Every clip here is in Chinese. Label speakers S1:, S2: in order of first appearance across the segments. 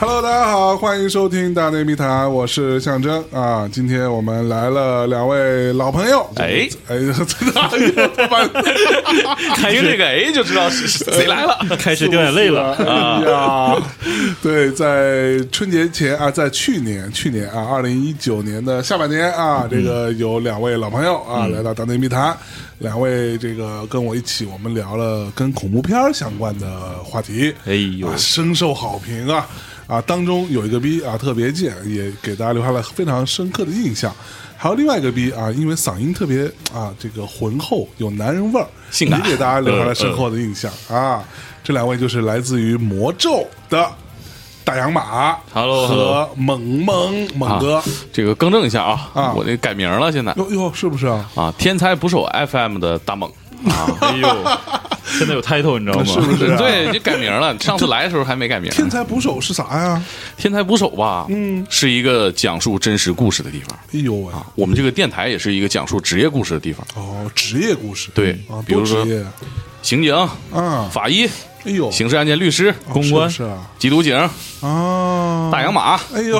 S1: 大家好，欢迎收听大内密谈，我是象征啊。今天我们来了两位老朋友，
S2: 哎
S1: 哎，真的，哎呦完了
S2: 听这个哎就知道是
S1: 呃
S2: 是谁来了。
S3: 开始掉眼泪了。 啊
S1: 哎呀，对，在春节前啊，在去年去年啊，二零一九年的下半年啊，
S3: 嗯
S1: 这个有两位老朋友啊、来到大内密谈，两位这个跟我一起，我们聊了跟恐怖片儿相关的话题，
S2: 哎呦
S1: 啊深受好评啊。啊，当中有一个逼啊特别贱，也给大家留下了非常深刻的印象。还有另外一个逼啊，因为嗓音特别啊这个浑厚，有男人味儿，
S2: 性感呃
S1: 也给大家留下了深刻的印象、啊。这两位就是来自于魔咒的大洋马
S2: Hello，
S1: 和猛猛猛哥
S2: 啊，这个更正一下啊，
S1: 啊
S2: 我这改名了，现在
S1: 哟哟、是不是啊？
S2: 啊，天才捕手 FM 的大猛，
S3: 哎呦，现在有 title 你知道
S1: 是不
S3: 吗？
S1: 是、啊？
S2: 嗯对，就改名 了。上次来的时候还没改名。
S1: 天才捕手是啥呀？
S2: 天才捕手吧，
S1: 嗯，
S2: 是一个讲述真实故事的地方。
S1: 哎呦喂！
S2: 我们这个电台也是一个讲述职业故事的地方，
S1: 哦，职业故事
S2: 对
S1: 啊，
S2: 比如说
S1: 多职业
S2: 刑警、
S1: 啊，
S2: 法医、
S1: 哎呦，
S2: 刑事案件律师、
S1: 啊
S3: 公关
S1: 是不是啊
S2: 缉毒警、
S1: 啊，
S2: 大洋马
S1: 哎呦，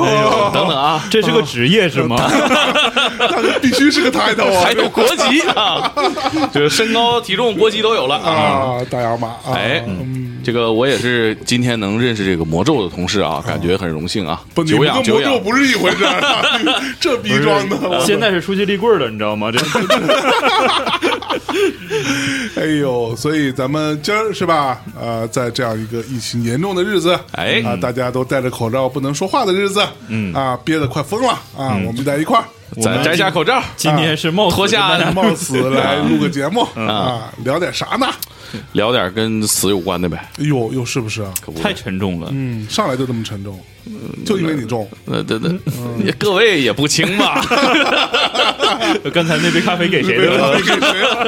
S2: 等等啊，
S3: 这是个职业是吗？
S1: 那个必须是个 title 啊，
S2: 还有国籍 啊，就是身高、体重、国籍都有了啊。
S1: 啊，大洋马，啊
S2: 哎，这个我也是今天能认识这个魔咒的同事啊，感觉很荣幸啊
S1: 不，，你
S2: 久
S1: 们
S2: 仰
S1: 跟
S2: 久
S1: 魔
S2: 仰
S1: 咒。不是一回事儿 啊，这逼装的，我
S3: 现在是出去立棍儿了，你知道 吗？这
S1: 哎呦，所以咱们今儿是吧？呃，在这样一个疫情严重的日子，
S2: 哎
S1: 啊、大家都戴着口罩不能说话的日子，嗯啊，憋得快疯了啊！
S2: 嗯
S1: 我们在一块儿，
S2: 咱摘下口罩，
S3: 啊今天是
S1: 啊
S3: 冒死
S2: 脱下
S3: 的
S1: 冒死来录个节目、
S2: 嗯
S1: 啊，聊点啥呢？
S2: 聊点跟死有关的呗。
S1: 哎呦，又是不是啊？
S3: 太沉重了。
S1: 嗯，上来就这么沉重，就因为你重，
S2: 那那那各位也不轻吧？
S3: 刚才那杯咖啡给谁的了？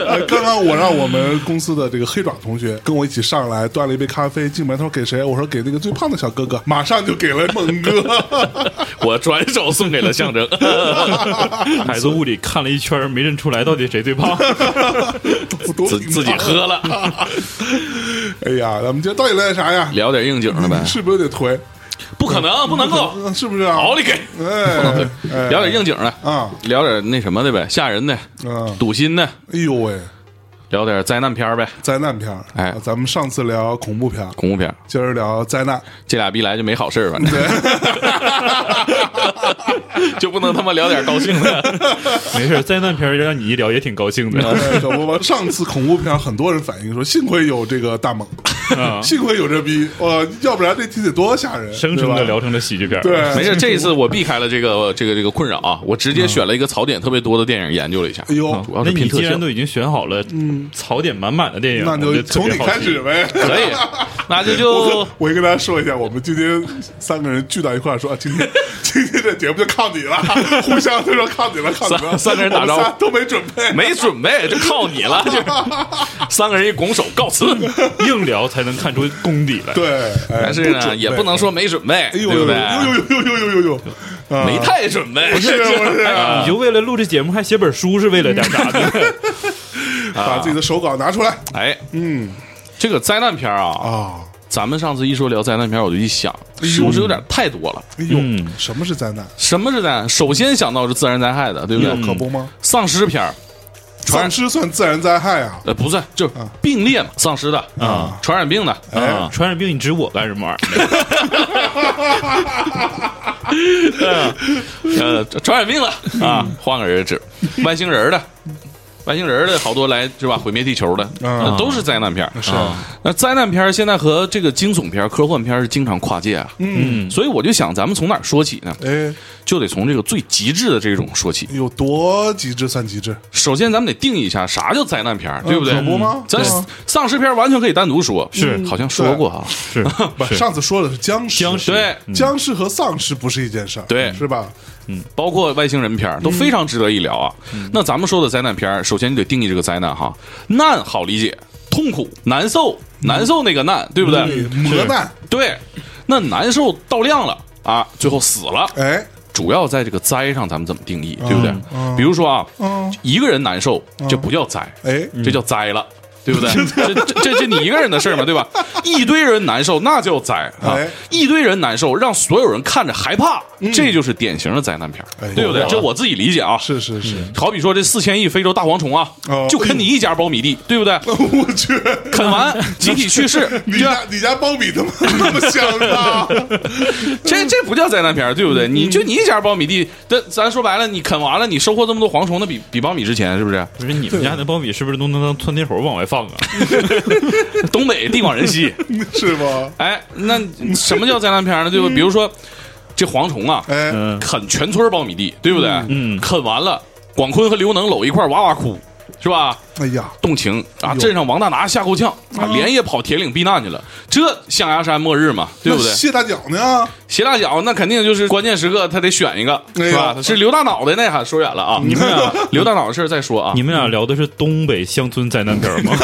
S1: 呃 刚刚我让我们公司的这个黑爪同学跟我一起上来，端了一杯咖啡，进门他说给谁？我说给那个最胖的小哥哥，马上就给了猛哥。
S2: 我转手送给了象征。
S3: 海子屋里看了一圈，没认出来到底谁最 胖。
S1: 多
S2: 自自己喝了，
S1: 哎呀，咱们今天到底来啥呀？
S2: 聊点应景的呗？
S1: 是不是有点颓？
S2: 不可能，不能够，
S1: 嗯是不是啊？
S2: 奥利给！
S1: 哎，哎
S2: 聊点应景的，
S1: 啊，
S2: 聊点那什么的呗，吓人的、
S1: 嗯，
S2: 堵心的，
S1: 哎呦喂，
S2: 聊点灾难片儿呗，
S1: 灾难片儿，
S2: 哎
S1: 啊咱们上次聊恐怖片儿，
S2: 恐怖片儿。
S1: 今儿聊灾难，
S2: 这俩逼来就没好事儿，反正 就不能他妈聊点高兴的。
S3: 没事，灾难片儿让你一聊也挺高兴的。
S1: 哎可不嘛，上次恐怖片儿很多人反映说，幸亏有这个大猛，幸亏有这逼，哇，要不然这题得多吓人，
S3: 啊生生的
S1: 对吧，
S3: 聊成了喜剧片儿。
S1: 对，
S2: 没事，这一次我避开了这个这个这个困扰啊，我直接选了一个槽点特别多的电影研究了一下。
S1: 嗯哎呦
S2: 啊主要
S3: 那
S2: 是
S3: 你
S2: 拼特
S3: 既
S2: 效
S3: 然，都已经选好了，槽点满满的电影，
S1: 嗯那
S3: 我
S1: 就
S3: 特
S1: 从
S3: 别
S1: 你
S3: 好
S1: 开
S3: 奇
S1: 始呗。
S2: 可以，那就
S1: 我
S2: 就
S1: 我跟大家说一下，我们今天三个人聚到一块儿说，啊今天 今天这节目就靠你了，互相都说靠你了，靠你了，
S2: 三三个人打招呼
S1: 我们仨都没准备，
S2: 没准备，就靠你 了。就三个人一拱手告辞，
S3: 硬聊才能看出功底来。
S1: 对，哎
S2: 但是呢，也不能，说没准备，
S1: 准备
S2: 对
S1: 哎呦
S2: 不对？
S1: 呦呦呦呦呦呦呦呦，啊
S2: 没太准备，
S1: 是不是啊
S3: 你就为了录这节目还写本书，是为了点啥呢？
S1: 把自己的手稿拿出来
S2: 哎，嗯，这个灾难片儿啊，
S1: 啊！哎
S2: 咱们上次一说聊灾难片儿，我就一想，是不是有点太多了？
S1: 哎呦，什么是灾难？
S2: 什么是灾难？首先想到是自然灾害的，对不对？嗯
S1: 可不吗？
S2: 丧尸片儿，传
S1: 丧尸算自然灾害啊？
S2: 呃，不是，就是并列嘛，丧尸的啊，传染病的，
S3: 啊，传染病你指我干什么玩意儿？
S2: 呃，传染病
S1: 嗯
S2: 的啊，换个人指，外星人的，外星人的好多来是吧？毁灭地球的，
S1: 嗯
S2: 那都是灾难片儿。
S1: 是
S2: 那灾难片儿现在和这个惊悚片儿、科幻片儿是经常跨界啊。嗯，所以我就想，咱们从哪儿说起呢？
S1: 哎，
S2: 就得从这个最极致的这种说起。
S1: 有多极致算极致？
S2: 首先，咱们得定义一下啥叫灾难片儿，对不对？
S1: 可不吗？
S2: 咱
S1: 对啊嗯
S2: 丧尸片儿完全可以单独说，
S3: 是
S2: 好像说过啊。
S3: 是
S1: 不，上次说的是僵尸，
S3: 僵尸
S2: 对，
S1: 僵尸和丧尸不是一件事儿，
S2: 对
S1: 是吧？
S2: 包括外星人片
S1: 嗯
S2: 儿都非常值得一聊啊。那咱们说的灾难片儿，首先你得定义这个灾难哈，难好理解，痛苦、难受、
S1: 嗯
S2: 难受那个难，对不对？
S1: 磨难，
S2: 对，那难受到量了啊，最后死了，
S1: 哎，
S2: 主要在这个灾上，咱们怎么定义，对不对？
S1: 嗯
S2: 比如说啊，
S1: 嗯
S2: 一个人难受，这不叫灾，
S1: 哎，
S2: 这叫灾了。对不对？这这这这你一个人的事儿嘛，对吧？一堆人难受，那叫灾啊
S1: 哎！嗯
S2: 一堆人难受，让所有人看着害怕，这就是典型的灾难片
S1: 哎
S2: 儿，对不对？这我自己理解啊。
S1: 是是是，
S2: 好比说这四千亿非洲大蝗虫啊
S1: 哦，
S2: 就啃你一家苞米地，对不对？
S1: 我去，
S2: 啃完 集体去世，
S1: 你家你家苞米他妈那么香啊 的，
S2: 这这不叫灾难片儿，对不对？你就你一家苞米地，这咱说白了，你啃完了，你收获这么多蝗虫，那比比苞米值钱，啊是不是？
S3: 不是你们家那苞米是不是都能当窜天猴往外放啊？
S2: 东北地广 人稀，
S1: 是吗？
S2: 哎，那什么叫灾难片儿呢？对吧？比如说这蝗虫啊，
S1: 哎，
S3: 嗯，
S2: 啃全村苞米地，对不对？
S3: 嗯嗯
S2: 啃完了，广坤和刘能搂一块儿哇哇哭，是吧？
S1: 哎呀，
S2: 动情啊！
S1: 呦
S2: 镇上王大拿吓够呛，啊，连夜跑铁岭避难去了。这象牙山末日嘛，对不对
S1: 那？谢大脚呢？
S2: 斜大脚那肯定就是关键时刻他得选一个，
S1: 哎呦
S2: 是吧？是刘大脑袋那还说远了啊！ 你们俩刘大脑的事儿再说啊
S3: 你。们俩聊的是东北乡村灾难片 儿吗？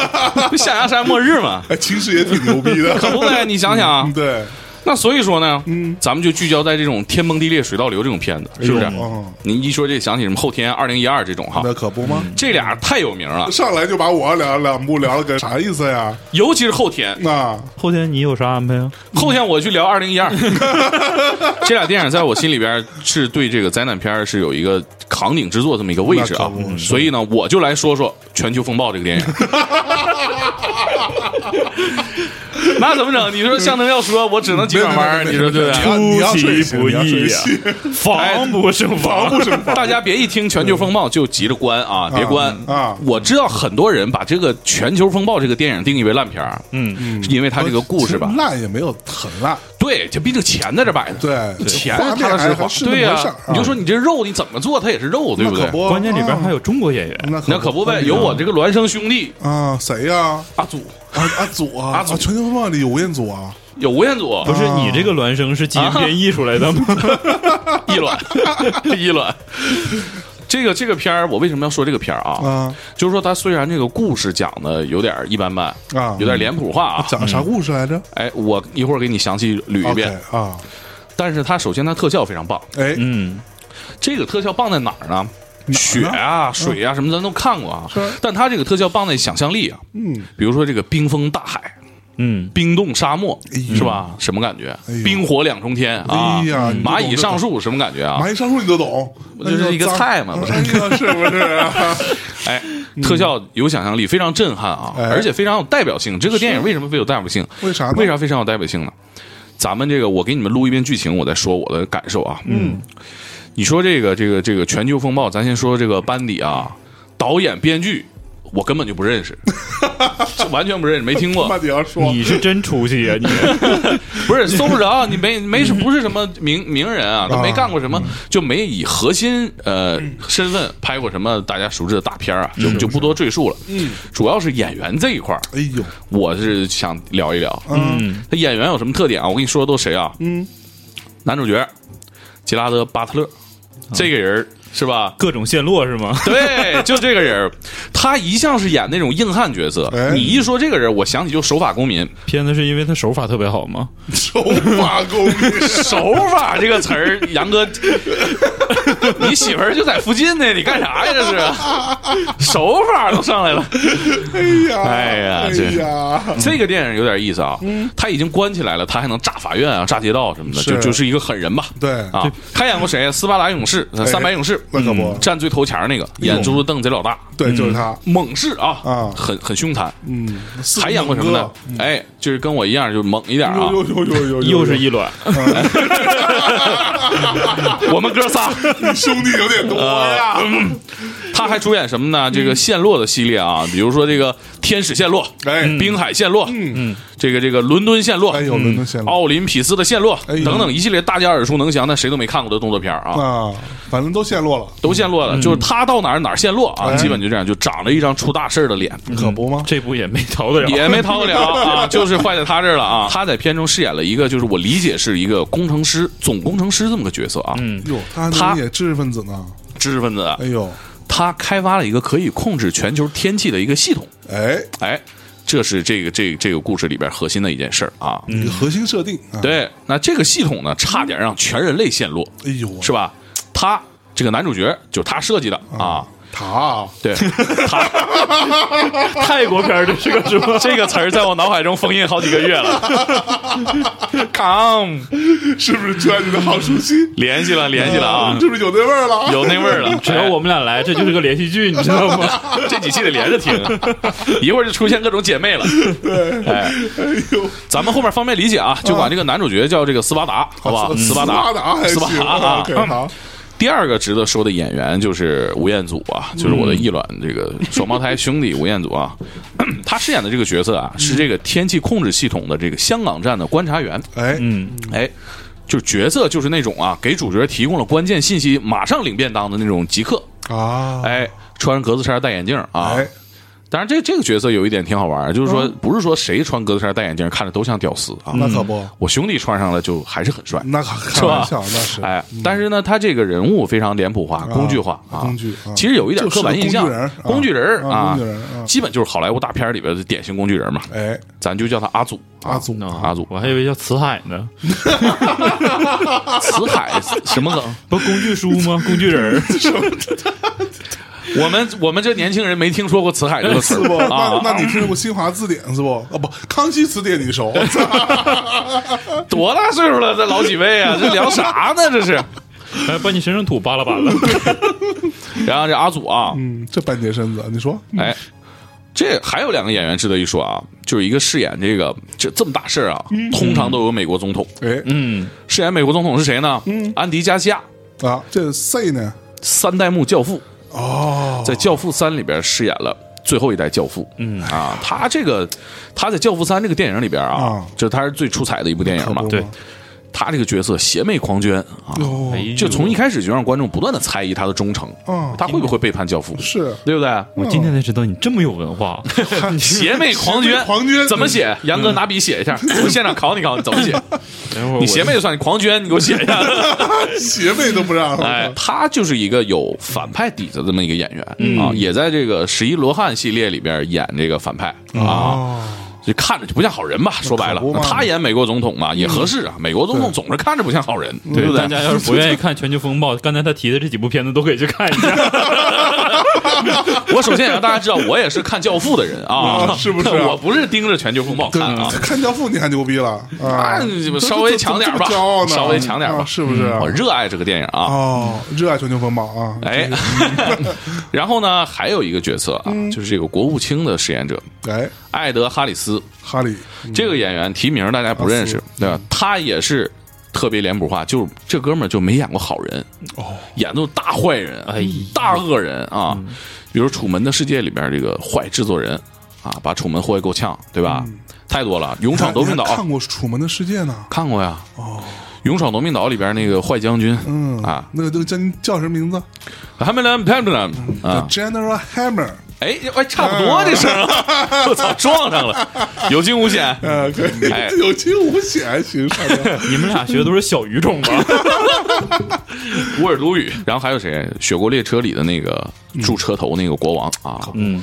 S2: 不象牙山末日嘛，
S1: 哎，其实也挺牛逼
S2: 可
S1: 的，嗯
S2: 不呗？你想想啊，
S1: 对，
S2: 那所以说呢，
S1: 嗯
S2: 咱们就聚焦在这种天崩地裂、水倒流这种片子，是不是？
S1: 哦，
S2: 您一说这想起什么后天二零一二这种哈，
S1: 那可不吗？
S2: 这俩太有名了，
S1: 上来就把我两两部聊了个啥意思呀？
S2: 尤其是后天，
S1: 那
S3: 后天你有啥安排啊？
S2: 后天我去聊二零一二，这俩电影在我心里边是对这个灾难片儿是有一个扛鼎之作这么一个位置啊
S1: 那可不，是
S2: 所以呢，我就来说说《全球风暴》这个电影。那怎么整？你说象征要说，我只能急转弯儿，
S1: 没
S2: 你
S1: 没没
S2: 说对不对？
S1: 你要
S3: 出
S1: 睡
S3: 其
S1: 醒
S3: 不
S1: 你要睡
S3: 意呀
S1: 醒，
S3: 防不胜防，不胜
S2: 大家别一听全球风暴就急着关啊，别关
S1: 啊
S2: 我知道很多人把这个《全球风暴》这个电影定义为烂片儿，
S3: 嗯，
S2: 是因为它这个故事吧
S1: 其实，烂也没有很烂，
S2: 对，就毕竟钱在这摆着，
S1: 对，
S2: 钱啊
S1: 画面
S2: 踏踏实实
S1: 还
S2: 花
S1: 还，是那
S2: 对呀、
S1: 么回事儿啊，
S2: 你就说你这肉你怎么做它也是肉，对
S1: 那
S2: 不
S1: 可
S2: 对？
S1: 不，
S3: 关键里边还
S1: 有
S3: 有中国演员，
S1: 那
S2: 那可不呗，有我这个孪生兄弟
S1: 啊，谁呀？
S2: 阿祖，
S1: 啊阿祖啊，
S2: 阿祖
S1: 啊全球风暴里有吴彦祖啊，
S2: 有吴 彦祖、
S3: 不是你这个孪生是基因变异出来的吗？
S1: 啊
S2: 一卵， 一卵。这个这个片儿，我为什么要说这个片儿啊？
S1: 啊
S2: 就是说，它虽然这个故事讲的有点一般般，
S1: 啊
S2: 有，点脸谱化啊。
S1: 讲啥故事来着
S2: 哎，我一会儿给你详细捋一遍。
S1: ？OK 啊，
S2: 但是它首先它特效非常棒，
S1: 哎，
S3: 嗯，
S2: 这个特效棒在哪儿呢？
S1: 呢嗯
S2: 雪啊、水啊什么咱都看过啊
S1: 是，
S2: 但它这个特效棒在想象力啊，
S1: 嗯，
S2: 比如说这个冰封大海、
S3: 嗯，
S2: 冰冻沙漠
S1: 哎呦
S2: 是吧？什么感觉
S1: 哎呦？
S2: 冰火两重天啊
S1: 哎呀，你，
S2: 蚂蚁
S1: 这懂
S2: 上树什么感觉啊？
S1: 蚂蚁上树你都懂，
S2: 这是一个菜啊嘛
S1: 那
S2: 不
S1: 个
S2: 是
S1: 脏哎呀，是不是啊？
S2: 哎，特效有想象力，非常震撼啊，
S1: 哎
S2: 而且非常有代表性。这个电影为什么会有代表性？
S1: 为啥呢？
S2: 为啥非常有代表性呢？咱们这个，我给你们录一遍剧情，我再说我的感受啊。嗯，你说这个这个这个全球风暴，咱先说这个班底啊，导演、编剧，我根本就不 认识，这完全不认识，没听过
S1: 那。你要说
S3: 你是真出息啊呀，你
S2: 不是搜不着，啊你没没是不是什么名名人啊，他没干过什么，就没以核心呃身份拍过什么大家熟知的大片儿啊，就就不多赘述了。嗯，主要是演员这一块儿，
S1: 哎呦，
S2: 我是想聊一聊。
S3: 嗯，？
S2: 他演员有什么特点啊？我跟你说的都谁啊？
S1: 嗯，
S2: 男主角杰拉德·巴特勒，这个人儿是吧
S3: 各种陷落是吗？
S2: 对，就这个人儿，他一向是演那种硬汉角色
S1: 哎。
S2: 你一说这个人，我想起就守法公民。
S3: 片子是因为他手法特别好吗？
S2: 嗯
S1: 手法工艺
S2: 守法这个词儿，杨哥，你媳妇儿就在附近呢，你干啥呀？这是手法都上来了。
S1: 哎呀，
S2: 哎呀
S1: 哎
S2: 这
S1: 呀，
S2: 这个电影有点意思啊，他已经关起来了，他还能炸法院啊、炸街道什么的，
S1: 嗯是
S2: 就就是一个狠人吧。
S1: 对
S2: 啊，他演过谁？斯巴达勇士、呃
S1: 哎
S2: 三百勇士，
S1: 那可不
S2: 嗯站最头前儿那个，演猪猪瞪贼老大，
S1: 对，就是他，
S2: 猛士啊，
S1: 啊
S2: 很很凶残。
S1: 嗯，四
S2: 还演过什么呢？哎，就是跟我一样，就猛一点
S1: 哥？
S2: 啊。
S1: 呦呦呦呦呦，
S3: 又是一卵，
S2: 我们哥仨，
S1: 你兄弟有点多
S2: 啊
S1: 呀，
S2: 呃嗯他还主演什么呢？这个陷落的系列啊，比如说这个天使陷落，嗯
S1: 哎
S2: 滨海陷落，嗯，这个这个伦敦陷落，嗯
S1: 哎呦，伦敦陷落
S2: 奥林匹斯的陷落
S1: 哎呦
S2: 等等一系列大家耳熟能详但谁都没看过的动作片儿啊，
S1: 啊，反正都陷落了，
S2: 都陷落了，就是他到哪儿哪儿陷落啊，
S1: 哎
S2: 基本就这样，就长着一张出大事儿的脸，
S1: 可不吗？
S3: 嗯这部也没逃得了。
S2: 也没逃得了啊，就是坏在他这儿了 啊。他在片中饰演了一个，就是我理解是一个工程师、总工程师这么个角色啊，
S3: 嗯，
S1: 哟，他
S2: 他
S1: 你也知识分子呢，
S2: 知识分子。啊
S1: 哎呦，
S2: 他开发了一个可以控制全球天气的一个系统，
S1: 哎，
S2: 哎，这是这个这个、这个故事里边核心的一件事儿啊。
S1: 一个核心设定啊，
S2: 对，那这个系统呢，差点让全人类陷落，
S1: 哎呦，
S2: 是吧？他这个男主角就是他设计的啊。
S1: 他啊，
S2: 对，
S3: 泰国片儿这是个什么？
S2: 这个词儿在我脑海中封印好几个月 了。康，
S1: 是不是觉得好熟悉？
S2: 联系了，联系了啊，
S1: 是不是有那味儿了？
S2: 有那味儿了。
S3: 只要我们俩来，这就是个连续剧，你知道吗？
S2: 哎这几期得连 着听，一会儿就出现各种姐妹了。哎，
S1: 哎呦，
S2: 咱们后面方便理解啊，就管这个男主角叫这个斯巴达，好吧？
S1: 斯
S2: 巴达，
S1: 达还
S2: 斯
S1: 行
S2: 巴达啊。
S1: ，OK，
S2: 嗯
S1: 好，
S2: 第二个值得说的演员就是吴彦祖啊，就是我的异卵这个双胞胎兄弟吴彦祖啊， 他饰演的这个角色啊是这个天气控制系统的这个香港站的观察员，
S1: 哎，
S3: 嗯，
S2: 哎。就是角色就是那种啊，给主角提供了关键信息，马上领便当的那种极客。
S1: 啊，
S2: 哎，穿格子衫戴眼镜啊，
S1: 哎，
S2: 当然这这个角色有一点挺好玩儿，就是说不是说谁穿格子衫戴眼镜看着都像屌丝啊，
S1: 那可不，
S2: 我兄弟穿上了就还是很帅。
S1: 那可开玩笑，那是
S2: 哎，但是呢，他这个人物非常脸谱化、工具化啊。
S1: 嗯工具啊
S2: 其实有一点刻板印象
S1: 就是个，
S2: 工
S1: 工
S2: 具
S1: 具
S2: 人
S1: 人啊
S2: 儿啊
S1: 啊工具人啊，
S2: 基本就是好莱坞大片里边的典型工具人嘛。
S1: 哎，
S2: 咱就叫他阿祖，
S1: 阿祖
S3: 啊
S2: 阿祖
S3: 我还以为叫辞海呢，
S2: 辞海什么梗？
S3: 不工具书 吗？工具人儿，
S2: 我们我们这年轻人没听说过辞海这个词
S1: 是不？
S2: 儿啊
S1: 那。那你听过新华字典是不？啊，不，康熙词典你 熟？
S2: 多大岁数了？这老几 位啊？这聊啥呢？这是。
S3: 哎，把你身上土扒拉扒拉。
S2: 然后这阿祖啊，
S1: 嗯，这半截身子，你说
S2: 哎，这还有两个演员值得一说啊，就是一个饰演这个这这么大事儿啊，
S1: 嗯
S2: 通常都有美国总统。
S1: 哎
S3: 嗯，
S2: 饰演美国总统是谁呢？
S1: 嗯
S2: 安迪·加西亚，
S1: 啊，这 C 呢？
S2: 三代目教父，
S1: 哦，
S2: 在《教父三》里边饰演了。最后一代教父，嗯啊，他这个他在《教父三》这个电影里边啊
S1: 啊，
S2: 这他是最出彩的一部电影
S1: 可
S2: 嘛
S1: 不。嗯
S3: 对
S1: 嘛
S2: 他这个角色邪魅狂狷啊，
S1: 哟
S3: 哎，呦
S2: 就从一开始就让观众不断的猜疑他的忠诚，
S1: 啊
S2: 他会不会背叛教父，
S1: 是啊
S2: 对不对？
S3: 我今天才知道你这么有文 化，
S2: 邪魅狂
S1: 邪
S2: 狷，
S1: 魅狂嗯狷
S2: 怎么写？杨哥拿笔写一下，我现场考你考你怎么写。你邪魅就算，你狂狷你给我写一下。
S1: 邪魅都不让，
S2: 哎，他就是一个有反派底子的这么一个演
S1: 嗯
S2: 员啊，也在这个十一罗汉系列里边演这个反派啊，
S1: 哦，
S2: 就看着就不像好人吧？说白了
S1: 可不，嘛嗯
S2: 他演美国总统嘛也合适啊。美国总统总是看着不像好人，对不
S3: 大
S2: 对？
S3: 家要是不愿意看《全球风暴》， 刚才他提的这几部片子都可以去看一 下。
S2: 我首先也让大家知道，我也是看《教父》的人啊，
S1: 啊是不是啊
S2: 我不是盯着《全球风暴》看啊，
S1: 看教父你还牛逼了啊
S2: 那！你们稍微强点吧
S1: 这么骄傲，呢
S2: 稍微强点吧嗯
S1: 啊，是不是？
S2: 我热爱这个电影啊。
S1: 哦，热爱全球风暴啊！
S2: 哎， 然后呢，还有一个角色啊，就是这个国务卿的饰演者
S1: 哎，
S2: 艾德·哈里斯，
S1: 哈利，
S2: 这个演员提名大家不认识
S1: 哈，
S2: 对吧？他也是特别脸谱化，就是这哥们儿就没演过好人，
S1: 哦，嗯
S2: 演的都是大坏人，哎，大恶人啊。比如《楚门的世界》里边这个坏制作人啊，把楚门祸害够呛，对吧？太多了，《勇闯夺命岛
S1: 你还》嗯看过《楚门的世界》呢？
S2: 看过呀，《勇闯夺命岛》里边那个坏将军，
S1: 嗯
S2: 啊，
S1: 那个那个叫叫什么名字？
S2: 潘布兰潘布兰啊
S1: 叫，General Hammer。啊
S2: 哎，哎，差不
S1: 嗯
S2: 多这声儿啊， 我操，撞上了，有惊无险。
S1: 呃，可以
S2: 哎，
S1: 有惊无险，行，上纲
S3: 你们俩学的都是小语种 吧？
S2: 乌尔都语，然后还有谁？《雪国列车》里的那个
S1: 嗯
S2: 驻车头那个国王啊，
S3: 嗯，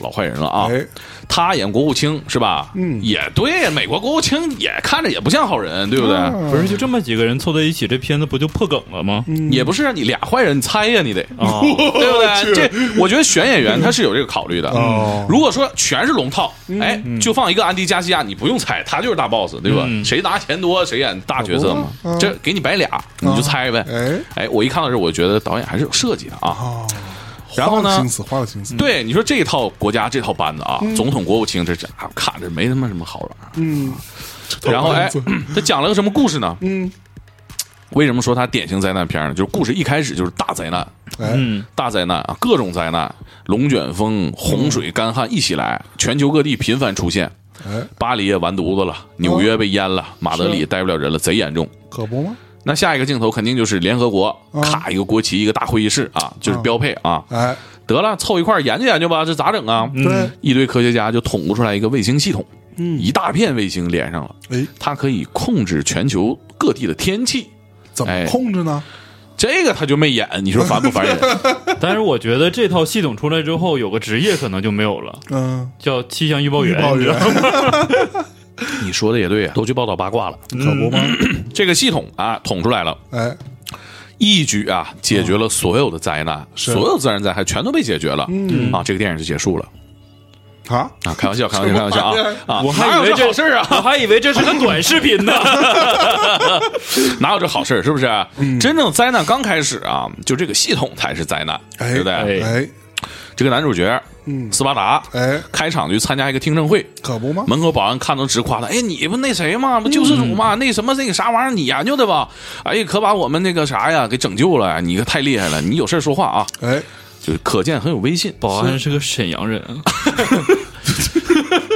S2: 老坏人了啊
S1: 哎。
S2: 他演国务卿是吧？
S1: 嗯
S2: 也对，美国国务卿也看着也不像好人，对不对？
S1: 嗯
S3: 不是就这么几个人凑在一起，这片子不就破梗了吗？
S2: 也不是让你俩坏人，你猜呀，你得。
S3: 啊，
S2: 对不
S1: 我
S2: 对？
S1: 去
S2: 这我觉得选演员他是有这个考虑的
S1: 哦。
S2: 如果说全是龙套，哎，就放一个安迪加西亚，你不用猜，他就是大 boss，对吧？
S3: 嗯
S2: 谁拿钱多，谁演大角色嘛
S1: 可不嘛。嗯
S2: 这给你摆俩，你就猜呗。
S1: 哎
S2: 哎，我一看到这，我觉得导演还是有设计的啊。
S1: 哦，
S2: 然后呢
S1: 花了心思，花了心思，
S2: 对，你说这套国家这套班子啊，总统、国务卿这这啊看着没他妈什么好玩儿。啊
S1: 嗯，
S2: 然后哎
S1: 这套班子，
S2: 他讲了个什么故事呢？
S1: 嗯，
S2: 为什么说它典型灾难片呢？就是故事一开始就是大灾难，
S1: 哎，
S2: 大灾难啊，各种灾难，龙卷风、洪水、干旱一起来，
S1: 嗯
S2: 全球各地频繁出现。
S1: 哎，
S2: 巴黎也完犊子
S1: 哦
S2: 了，纽约被淹了，马德里待不了人了，贼严重。
S1: 可不吗？
S2: 那下一个镜头肯定就是联合国，
S1: 哦
S2: 咔一个国旗，一个大会议室啊，就是标配啊。
S1: 哎，
S2: 得了，凑一块儿研究研究吧，这咋整啊？
S1: 对，
S2: 一堆科学家就捅咕出来一个卫星系统，一大片卫星连上了，
S1: 哎，
S2: 它可以控制全球各地的天气。
S1: 怎
S2: 哎
S1: 么控制呢？
S2: 这个他就没演，你说烦不烦人？
S3: 但是我觉得这套系统出来之后，有个职业可能就没有了，
S1: 嗯，
S3: 叫气象预报员。
S1: 报
S3: 你知
S1: 员
S3: 道吗
S2: 你说的也对啊，都去报道八卦了。
S1: 可不吗？
S2: 这个系统啊，捅出来了，
S1: 哎，
S2: 一举啊解决了所有的灾难，
S1: 是
S2: 所有自然灾害全都被解决了，嗯啊，这个电影就结束了
S1: 啊，
S2: 啊，开玩笑，开玩笑，开玩
S1: 什么玩
S2: 笑啊
S1: 意儿
S2: 啊，
S3: 我还以
S2: 哪
S3: 为
S2: 有这
S3: 这
S2: 好事儿啊，
S3: 我还以为这是个短视频呢。
S2: 哪有这好事儿，是不是？啊真正灾难刚开始啊，就这个系统才是灾难，
S1: 哎
S2: 对不对？
S3: 哎
S1: 哎
S2: 这个男主角，
S1: 嗯哦
S2: 斯巴达，
S1: 哎，
S2: 开场去参加一个听证会，
S1: 可不吗？
S2: 门口保安看都直夸他：“哎，你不那谁吗？不救世主吗？
S1: 嗯
S2: 那什么那个啥玩意儿，你研究的吧？哎，可把我们那个啥呀给拯救了，你可太厉害了！你有事儿说话啊，
S1: 哎，
S2: 就是可见很有威信。
S3: 保安是个沈阳 人，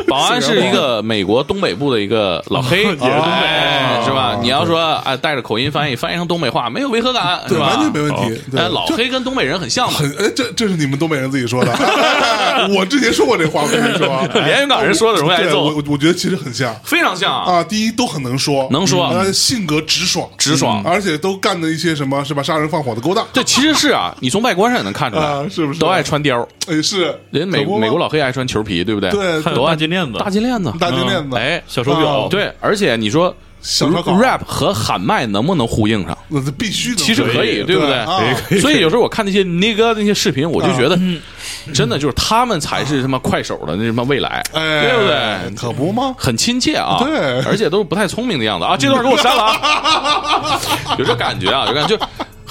S2: 保安是一 个美国东北部的一个老黑，也是
S3: 哦东北哦
S2: 是吧？你要说啊，带着口音翻译，翻译成东北话没有违和感，
S1: 对，
S2: 是吧？
S1: 完全没问题。对
S2: 哎，老黑跟东北人很像嘛，
S1: 很哎，这这是你们东北人自己 说的，我之前说过这话，我跟你说，
S2: 连云港人说的容易挨
S1: 对，哎我
S2: 揍，
S1: 我我觉得其实很像
S2: 非常像啊，
S1: 啊。第一，都很能说，
S2: 能说
S1: 嗯呃性格直爽，
S2: 直爽
S1: 嗯而且都干的一些什么是吧？杀人放火的勾当，
S2: 这其实是啊，你从外观上也能看出来
S1: 啊，是不是
S2: 都爱穿貂儿，
S1: 哎，是
S2: 人美
S1: 可不吗
S2: 美国老黑爱穿球皮，对不对？
S1: 对
S3: 还有
S2: 多
S3: 大
S2: 爱
S3: 金链子、
S2: 大金链子，
S1: 大金链子，
S2: 哎，
S3: 小手表
S1: 啊，
S2: 对，而且你说
S1: 小烧烤
S2: rap 和喊麦能不能呼应上？
S1: 那这必须的，
S2: 其实可以，
S1: 对
S2: 不
S1: 对？啊
S2: 对？所以有时候我看那些那个那些视频，我就觉得，真的就是他们才是他妈快手的那什么未来，
S1: 哎，
S2: 对不对？
S1: 可不吗？
S2: 很亲切啊，
S1: 对
S2: 而且都是不太聪明的样子啊。这段给我删了啊， 有这感觉啊，有感觉。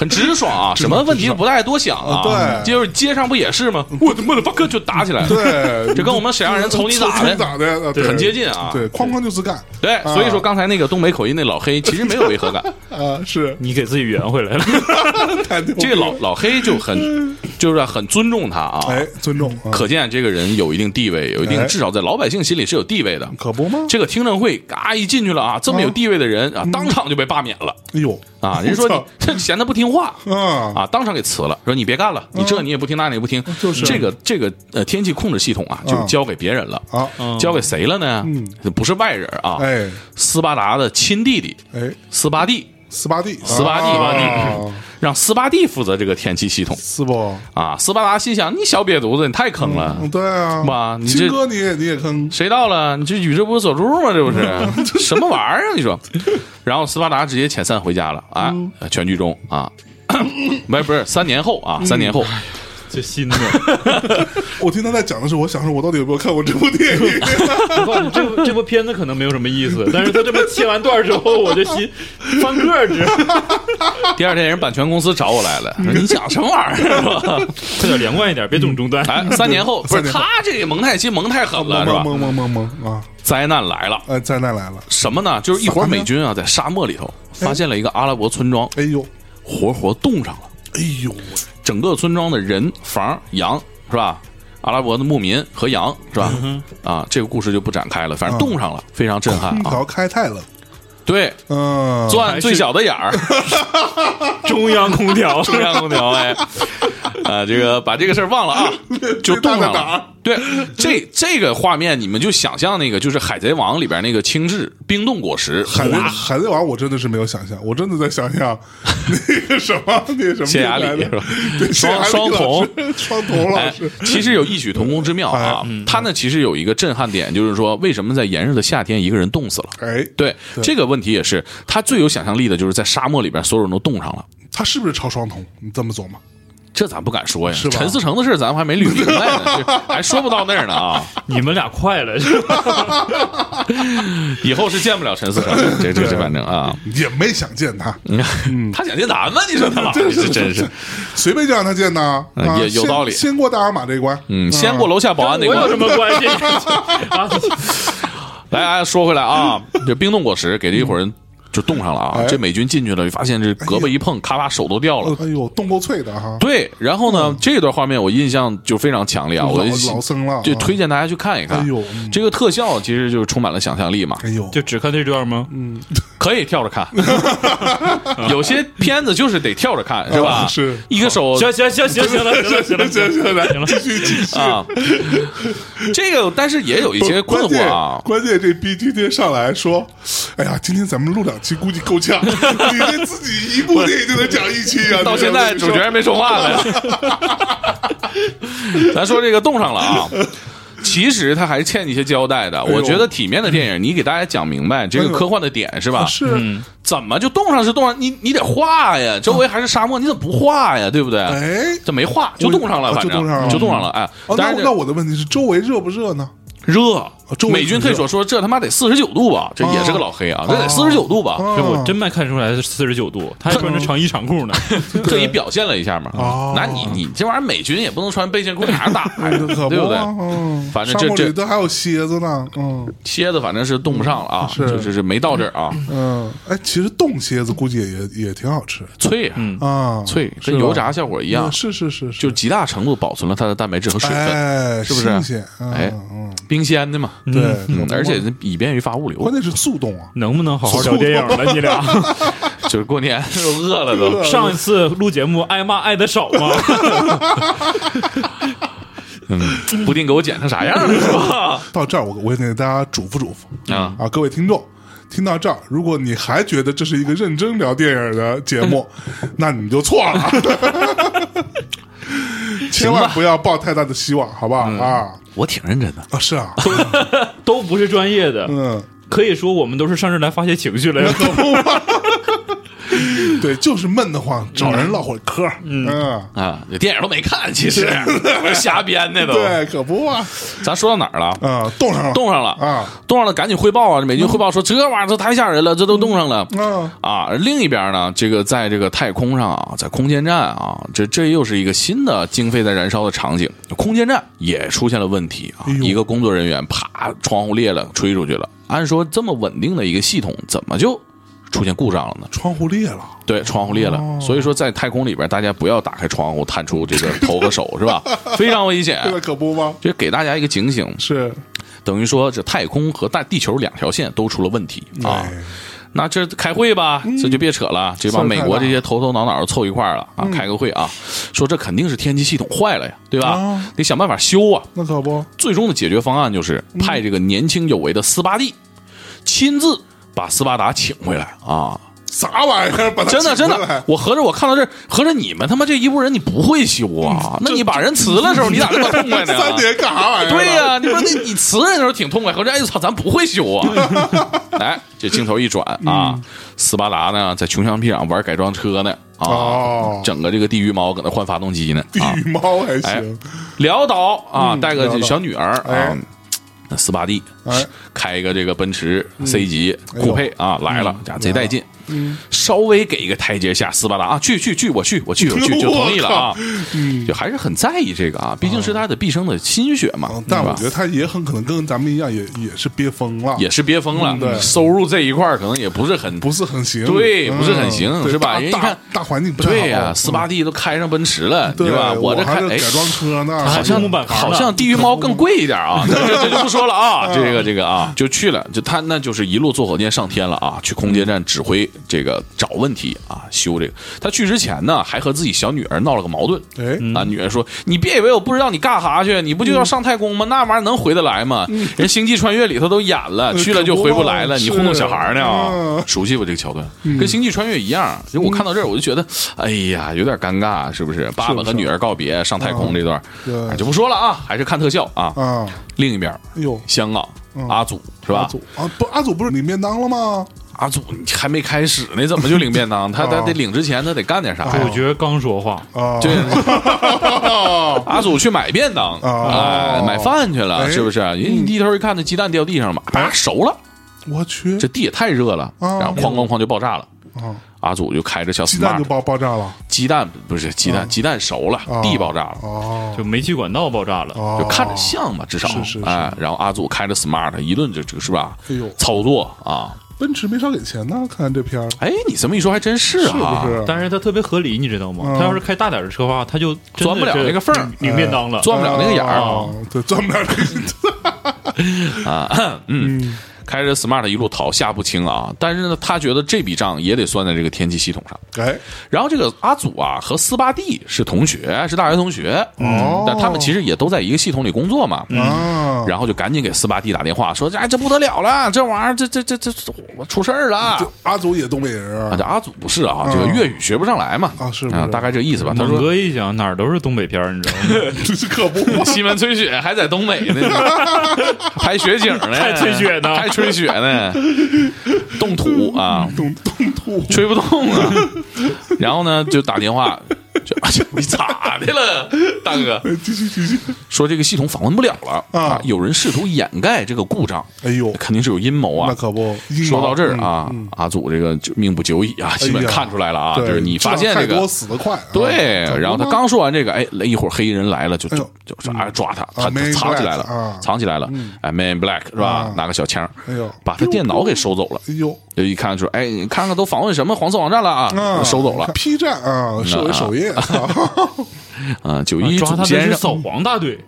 S2: 很直爽啊，什么问题都不带多想
S1: 啊
S2: 啊。
S1: 对嗯
S2: 就是街上不也是吗？我的妈的 fuck 就打起来了。
S1: 对，
S2: 这跟我们沈阳人瞅你 咋的
S1: 咋的，啊对
S2: 很接近啊
S1: 对，哐哐就是干，
S2: 对，
S1: 啊
S2: 所以说刚才那个东北口音那老黑其实没有违 和感，
S1: 啊，是
S3: 你给自己圆回来了。
S2: 这个老老黑就 很就是很尊重他啊，
S1: 哎，尊重，啊
S2: 可见这个人有一定地位，有一定
S1: 哎
S2: 至少在老百姓心里是有地位的。
S1: 可不吗？
S2: 这个听证会嘎一进去了啊，这么有地位的人
S1: 嗯
S2: 啊，当场就被罢免了
S1: 哎呦
S2: 啊！人
S1: 我
S2: 说
S1: 操
S2: 你嫌他不听话
S1: 啊
S2: 啊，当场给辞了，说你别干了，你这你也不听，那你也不听，
S1: 嗯就是
S2: 这个这个呃天气控制系统啊，就
S1: 嗯
S2: 交给别人了，
S1: 啊，
S2: 交给谁了呢？不是外人啊，
S1: 哎
S2: 斯巴达的亲弟弟
S1: 哎，
S2: 斯巴蒂。
S1: 斯巴蒂，
S2: 斯巴蒂
S1: 啊，
S2: 让斯巴蒂负责这个天气系统
S1: 是不？
S2: 啊！斯巴达心想：你小瘪犊子，你太坑了，
S1: 嗯，对啊，
S2: 哇你
S1: 亲
S2: 这
S1: 哥你也你也坑，
S2: 谁到了？你这宇宙不是佐助吗？这不
S1: 嗯
S2: 是 什么玩意儿啊？你说，然后斯巴达直接遣散回家了啊！
S1: 嗯
S2: 全剧终啊， 不是不是，三年后啊，三年
S1: 嗯
S2: 后，
S3: 这新的，
S1: 我听他在讲的时候，我想说，我到底有没有看过这部电 影？
S3: 我告诉你，这部这部片子可能没有什么意思，但是他这么切完段之后，我就心翻个儿直，
S2: 第二天人版权公司找我来 了，说你讲什么玩意儿？
S3: 快点连贯一点，别总中断。
S2: 哎，三年后不是
S1: 三年后
S2: 他这个蒙太奇蒙太狠了是吧？
S1: 懵懵懵懵懵啊！
S2: 灾难来了，
S1: 哎，灾难来了，
S2: 什么呢？就是一伙美军啊，在沙漠里头发现了一个阿拉伯村庄，
S1: 哎呦
S2: 活活冻上了。
S1: 哎呦喂，
S2: 整个村庄的人、房、羊是吧？阿拉伯的牧民和羊是吧？
S1: 嗯
S2: 啊，这个故事就不展开了，反正冻上了，非常震撼
S1: 空
S2: 啊！
S1: 调开太冷，
S2: 对，
S1: 嗯，
S2: 钻最小的眼儿，
S3: 中央空 调，
S2: 中央空调哎，啊，这个把这个事儿忘了 啊，就
S1: 最
S2: 冻上
S1: 大的胆儿
S2: 了。对，这这个画面你们就想象那个就是《海贼王》里边那个青雉冰冻果实，
S1: 海贼
S2: 哗
S1: 海贼王，我真的是没有想象，我真的在想 象那个什么那个什么
S2: 谢雅里
S1: 来的
S2: 是吧
S1: 对谢雅里
S2: 双
S1: 老师哎双瞳老
S2: 哎
S1: 师，，
S2: 其实有异曲同工之妙啊。它呢其实有一个震撼点，就是说为什么在炎热的夏天一个人冻死了？
S1: 哎，
S2: 对这个问题也是，他最有想象力的就是在沙漠里边，所有人都冻上了。
S1: 他是不是超双瞳？你这么琢磨，
S2: 这咱不敢说呀，
S1: 是吧
S2: 陈思诚的事儿咱们还没捋明白呢， 这还说不到那儿呢啊！
S3: 你们俩快了，
S2: 以后是见不了陈 思诚，这这这反正啊，
S1: 也没想见他，嗯
S2: 他想见咱们，你说 他老这真啊是，
S1: 随便就让他见呐，
S2: 嗯
S1: 啊
S2: 也有
S1: 先
S2: 道理
S1: 先过大阿玛这一关，
S2: 嗯，先过楼下保安那
S3: 我有什
S2: 关。
S3: 么关系啊？
S2: 来，哎说回来啊， 这冰冻果实给这一伙人就冻上了啊
S1: 哎，
S2: 这美军进去了，发现这胳膊一碰，咔吧手都掉了。
S1: 哎呦，冻够脆的哈，
S2: 对，然后呢，这段画面我印象就非常强烈啊，我
S1: 嗯老老僧了，
S2: 就
S1: 啊
S2: 推荐大家去看一看
S1: 哎呦嗯。
S2: 这个特效其实就是充满了想象力嘛，
S1: 哎呦，
S3: 就只看这段吗？
S2: 可以跳 着看，有些片子就是得跳着看，是吧？
S1: 啊是
S2: 一个手
S3: 行行行行行了，行了行了
S1: 行行来
S3: 行了，
S1: 继续继续。
S2: 啊，这个但是也有一些困
S1: 关
S2: 惑
S1: 键
S2: 啊。
S1: 关键这逼今天上来说，哎呀，今天咱们录两期估计够 呛，你这自己一部电影就能讲一期啊！
S2: 到
S1: 你知
S2: 现
S1: 道吗
S2: 在主 角还没说话呢，咱说这个冻上了啊。其实它还是欠一些交代的。
S1: 哎呦
S2: 我觉得体面的电影，你给大家讲明白这
S1: 哎
S2: 个
S1: 呦
S2: 科幻的点是吧？
S1: 是
S2: 怎么就冻上是冻上？你你得画呀，周围还是沙漠，你怎么不画呀？对不对？
S1: 哎，
S2: 这没画就冻上了，
S1: 我
S2: 反正
S1: 就冻上了
S2: 就冻上了。哎，
S1: 哦，
S2: 但
S1: 那我
S2: 是这
S1: 那我的问题是，周围热不热呢？哦
S2: 热
S1: 周，围
S2: 美军
S1: 挺热
S2: 退所说这他妈得四十九度吧？这也是个老黑啊，这
S1: 哦
S2: 得四十九度吧？
S3: 这我
S1: 啊
S3: 真没看出来是四十九度，他还穿着长衣长裤呢。
S2: 特意表现了一下嘛。
S1: 哦
S2: 那你你这玩意儿美军也不能穿背心裤 衩打呀，
S1: 这可
S2: 对不对？
S1: 嘛嗯，
S2: 反正
S1: 沙
S2: 这
S1: 漠
S2: 这
S1: 里都还有蝎子呢，嗯
S2: 蝎子反正是冻不上了啊，
S1: 是
S2: 就是是没到这儿啊，
S1: 嗯，哎，其实冻蝎子估计也也也挺好吃
S2: 脆啊，
S1: 啊，
S2: 脆，
S1: 是
S2: 跟
S1: 吧
S2: 油炸效果一样
S1: 嗯，是是是是，
S2: 就极大程度保存了它的蛋白质和水分，
S1: 哎，
S2: 是不是
S1: 新鲜，嗯
S2: 哎
S1: 嗯，
S2: 冰鲜的嘛，
S1: 对，
S2: 嗯
S1: 可，不
S2: 而且
S1: 嘛
S2: 以便于发物流
S1: 关，键是速冻啊，
S3: 能不能好好聊电影了？你俩
S2: 就是过年 都饿了都。
S3: 上一次录节目挨骂挨的少吗？
S2: 嗯，不定给我剪成啥样了是吧？
S1: 到这儿我我也给大家嘱咐嘱咐
S2: 啊
S1: 啊，各位听众。听到这儿，如果你还觉得这是一个认真聊电影的节 目，那你就错了，千万不要抱太大的希望，好不
S2: 嗯
S1: 好啊？
S2: 我挺认真的，
S1: 啊，是啊，
S3: 都不是专业的，
S1: 嗯，
S3: 可以说我们都是上这儿来发泄情绪 来的。
S1: 对，就是闷得慌，找人唠会儿嗑儿，嗯，
S2: 啊，这电影都没看，其实瞎编的都。
S1: 对，可不嘛，
S2: 咱说到哪儿了？
S1: 啊，冻上了，
S2: 冻上了
S1: 啊，
S2: 冻上了，赶紧汇报啊！美军汇报说这玩意儿都太吓人了，这都冻上了。
S1: 啊，
S2: 啊，而另一边呢，这个在这个太空上啊，在空间站啊，这这又是一个新的经费在燃烧的场景。空间站也出现了问题啊，
S1: 哎呦
S2: 一个工作人员啪窗户裂了，吹出去了。按说这么稳定的一个系统，怎么就出现故障了呢？
S1: 窗户裂了，
S2: 对，窗户裂了，
S1: 哦
S2: 所以说在太空里边，大家不要打开窗户探出这个头和手，是吧？非常危 险
S1: 这。个可不吗？
S2: 这给大家一个警醒，
S1: 是
S2: 等于说这太空和大地球两条线都出了问题啊。
S1: 哎
S2: 那这开会吧，这就别扯了，这帮
S1: 算嗯
S2: 美
S1: 开嗯
S2: 国
S1: 吧
S2: 这些头头脑脑凑一块儿了啊，开个会啊，说这肯定是天气系统坏了呀，对吧
S1: 啊？
S2: 得想办法修啊。
S1: 那可不，
S2: 最终的解决方案就是
S1: 嗯
S2: 派这个年轻有为的斯巴蒂亲自把斯巴达请回来啊！
S1: 啥玩意儿？把它
S2: 真的
S1: 啊请
S2: 真
S1: 回
S2: 的
S1: 来，，
S2: 我合着我看到这，合着你们他妈这一屋人你不会修啊？那你把人辞了时候，你咋这么痛快呢？
S1: 嗯 三年干啥玩意儿？啊
S2: 对 呀、你说你你辞人的时候挺痛快， 合着哎呦操，咱不会修啊！ 哎，这镜头一转啊，
S1: 嗯
S2: 斯巴达呢在穷乡僻壤玩改装车呢啊，
S1: 哦
S2: 整个这个地狱猫搁那换发动机呢啊，
S1: 羽毛还
S2: 哎
S1: 行，，
S2: 潦倒啊，
S1: 嗯
S2: 带
S1: 潦
S2: 个
S1: 倒
S2: 小女儿啊
S1: 哎。
S2: 那斯巴蒂
S1: 哎
S2: 开一个这个奔驰 C 级
S1: 哎呦嗯
S2: 酷配啊，来了，家贼带劲。稍微给一个台阶下，斯巴达啊，去去去，我去我去我去，就同意了啊
S1: 我靠。嗯，
S2: 就还是很在意这个啊，毕竟是他的毕生的心血嘛
S1: 嗯。
S2: 对
S1: 但
S2: 吧
S1: 我觉得他也很可能跟咱们一样，也也是憋疯了，
S2: 也是憋疯了，
S1: 嗯对
S2: 收入这一块儿可能也不是很
S1: 不是很行，
S2: 对
S1: 嗯
S2: 不是很行
S1: 对
S2: 是吧
S1: 大
S2: 人家
S1: 大
S2: 看
S1: 大环境不太好，
S2: 对呀、
S1: 嗯
S2: 斯巴蒂都开上奔驰了，
S1: 对
S2: 吧？
S1: 我
S2: 这
S1: 还
S2: 看
S1: 是
S2: 哎，
S1: 改装车呢，
S2: 好
S3: 还是
S2: 像
S3: 木板房呢
S2: 好像地狱猫更贵一点啊，这这这就不说了啊，这个这个啊，就去了，就他那就是一路坐火箭上天了啊，去空间站指挥这个找问题啊，修这个。他去之前呢，还和自己小女儿闹了个矛盾，
S1: 哎，
S2: 啊，女人说：“你别以为我不知道你干哈去，你不就要上太空吗？那玩意儿能回得来吗？人《星际穿越》里头都演了，去了就回不来了，
S1: 呃是
S2: 你糊弄小孩儿呢
S1: 嗯。
S2: 熟悉不这个桥段？跟《星际穿越》一样。因为我看到这儿，我就觉得，
S1: 嗯
S2: 哎呀，有点尴尬，啊是不是？爸爸和女儿告别上太空这段
S1: 对，
S2: 哎就不说了
S1: 嗯
S2: 啊，还是看特效啊。
S1: 啊，
S2: 另一边，
S1: 哎呦，
S2: 香港阿祖是吧
S1: 阿？祖啊，不，阿祖不是领便当了吗？
S2: 阿祖还没开始呢，怎么就领便当？他
S1: 哦
S2: 他得领之前，他得干点啥呀
S3: 主？角刚说话，
S1: 啊，
S2: 对， 阿祖去买便当，
S1: 哦
S2: 哎，买饭去了，
S1: 哎
S2: 是不是？你低头一看，那鸡蛋掉地上了，啪，熟了，
S1: 我去，
S2: 这地也太热了，
S1: 哦
S2: 然后哐哐哐就爆炸了。
S1: 啊，
S2: 阿祖就开着小
S1: 鸡蛋
S2: smart，
S1: 就哦爆爆炸了，
S2: 鸡蛋不是鸡蛋，鸡蛋熟了，地爆炸了，
S1: 哦，
S3: 就煤气管道爆炸了，
S1: 哦
S2: 就看着像嘛，至少
S1: 是是是
S2: 哎，然后阿祖开着 smart 一顿这这个是吧
S1: 哎呦？
S2: 操作啊，
S1: 奔驰没少给钱呢，看这片儿
S2: 哎，你这么一说还真是
S1: 是
S2: 啊
S1: 不，是？
S3: 但是他特别合理，你知道
S2: 嗯
S3: 吗？他要是开大点的车的话，他就真的
S2: 钻不了
S3: 是
S2: 那个缝儿
S3: 领便当了。
S2: 啊
S1: 啊
S2: 钻不了那个眼儿
S1: 哦，对，钻不了那个眼儿
S2: 啊，嗯，开着 smart 一路逃下不清啊。但是呢，他觉得这笔账也得算在这个天气系统上。
S1: 哎，
S2: 然后这个阿祖啊和斯巴蒂是同学，是大学同学，
S1: 哦
S2: 但他们其实也都在一个系统里工作嘛，
S1: 啊，
S2: 然后就赶紧给斯巴蒂打电话说，哎，这不得了了，这玩意儿，这这这这我出事儿了。
S1: 就阿祖也东北人
S2: 啊，
S1: 啊，
S2: 这阿祖不是啊，这个粤语学不上来嘛，
S1: 啊是不是
S2: 大概这意思吧。他
S3: 猛
S2: 说
S3: 哥一想，哪儿都是东北片儿，你知道 吗？
S1: 这是可不，
S2: 西门吹雪还在东北呢，拍雪景呢，
S3: 还吹雪呢
S2: 还吹雪呢，冻土啊，
S1: 动动土
S2: 吹不动啊。然后呢，就打电话，就哎你咋的了， 大哥？
S1: 继续继续，
S2: 说这个系统访问不了了
S1: 啊
S2: 有人试图掩盖这个故障，
S1: 哎呦，
S2: 肯定是有阴谋啊
S1: 那。可不，
S2: 说到这儿
S1: 嗯
S2: 啊，
S1: 嗯
S2: 阿祖这个就命不久矣啊，基本
S1: 哎呀
S2: 看出来了啊，
S1: 对，
S2: 就是你发现
S1: 这样
S2: 这
S1: 太
S2: 个
S1: 多死得快啊，
S2: 对，
S1: 可不
S2: 然后他
S1: 嘛
S2: 刚说完这个，哎，一会儿黑衣人来了，就
S1: 哎
S2: 就
S1: 呦
S2: 就抓抓他，他他
S1: Man in
S2: 藏起来
S1: Black，啊
S2: 了，藏起来了，哎，Man in Black 是吧
S1: 啊？
S2: 拿个小枪
S1: 哎呦，
S2: 把他电脑给收走了，
S1: 哎呦，
S2: 就一看说，哎，你看看都访问什么黄色网站了啊，
S1: 啊，
S2: 收 走了，
S1: ，P 站啊，设为首页，啊
S2: 嗯，九一
S3: 抓
S2: 祖
S3: 他真
S2: 先生，
S3: 是扫黄 大队，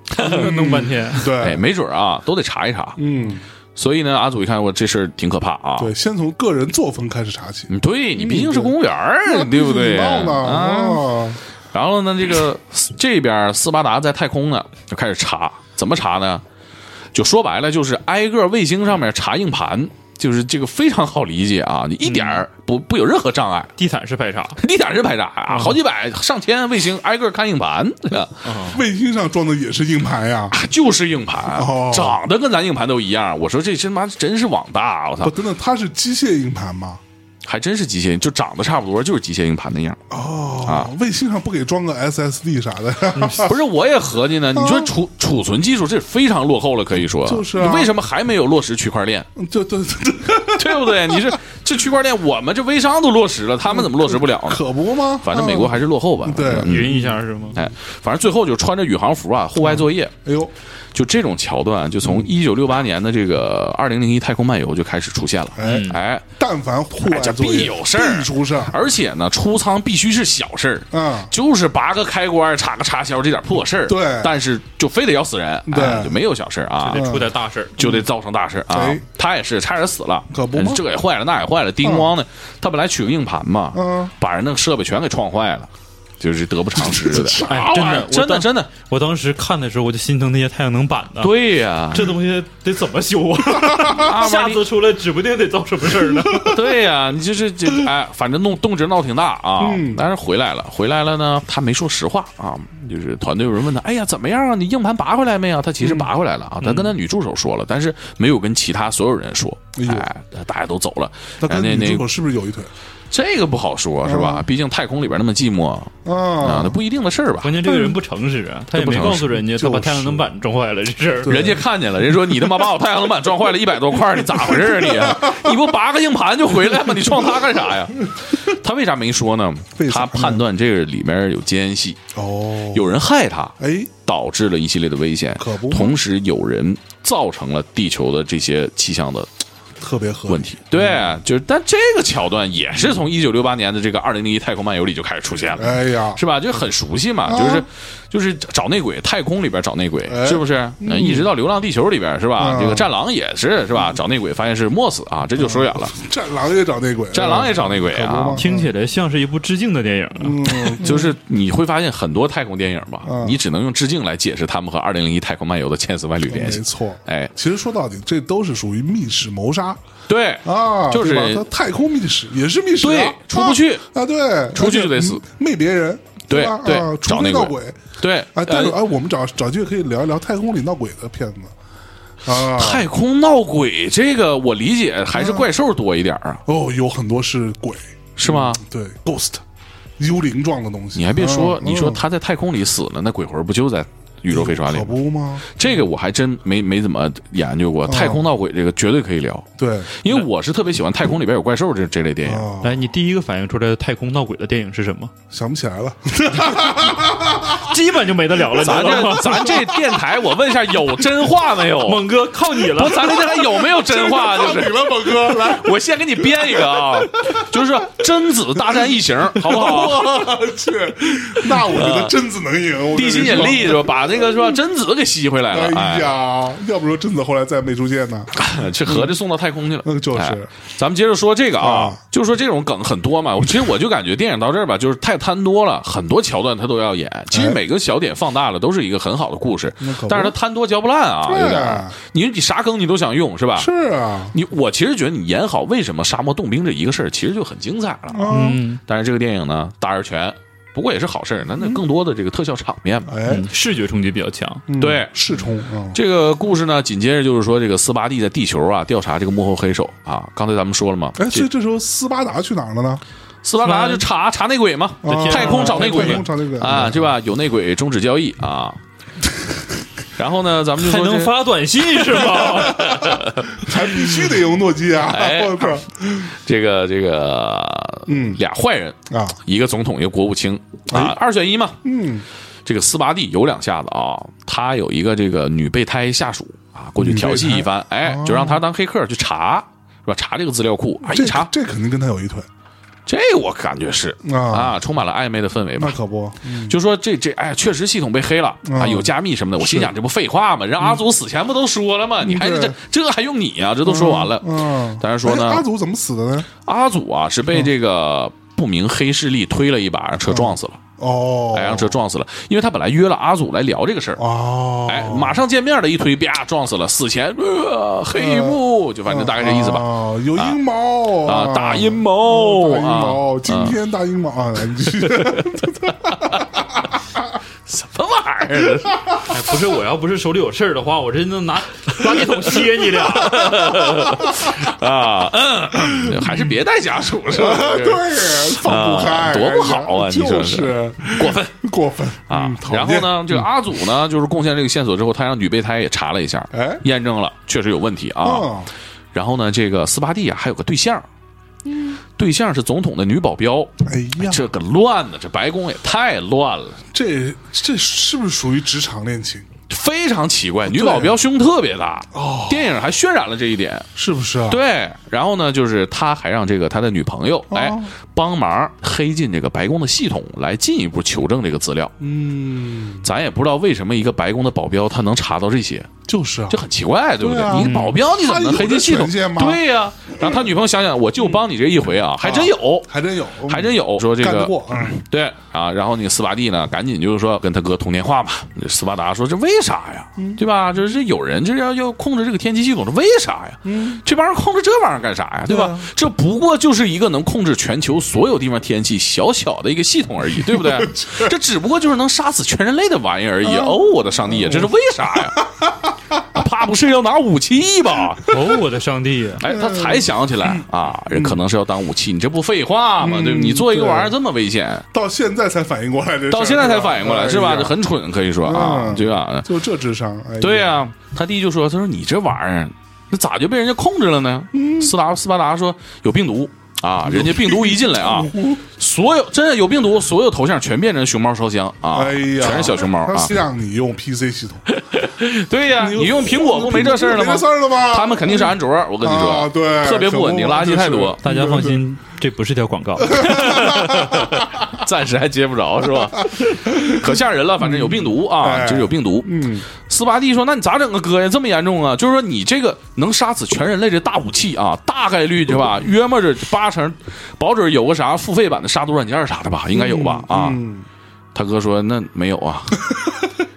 S3: 弄半天。
S2: 哎，
S1: 对，
S2: 没准儿啊，都得查一查。
S1: 嗯，
S2: 所以呢，阿祖一看，我这事儿挺可怕啊。
S1: 对，先从个人作风开始查起，
S2: 你对你毕竟是公务员儿，
S1: 那
S2: 嗯对不对？
S1: 礼貌呢？
S2: 啊，
S1: 啊，
S2: 然后呢，这个这边斯巴达在太空呢，就开始查，怎么查呢？就说白了，就是挨个卫星上面查硬盘，就是这个非常好理解啊，你一点儿
S1: 嗯
S2: 不不有任何障碍，
S3: 地毯式排查，
S2: 一点儿是排查啊，好几百上千卫星挨个看硬盘，啊
S1: 卫星上装的也是硬盘呀，
S2: 就是硬盘
S1: 哦，
S2: 长得跟咱硬盘都一样。我说这他妈真是网大，啊我操
S1: 不，，真的，它是机械硬盘吗？
S2: 还真是机械，就长得差不多，就是机械硬盘那样。啊
S1: 哦，卫星上不给装个 SSD 啥的呀？
S2: 不是，我也合计呢。你说储储存技术这非常落后了，可以说
S1: 啊就是啊
S2: 你为什么还没有落实区块链？
S1: 就对对对，
S2: 对不对？你这这区块链，我们这微商都落实了，他们怎么落实不了呢？
S1: 可不吗？哦
S2: 反正美国还是落后吧。
S1: 嗯对
S2: 嗯
S3: 云一下是吗？
S2: 哎，反正最后就穿着宇航服啊，户外作业，
S1: 哎呦，
S2: 就这种桥段，就
S1: 嗯
S2: 从一九六八年的这个《二零零一太空漫游》就开始出现了。
S1: 哎，
S2: 哎，
S1: 但凡户外
S2: 哎这
S1: 作业
S2: 必有事儿
S1: 必出事儿。
S2: 而且呢，出舱必须是小事儿。
S1: 嗯，
S2: 就是拔个开关、插个插销这点破事儿，
S1: 对
S2: 但是就非得要死人，
S1: 对
S2: 哎就没有小事儿啊，
S3: 得出点大事儿。
S2: 就得造成大事啊
S1: 哎！
S2: 他也是差点死了，
S1: 可不吗
S2: 这也坏了，那也坏了，叮咣的，他本来取个硬盘嘛，
S1: 嗯。
S2: 把人那个设备全给撞坏了，就是得不啊偿失的
S3: 哎
S2: 啥玩意儿
S3: 真的我
S2: 真的，
S3: 当
S2: 真的，
S3: 我当时看的时候，我就心疼那些太阳能板的。
S2: 对呀，
S3: 这东西得怎么 修啊？
S2: 啊
S3: 下次出来指不定得遭什么事儿呢。
S2: 对呀，你就是这哎，反正弄动辄闹挺大啊。
S1: 嗯
S2: 但是回来了，回来了呢，他没说实话啊，就是团队有人问他，哎呀，怎么样啊？你硬盘拔回来没有？他
S1: 嗯
S2: 其实拔回来了啊，他跟他女助手说了，但是没有跟其他所有人说，
S1: 哎呦
S2: 哎，大家都走了。
S1: 那跟
S2: 哎那
S1: 女
S2: 那
S1: 助手哎是不是有一腿
S2: 这个不好说，是吧？毕竟太空里边那么寂寞啊，那
S1: 啊？
S2: 不一定的事儿吧。
S3: 关键这个人不诚实啊，他也没告诉人家
S1: 这
S3: 他
S1: 不
S3: 把
S1: 诚实
S3: 太阳能板撞坏了这事儿。
S1: 对
S2: 人家看见了，人说你他妈把我太阳能板撞坏了一百多块儿，你咋回 事儿啊你？你不拔个硬盘就回来吗？你撞它干啥呀？他为啥没说呢
S1: 为？啥
S2: 他
S1: 呢
S2: 判断这个里面有奸细，
S1: 哦，
S2: 有人害他，
S1: 哎，
S2: 导致了一系列的危险
S1: 可不，嘛
S2: 同时有人造成了地球的这些气象的
S1: 特别合理
S2: 问题。对，
S1: 嗯
S2: 就是但这个桥段也是从一九六八年的这个《二零零一太空漫游》里就开始出现了。
S1: 哎呀，
S2: 是吧？就很熟悉嘛，就是就是找内鬼，太空里边找内鬼，
S1: 哦哎
S2: 是不是？那一直到《流浪地球》里边是吧？
S1: 嗯
S2: 这个战狼也是是吧？找内鬼发现是莫斯啊，这就说远了。
S1: 战狼也找内鬼，
S2: 战狼也找内鬼
S1: 可不
S2: 啊
S1: 吗，
S3: 听起来像是一部致敬的电影啊。
S1: 嗯，
S2: 就是你会发现很多太空电影吧，
S1: 嗯
S2: 你只能用致敬来解释他们和《二零零一太空漫游》的千丝万缕
S1: 没
S2: 联系。
S1: 错。
S2: 哎，
S1: 其实说到底，这都是属于密室谋杀
S2: 对
S1: 啊，
S2: 就是
S1: 对吧它太空密室也是密室啊，
S2: 对
S1: 啊
S2: 出不去
S1: 啊，对，
S2: 出去就得死
S1: 而且没别人，
S2: 对
S1: 吧
S2: 对
S1: 啊
S2: 找
S1: 除
S2: 内
S1: 非
S2: 鬼
S1: 闹鬼
S2: 对，
S1: 啊。但是
S2: 呃
S1: 哎，我们找找机会可以聊一聊太空里闹鬼的片子啊，
S2: 太空闹鬼这个我理解还
S1: 嗯
S2: 是怪兽多一点儿啊，
S1: 哦，有很多是鬼，
S2: 是吗？
S1: 对，ghost 幽灵状的东西。
S2: 你还别说，
S1: 嗯
S2: 你说
S1: 嗯
S2: 他在太空里死了，那鬼魂不就在宇宙飞船里
S1: 可
S2: 吗？
S1: 不吗？
S2: 这个我还真没没怎么研究过，太空闹鬼这个绝对可以聊，
S1: 对
S2: 因为我是特别喜欢太空里边有怪兽这这类电影。
S1: 啊，
S3: 来，你第一个反应出来的太空闹鬼的电影是什么？
S1: 想不起来了。
S3: 基本就没得聊了，你知
S2: 咱
S3: 道 吗
S2: 这？咱这电台，我问一下，有真话没有？
S3: 猛哥靠你
S2: 不
S3: 了
S2: 是，，咱这电台有没有真话？就是你了，猛哥，来，我先给你编一个啊，就是贞子大战异形，好不好？
S1: 我去，那我觉得贞子能赢，我跟
S2: 呃地
S1: 你
S2: 心引
S1: 说
S2: 力是吧？把那个是吧贞子给吸回来了，
S1: 哎
S2: 哎，啊
S1: 呀，要不说贞子后来再也没出现呢。
S2: 这合着送到太空去了。
S1: 嗯就是
S2: 哎咱们接着说这个啊
S1: 啊，
S2: 就是说这种梗很多嘛。我其实我就感觉电影到这儿吧，就是太贪多了，很多桥段他都要演。其实每个小点放大了，都是一个很好的故事
S1: 哎可不，
S2: 但是他贪多嚼不烂啊，
S1: 对
S2: 有点儿。你你啥梗你都想用是吧？
S1: 是啊，
S2: 你我其实觉得你演好为什么沙漠冻冰这一个事儿，其实就很精彩了。
S1: 啊，
S3: 嗯，
S2: 但是这个电影呢，大而全，不过也是好事儿，那
S1: 嗯
S2: 那更多的这个特效场面嘛。
S1: 哎，
S3: 嗯视觉冲击比较强，
S1: 嗯
S2: 嗯对
S1: 是冲啊，
S2: 这个故事呢，紧接着就是说，这个斯巴蒂在地球啊调查这个幕后黑手啊。刚才咱们说了嘛，
S1: 哎，
S2: 这
S1: 所以这时候斯巴达去哪儿了呢？
S2: 斯巴达就查查内鬼嘛，
S1: 啊
S2: 太空找内鬼
S1: 太空找内鬼嗯
S2: 啊，对吧？有内鬼终止交易 啊。然后呢，咱们就
S3: 还
S2: 说
S3: 能
S2: 这
S3: 发短信是 吧？
S1: 还必须得用诺基亚，
S2: 哎
S1: 我靠
S2: 这个这个，
S1: 嗯
S2: 俩坏人，
S1: 啊，
S2: 一个总统，一个国务卿啊，二选一嘛。
S1: 哎嗯，
S2: 这个斯巴蒂有两下子啊，他有一个这个女备胎下属啊，过去调戏一番，哎，就让他当黑客去查，是吧？查这个资料库啊，一
S1: 哦这
S2: 查，
S1: 这肯定跟他有一腿，
S2: 这我感觉是
S1: 啊
S2: 啊，充满了暧昧的氛围吧
S1: 那。可不，
S2: 就说这这哎，确实系统被黑了啊，
S1: 嗯
S2: 有加密什么的。我心想，这不废话吗？人阿祖死前不都说了吗？你还
S1: 嗯对
S2: 这这还用你啊？这都说完了。
S1: 嗯，
S2: 但是说呢
S1: 哎阿祖怎么死的呢？
S2: 阿祖啊，是被这个不明黑势力推了一把，让车撞死了，
S1: 哦，
S2: 哎，让车撞死了。因为他本来约了阿祖来聊这个事儿，
S1: 哦，
S2: 哎，马上见面的一推，啪撞死了，死前呃黑
S1: 嗯
S2: 幕，就反正大概这意思吧。
S1: 哦，有阴谋
S2: 啊，大阴谋，
S1: 嗯大阴谋，
S2: 啊
S1: 今天大阴谋啊！你继续
S2: 什么玩意儿？
S3: 哎，不是，我要不是手里有事儿的话，我真的 拿垃圾桶歇你 俩。
S2: 啊， 嗯，还是别带家属 是吧？
S1: 对，放不
S2: 啊
S1: 开，
S2: 多不好啊
S1: 哎呀
S2: 你说
S1: 就是是
S2: 过分
S1: 过分
S2: 啊
S1: 嗯！讨
S2: 然后
S1: 厌
S2: 呢，这个阿祖呢，就是贡献这个线索之后，他让女备胎也查了一下，
S1: 哎
S2: 验证了确实有问题啊。
S1: 啊，
S2: 然后呢，这个斯巴蒂啊还有个对象，对象是总统的女保镖，
S1: 哎呀，
S2: 这个乱呢，这白宫也太乱了。
S1: 这这是不是属于职场恋情？
S2: 非常奇怪，女保镖胸特别大，
S1: 哦
S2: 电影还渲染了这一点。
S1: 是不是啊？
S2: 对，然后呢，就是他还让这个他的女朋
S1: 哦
S2: 友哎帮忙黑进这个白宫的系统，来进一步求证这个资料。
S1: 嗯，
S2: 咱也不知道为什么一个白宫的保镖他能查到这些，
S1: 就是啊，
S2: 这很奇怪，对不
S1: 对啊
S2: 你保镖你怎么能黑进系统
S1: 他有这权限？吗
S2: 对呀、然后他女朋友想想，我就帮你这一回啊，还真有，
S1: 还真有，
S2: 还真有。说这
S1: 嗯干得
S2: 个
S1: 过，嗯
S2: 对啊，然后那个斯巴蒂呢，赶紧就是说跟他哥通电话嘛。斯巴达说：“这为啥呀？对吧？这这有人这要要控制这个天气系统，这为啥呀？这帮人控制这玩意儿干啥呀？对吧？
S1: 对啊
S2: 这不过就是一个能控制全球所有地方天气小小的一个系统而已，对不对？这只不过就是能杀死全人类的玩意儿而已。哦，我的上帝呀，这是为啥呀？怕不是要拿武器吧？
S3: 哦，我的上帝呀！
S2: 哎，他才想起来啊，人可能是要当武器，你这不废话吗？对吧？你做一个玩意儿这么危险。”
S1: 到现在才反应过来，这事儿
S2: 到现在才反应过来，是吧？这。
S1: 哎呀
S2: 很蠢，可以说啊，
S1: 嗯
S2: 对吧？
S1: 就这智商，哎呀
S2: 对呀、他弟就说：“他说你这玩意儿，那咋就被人家控制了呢？”
S1: 嗯
S2: 斯达斯巴达说：“有病毒啊！人家病毒一进来 啊，
S1: 嗯
S2: 所有真的有病毒，所有头像全变成熊猫烧香啊，
S1: 哎呀，
S2: 全是小熊猫
S1: 他
S2: 啊！
S1: 是让你用 PC 系统，
S2: 对呀、你用苹果不没这事儿了
S1: 没
S2: 吗
S1: 这事？儿了吗？
S2: 他们肯定是安卓，我跟你说，
S1: 啊对
S2: 特别不稳定，
S1: 可不嘛
S2: 垃圾太多，
S3: 大家放心，这不是条广告。
S2: 暂时还接不着，是吧？可吓人了，反正有病毒啊，
S1: 哎
S2: 就是有病毒。
S1: 嗯，
S2: 斯巴蒂说：“那你咋整啊，哥呀？这么严重啊？就是说你这个能杀死全人类这大武器啊，大概率 对吧？约摸着八成，保准有个啥付费版的杀毒软件啥的吧，应该有吧？啊，
S1: 嗯
S2: 他哥说那没 有啊，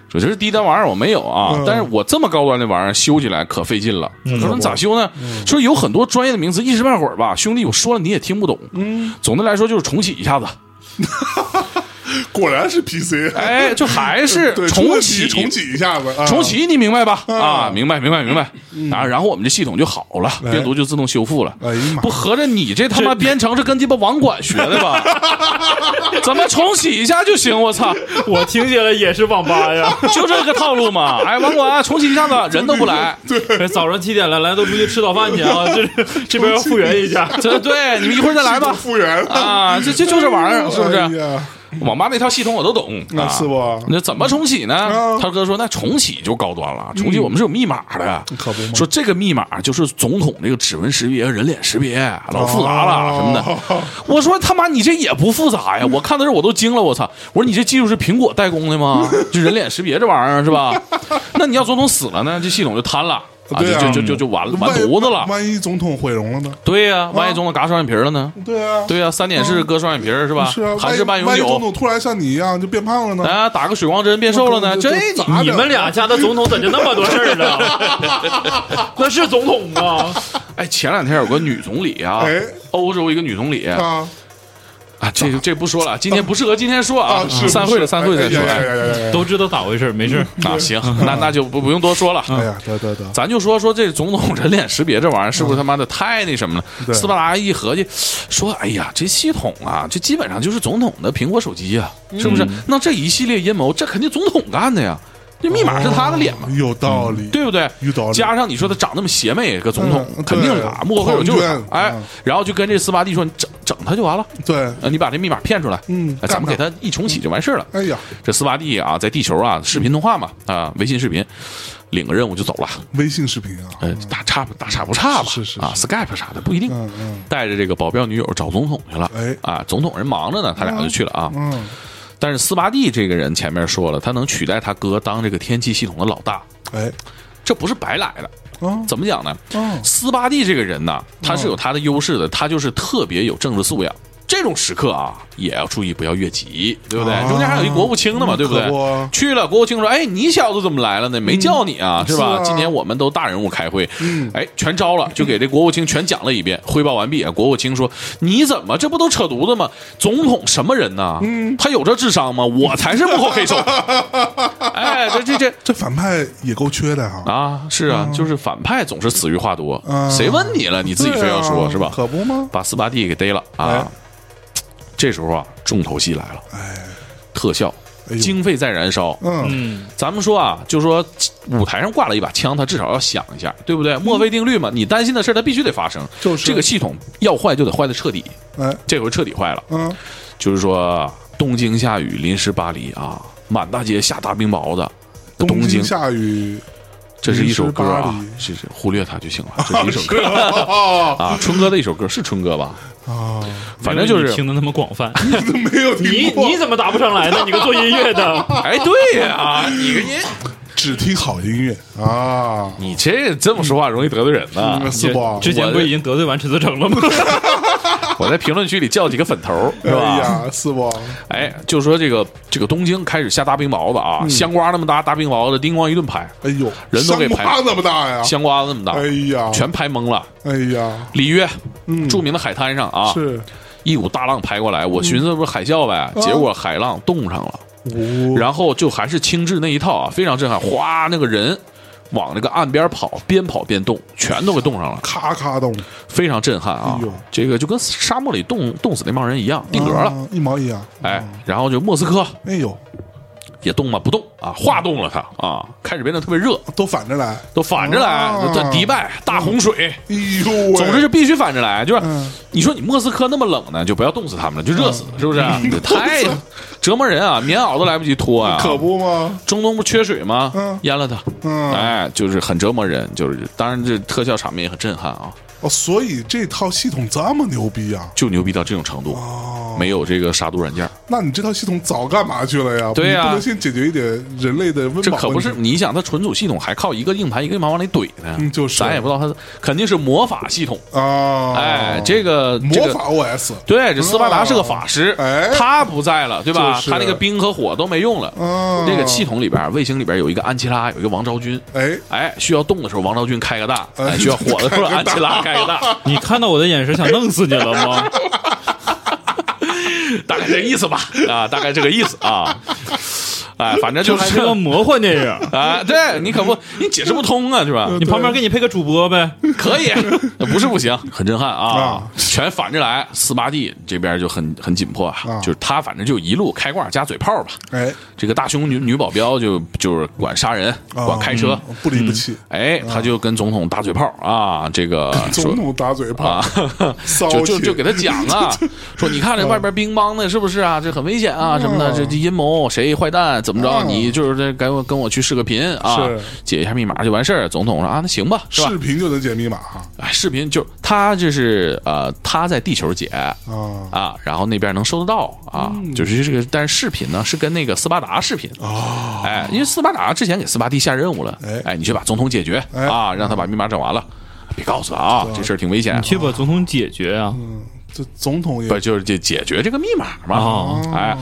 S2: 说这是低端玩意儿我没有啊，
S1: 嗯
S2: 但是我这么高端的玩意儿修起来可费劲了。他说你咋修呢？
S1: 嗯
S2: 说有很多专业的名词，一时半会儿吧，兄弟我说了你也听不懂。嗯，总的来说就是重启一下子，
S1: 果然是 PC，
S2: 哎，就还是
S1: 对，
S2: 重
S1: 启
S2: 启
S1: 重启一下子，啊
S2: 重启，你明白吧？啊，明白，明白，明白。啊，然后我们这系统就好了，
S1: 哎
S2: 病毒就自动修复了。
S1: 哎呀妈
S2: 不合着你这他妈编程是跟鸡巴网管学的 吧？怎么重启一下就行？我操，
S3: 我听起来也是网吧呀。
S2: 就这个套路嘛！哎，网管重启一下子，人都不 来。
S3: 早上七点了，来都出去吃早饭去啊！这这边要复原一下。
S2: 这对，你们一会儿再来吧啊
S1: 复。原了，啊
S2: 啊，这这就这玩意儿，是不
S1: 哎
S2: 是？
S1: 呀，
S2: 网吧那套系统我都懂，
S1: 那
S2: 啊
S1: 是不
S2: 那怎么重启呢
S1: 啊？嗯
S2: 他哥说那重启就高端了，重启我们是有密码的呀
S1: 可不嘛，
S2: 说这个密码就是总统这个指纹识别、人脸识别，老复杂了
S1: 哦
S2: 什么 的。
S1: 的，
S2: 我说他妈你这也不复杂呀！我看的时候我都惊了，我操！我说你这技术是苹果代工的吗？就人脸识别这玩意儿是吧？那你要总统死了呢，这系统就瘫了。啊，
S1: 对
S2: 就
S1: 啊
S2: 就就就就完了，完
S1: 万
S2: 犊子了。
S1: 万一总统毁容了呢？
S2: 对呀、万一总统嘎双眼皮儿了呢？
S1: 对啊，
S2: 对呀、三点式割双眼皮儿是吧？
S1: 是啊，
S2: 韩式半
S1: 万一
S2: 永
S1: 万一总统
S2: 久，
S1: 突然像你一样就变胖 了呢？
S2: 啊，打个水光针变瘦了 呢？
S1: 就
S2: 这
S1: 就
S2: 你
S1: 砸
S3: 你
S1: 着
S3: 们俩家的总统怎就那么多事儿呢？ 那是总统啊吗？
S2: 哎，前两天有个女总理啊
S1: 哎，
S2: 欧洲一个女总理啊，
S1: 啊
S2: 这个这不说了，今天不适合今天说啊
S1: 啊，，是
S2: 散会了，散会再说。哎
S1: 说。
S3: 都知道咋回事，没事。
S2: 啊，行，那那就不不用多说了。
S1: 哎呀，得得得，
S2: 咱就说说这总统人脸识别这玩意儿是不是他妈的太那什么了？
S1: 对
S2: 斯巴达一合计，说哎呀，这系统啊，这基本上就是总统的苹果手机呀、是不是？
S1: 嗯
S2: 那这一系列阴谋，这肯定总统干的呀，这密码是他的脸嘛，
S1: 哦有道理，
S2: 对不对？
S1: 有道理。
S2: 加上你说他长那么邪魅，个总统
S1: 哦嗯
S2: 肯定
S1: 对
S2: 打，幕后黑手就是他
S1: 狂。卷
S2: 哎
S1: 嗯，
S2: 然后就跟这斯巴蒂说，你整整他就完了，
S1: 对，
S2: 呃你把这密码骗出来，
S1: 嗯
S2: 哎咱们
S1: 干
S2: 给他一重启就完事儿了。
S1: 哎呀，
S2: 这斯巴蒂啊，在地球啊，视频通话嘛，啊，微信视频，领个任务就走了。
S1: 微信视频啊，
S2: 呃，大差不大差不差吧，
S1: 是是是
S2: 啊，Skype 啥的不一定。
S1: 嗯嗯
S2: 带着这个保镖女友找总统去了，
S1: 哎
S2: 啊，总统人忙着呢，他俩就去了啊。
S1: 嗯，
S2: 但是斯巴蒂这个人前面说了，他能取代他哥当这个天气系统的老大，
S1: 哎，
S2: 这不是白来的。
S1: 啊
S2: 怎么讲呢？
S1: 啊，
S2: 斯巴蒂这个人呢，他
S1: 嗯
S2: 是有他的优势的，他就是特别有政治素养。这种时刻啊，也要注意不要越级，对不对？
S1: 啊
S2: 中间还有一国务卿呢嘛，
S1: 嗯
S2: 对不对
S1: 可不啊？
S2: 去了国务卿说：“哎，你小子怎么来了呢？没叫你啊，是吧？
S1: 是啊嗯
S2: 今天我们都大人物开会，哎，全招了，就给这国务卿全讲了一遍。汇报完毕，啊，国务卿说：你怎么这不都扯犊子吗？总统什么人呢？
S1: 嗯
S2: 他有这智商吗？我才是幕 后黑手。哎，这这这
S1: 这反派也够缺的哈。
S2: 啊，是啊，就是反派总是死于话多，
S1: 嗯
S2: 谁问你了？你自己非要
S1: 对
S2: 说、
S1: 啊
S2: 是吧？
S1: 可不吗？
S2: 把斯巴蒂给逮了啊！
S1: 哎
S2: 这时候啊，重头戏来了，
S1: 哎，
S2: 特效，
S1: 哎呦
S2: 经费在燃烧。
S1: 嗯，
S3: 嗯，
S2: 咱们说啊，就说舞台上挂了一把枪，他至少要想一下，对不对？墨菲定律嘛，你担心的事儿它必须得发生。
S1: 嗯就是
S2: 这个系统要坏就得坏的彻底，
S1: 哎，
S2: 这回彻底坏了。
S1: 嗯，
S2: 就是说，东京下雨淋湿巴黎啊，满大街下大冰雹子。东
S1: 京下 雨，
S2: 这是一首歌
S1: 淋湿
S2: 啊
S1: 巴，黎
S2: 是是忽略它就行了。这是一首歌
S1: 嗯
S2: 啊，春哥的一首歌是春哥吧？
S1: 啊，
S2: 反正就
S3: 你
S2: 是
S3: 听的那么广泛。
S1: 都没有
S3: 你
S1: 听过，
S3: 你怎么答不上来呢？你个做音乐的，
S2: 哎，对呀、 你跟人，
S1: 只听好音乐啊？
S2: 你这这么说话容易得罪人呐、
S1: 嗯 是不？
S3: 之前不是已经得罪完陈思诚了吗？
S2: 我在评论区里叫几个粉头，
S1: 哎
S2: 是吧？
S1: 呀，是不？
S2: 哎，就说这个这个东京开始下大冰雹子啊，香瓜那么大大冰雹子，叮咣一顿拍，
S1: 嗯哎呦，
S2: 人都给拍
S1: 伤疤那么大呀！
S2: 香瓜子那么大
S1: 哎，呀，
S2: 啊全拍懵了。
S1: 哎呀，
S2: 里约，
S1: 嗯
S2: 著名的海滩上啊，
S1: 是，嗯啊
S2: 一股大浪拍过来，我寻思不是海啸呗，结果海浪冻上了。
S1: 我
S2: 然后就还是轻质那一套啊，非常震撼，哗，那个人往那个岸边跑，边跑边动，全都给冻上了，
S1: 咔咔动，
S2: 非常震撼啊
S1: 哎呦！
S2: 这个就跟沙漠里冻冻死那帮人一样，定格了。
S1: 啊，一毛一样。
S2: 哎，然后就莫斯科
S1: 哎呦，
S2: 也冻嘛，不动啊，化冻了它啊，开始变得特别热，
S1: 都反着来，
S2: 都反着来
S1: 啊，
S2: 这迪拜大洪水，
S1: 哎呦喂，
S2: 总之是必须反着来，就是
S1: 嗯
S2: 你说你莫斯科那么冷呢，就不要冻死他们了，就热死，是不是？
S1: 嗯
S2: 这太折磨人啊，棉袄都来不及脱啊，
S1: 可不吗？
S2: 中东不缺水吗？
S1: 嗯
S2: 淹了它。
S1: 嗯，
S2: 哎，就是很折磨人，就是当然这特效场面也很震撼啊，
S1: 哦，所以这套系统这么牛逼啊！
S2: 就牛逼到这种程度，
S1: 哦，
S2: 没有这个杀毒软件，
S1: 那你这套系统早干嘛去了呀？
S2: 对呀
S1: 你不能先解决一点人类的温
S2: 这
S1: 饱
S2: 可
S1: 问
S2: 不
S1: 题
S2: 是你想，它纯组系统还靠一个硬盘一个硬盘往里怼呢，
S1: 嗯就是
S2: 咱也不知道它肯定是魔法系统，
S1: 啊！
S2: 哎，这个
S1: 魔。
S2: 这个
S1: 法 OS
S2: 对，这斯巴达是个法师，
S1: 哎
S2: 他不在了，对吧？
S1: 就是
S2: 他那个冰和火都没用了。
S1: 啊
S2: 这个系统里边，卫星里边有一个安琪拉，有一个王昭君。
S1: 哎
S2: 哎，需要动的时候王昭君开个大，
S1: 哎
S2: 哎，需要火的 时候安琪拉开个大。
S3: 你看到我的眼神想弄死你 了吗？
S2: 大概这个意思吧，啊，大概这个意思啊。 哎，反正
S3: 就
S2: 就是是
S3: 个魔幻 电影。
S2: 啊，对你可不，你解释不通啊，是吧？
S3: 你旁边给你配个主播呗，
S2: 可以， 不是不行，很震撼啊
S1: 啊！
S2: 全反着来，斯巴蒂这边就很很紧迫啊
S1: 啊，
S2: 就是他反正就一路开挂加嘴炮吧。
S1: 哎，
S2: 这个大胸女女保镖就就是管杀人，
S1: 啊
S2: 管开车，
S1: 嗯不离不弃，
S2: 哎，他就跟总统打嘴炮啊，这个说
S1: 总统打嘴
S2: 啊
S1: 炮，，骚
S2: 就就
S1: 气
S2: 就给他讲 啊，说你看这外边兵帮的，是不是啊？这很危险啊，什么的，
S1: 嗯
S2: 这这阴谋，谁坏蛋怎么着？
S1: 哦
S2: 你就是这跟我跟我去视个频啊
S1: 是，
S2: 解一下密码就完事儿。总统说啊，那行吧，是吧
S1: 视？频就能解密码啊哈
S2: 哎，视频就他就是呃，他在地球解
S1: 啊
S2: 啊，然后那边能收得到啊，
S1: 嗯
S2: 就是这个，但是视频呢是跟那个斯巴达视频
S1: 啊，
S2: 哎，因为斯巴达之前给斯巴蒂下任务了
S1: 哎，
S2: 哎，你去把总统解决
S1: 哎
S2: 啊，让他把密码整完了，别告诉他啊，这事儿挺危险。
S3: 去把总统解决啊！
S1: 嗯这总统也
S2: 不就是解解决这个密码嘛
S3: 哦？
S2: 哎，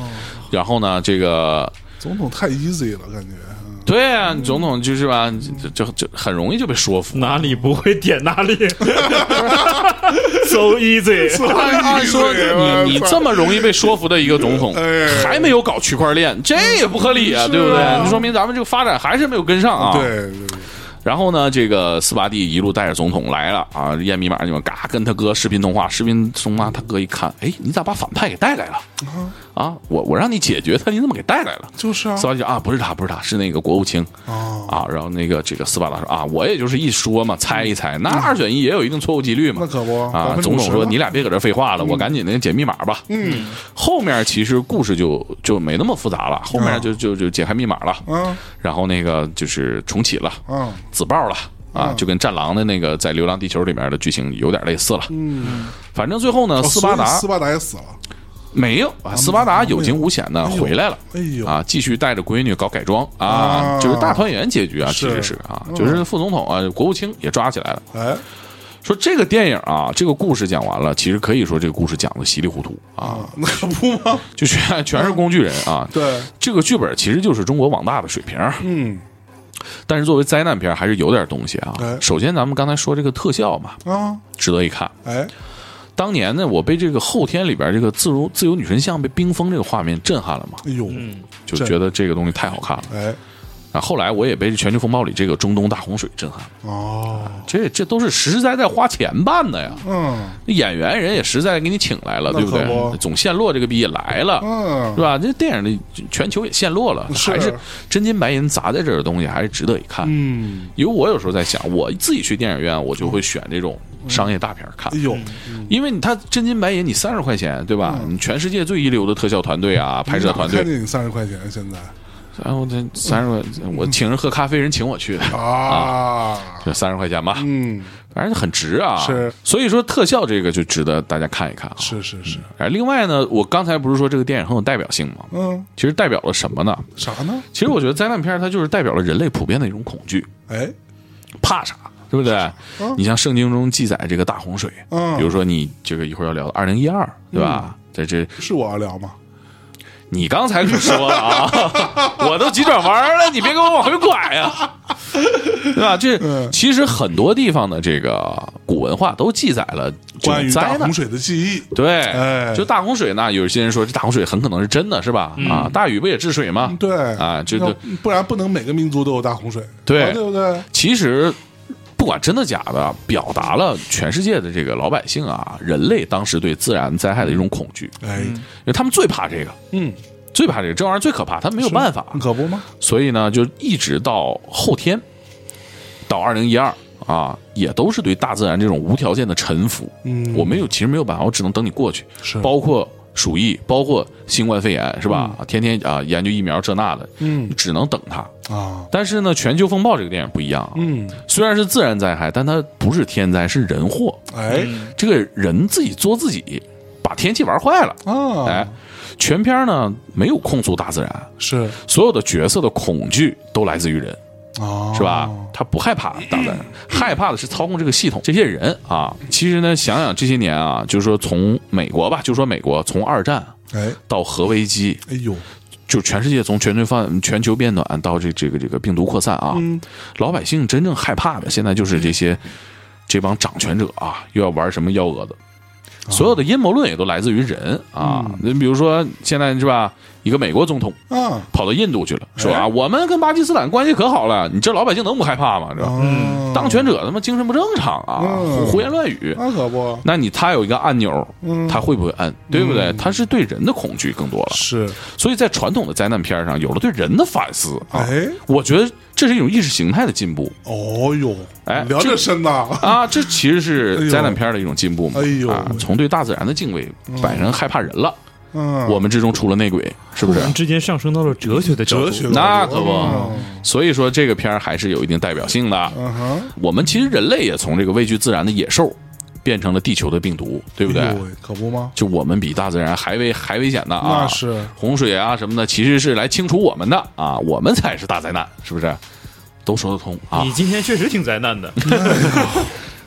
S2: 然后呢，这个
S1: 总统太 easy 了，感觉嗯
S2: 对啊，总统就是吧，就就就很容易就被说服。
S3: 哪里不会点 哪里 ，so easy。
S2: 按按说你你这么容易被说服的一个总统
S1: 哎，
S2: 还没有搞区块链，这也不合理啊，对不对？那说明咱们这个发展还是没有跟上啊。
S1: 对对对
S2: 然后呢，这个斯巴蒂一路带着总统来了啊，验密码那地方，嘎跟他哥视频通话，视频通话，他哥一看，哎，你咋把反派给带来了？
S1: 嗯
S2: 啊，我我让你解决他，你怎么给带来了？
S1: 就是啊
S2: 斯巴蒂就啊，不是他，不是他，是那个国务卿
S1: 啊，
S2: 啊。然后那个这个斯巴达说啊，我也就是一说嘛，猜一猜，那二选一也有一定错误几率嘛。
S1: 那可不
S2: 啊，
S1: 50%
S2: 总统说你俩别搁这废话
S1: 嗯
S2: 了，我赶紧那个解密码吧。嗯，后面其实故事就就没那么复杂了，后面就就就解开密码了。
S1: 嗯
S2: 然后那个就是重启了，
S1: 嗯
S2: 自爆了啊，就跟《战狼》的那个在《流浪地球》里面的剧情有点类似了。
S1: 嗯，
S2: 反正最后呢，
S1: 哦
S2: 斯巴
S1: 所以
S2: 达
S1: 斯巴达也死了，
S2: 没有啊，斯巴达有惊无险的
S1: 哎呦
S2: 回来了。
S1: 哎呦
S2: 啊，继续带着闺女搞改装啊，
S1: 啊
S2: 就是大团圆结局啊，其实是
S1: 是嗯
S2: 啊，就是副总统啊，国务卿也抓起来了。
S1: 哎
S2: 说这个电影啊，这个故事讲完了，其实可以说这个故事讲的稀里糊涂啊，
S1: 啊， 那可不吗？
S2: 就全全是工具人啊。
S1: 对，
S2: 这个剧本其实就是中国网大的水平，
S1: 嗯
S2: 但是作为灾难片还是有点东西啊
S1: 哎。
S2: 首先，咱们刚才说这个特效嘛，
S1: 啊，
S2: 值得一看。
S1: 哎
S2: 当年呢，我被这个后天里边这个自如自由女神像被冰封这个画面震撼了嘛，
S1: 哎呦，
S2: 就觉得这个东西太好看了。
S1: 哎
S2: 啊，后来我也被《全球风暴》里这个中东大洪水震撼了，
S1: 哦，
S2: 这这都是实实在在花钱办的呀。
S1: 嗯
S2: 演员人也实在给你请来了，
S1: 那
S2: 对不对
S1: 可不？
S2: 总陷落这个逼也来了，
S1: 嗯
S2: 是吧？这电影的全球也陷落了，
S1: 是
S2: 还是真金白银砸在这儿的东西，还是值得一看。
S1: 嗯，
S2: 因为我有时候在想，我自己去电影院，我就会选这种商业大片儿看
S1: 哎，呦，嗯
S2: 因为你他真金白银，你三十块钱，对吧？你全世界最一流的特效团队啊，拍摄团
S1: 看
S2: 队，
S1: 见你三十块钱现在
S2: 然后这三十块，我请人喝咖啡，人请我去的，
S1: 啊，
S2: 就三十块钱吧，
S1: 嗯，
S2: 反正很值啊。
S1: 是，
S2: 所以说特效这个就值得大家看一看啊。
S1: 是是是，
S2: 哎，另外呢，我刚才不是说这个电影很有代表性吗？
S1: 嗯，
S2: 其实代表了什么呢？
S1: 啥呢？
S2: 其实我觉得灾难片儿它就是代表了人类普遍的一种恐惧，
S1: 哎，
S2: 怕啥，对不对？
S1: 嗯
S2: 你像圣经中记载这个大洪水，
S1: 嗯
S2: 比如说你这个一会儿要聊的二零一二，对吧？在这，
S1: 是我要聊吗？
S2: 你刚才可说 了啊，我都急转弯了，你别给我往回拐呀、对吧？这
S1: 嗯
S2: 其实很多地方的这个古文化都记载了这
S1: 关
S2: 种
S1: 于
S2: 灾
S1: 大
S2: 难
S1: 洪，水的记忆，
S2: 对，
S1: 哎嗯
S2: 就大洪水呢，有些人说这大洪水很可能是真的，是吧？啊，大禹不也治水吗？
S1: 对
S2: 啊，这
S1: 要
S2: 个
S1: 不然不能每个民族都有大洪水，
S2: 对
S1: 啊对不对？
S2: 其实不管真的假的，表达了全世界的这个老百姓啊，人类当时对自然灾害的一种恐惧，
S1: 哎，
S2: 因为他们最怕这个，
S1: 嗯，
S2: 最怕这个，这玩意儿最可怕，他们没有办法，
S1: 可不吗？
S2: 所以呢，就一直到后天，到二零一二。啊，也都是对大自然这种无条件的臣服。
S1: 嗯
S2: 我没有，其实没有办法，我只能等你过去。
S1: 是
S2: 包括鼠疫，包括新冠肺炎，是吧？天天啊研究疫苗这那的，
S1: 嗯
S2: 只能等它。
S1: 啊，
S2: 但是呢，《全球风暴》这个电影不一样啊，
S1: 嗯，
S2: 虽然是自然灾害，但它不是天灾，是人祸。
S1: 哎
S2: 这个人自己作自己，把天气玩坏了。
S1: 啊，
S2: 哎，全片呢没有控诉大自然，
S1: 是
S2: 所有的角色的恐惧都来自于人，
S1: 啊，
S2: 是吧？他不害怕大自然，害怕的是操控这个系统。这些人啊，其实呢，想想这些年啊，就是说从美国吧，就说美国从二战
S1: 哎，
S2: 到核危机，
S1: 哎呦，
S2: 就全世界从全球范全球变暖到这这个这个病毒扩散啊，老百姓真正害怕的现在就是这些这帮掌权者啊，又要玩什么幺蛾子。所有的阴谋论也都来自于人啊，你、比如说现在是吧，一个美国总统
S1: 啊，
S2: 跑到印度去了，说
S1: 哎
S2: 啊，我们跟巴基斯坦关系可好了，你这老百姓能不害怕吗？是吧？
S1: 嗯
S2: 当权者他妈精神不正常啊，
S1: 嗯
S2: 胡胡言乱语。
S1: 那可不
S2: 那你他有一个按钮
S1: 嗯，
S2: 他会不会按？对不对？他是对人的恐惧更多了，
S1: 是，
S2: 所以在传统的灾难片上有了对人的反思啊。
S1: 哎，
S2: 我觉得这是一种意识形态的进步
S1: 哦呦，
S2: 哎
S1: 聊这
S2: 这
S1: 深呐，
S2: 啊，这其实
S1: 哎
S2: 是
S1: 呦
S2: 灾难片的一种进步嘛。
S1: 哎呦
S2: 啊，从对大自然的敬畏摆成害怕人了，
S1: 嗯，
S2: 我们之中出了内鬼，是不
S3: 我
S2: 是？
S3: 们之间上升到了哲学的角度
S1: 哲学的嗯
S2: 那
S1: 角
S2: 可
S1: 度
S2: 不，所以说这个片儿还是有一定代表性的。
S1: 嗯哼，
S2: 我们其实人类也从这个畏惧自然的野兽，变成了地球的病毒，对不对？
S1: 哎呦喂可不吗？
S2: 就我们比大自然还危还危险呢啊！
S1: 那是
S2: 洪水啊什么的，其实是来清除我们的啊，我们才是大灾难，是不是？都说得通啊
S3: 你，今天确实挺灾难的，。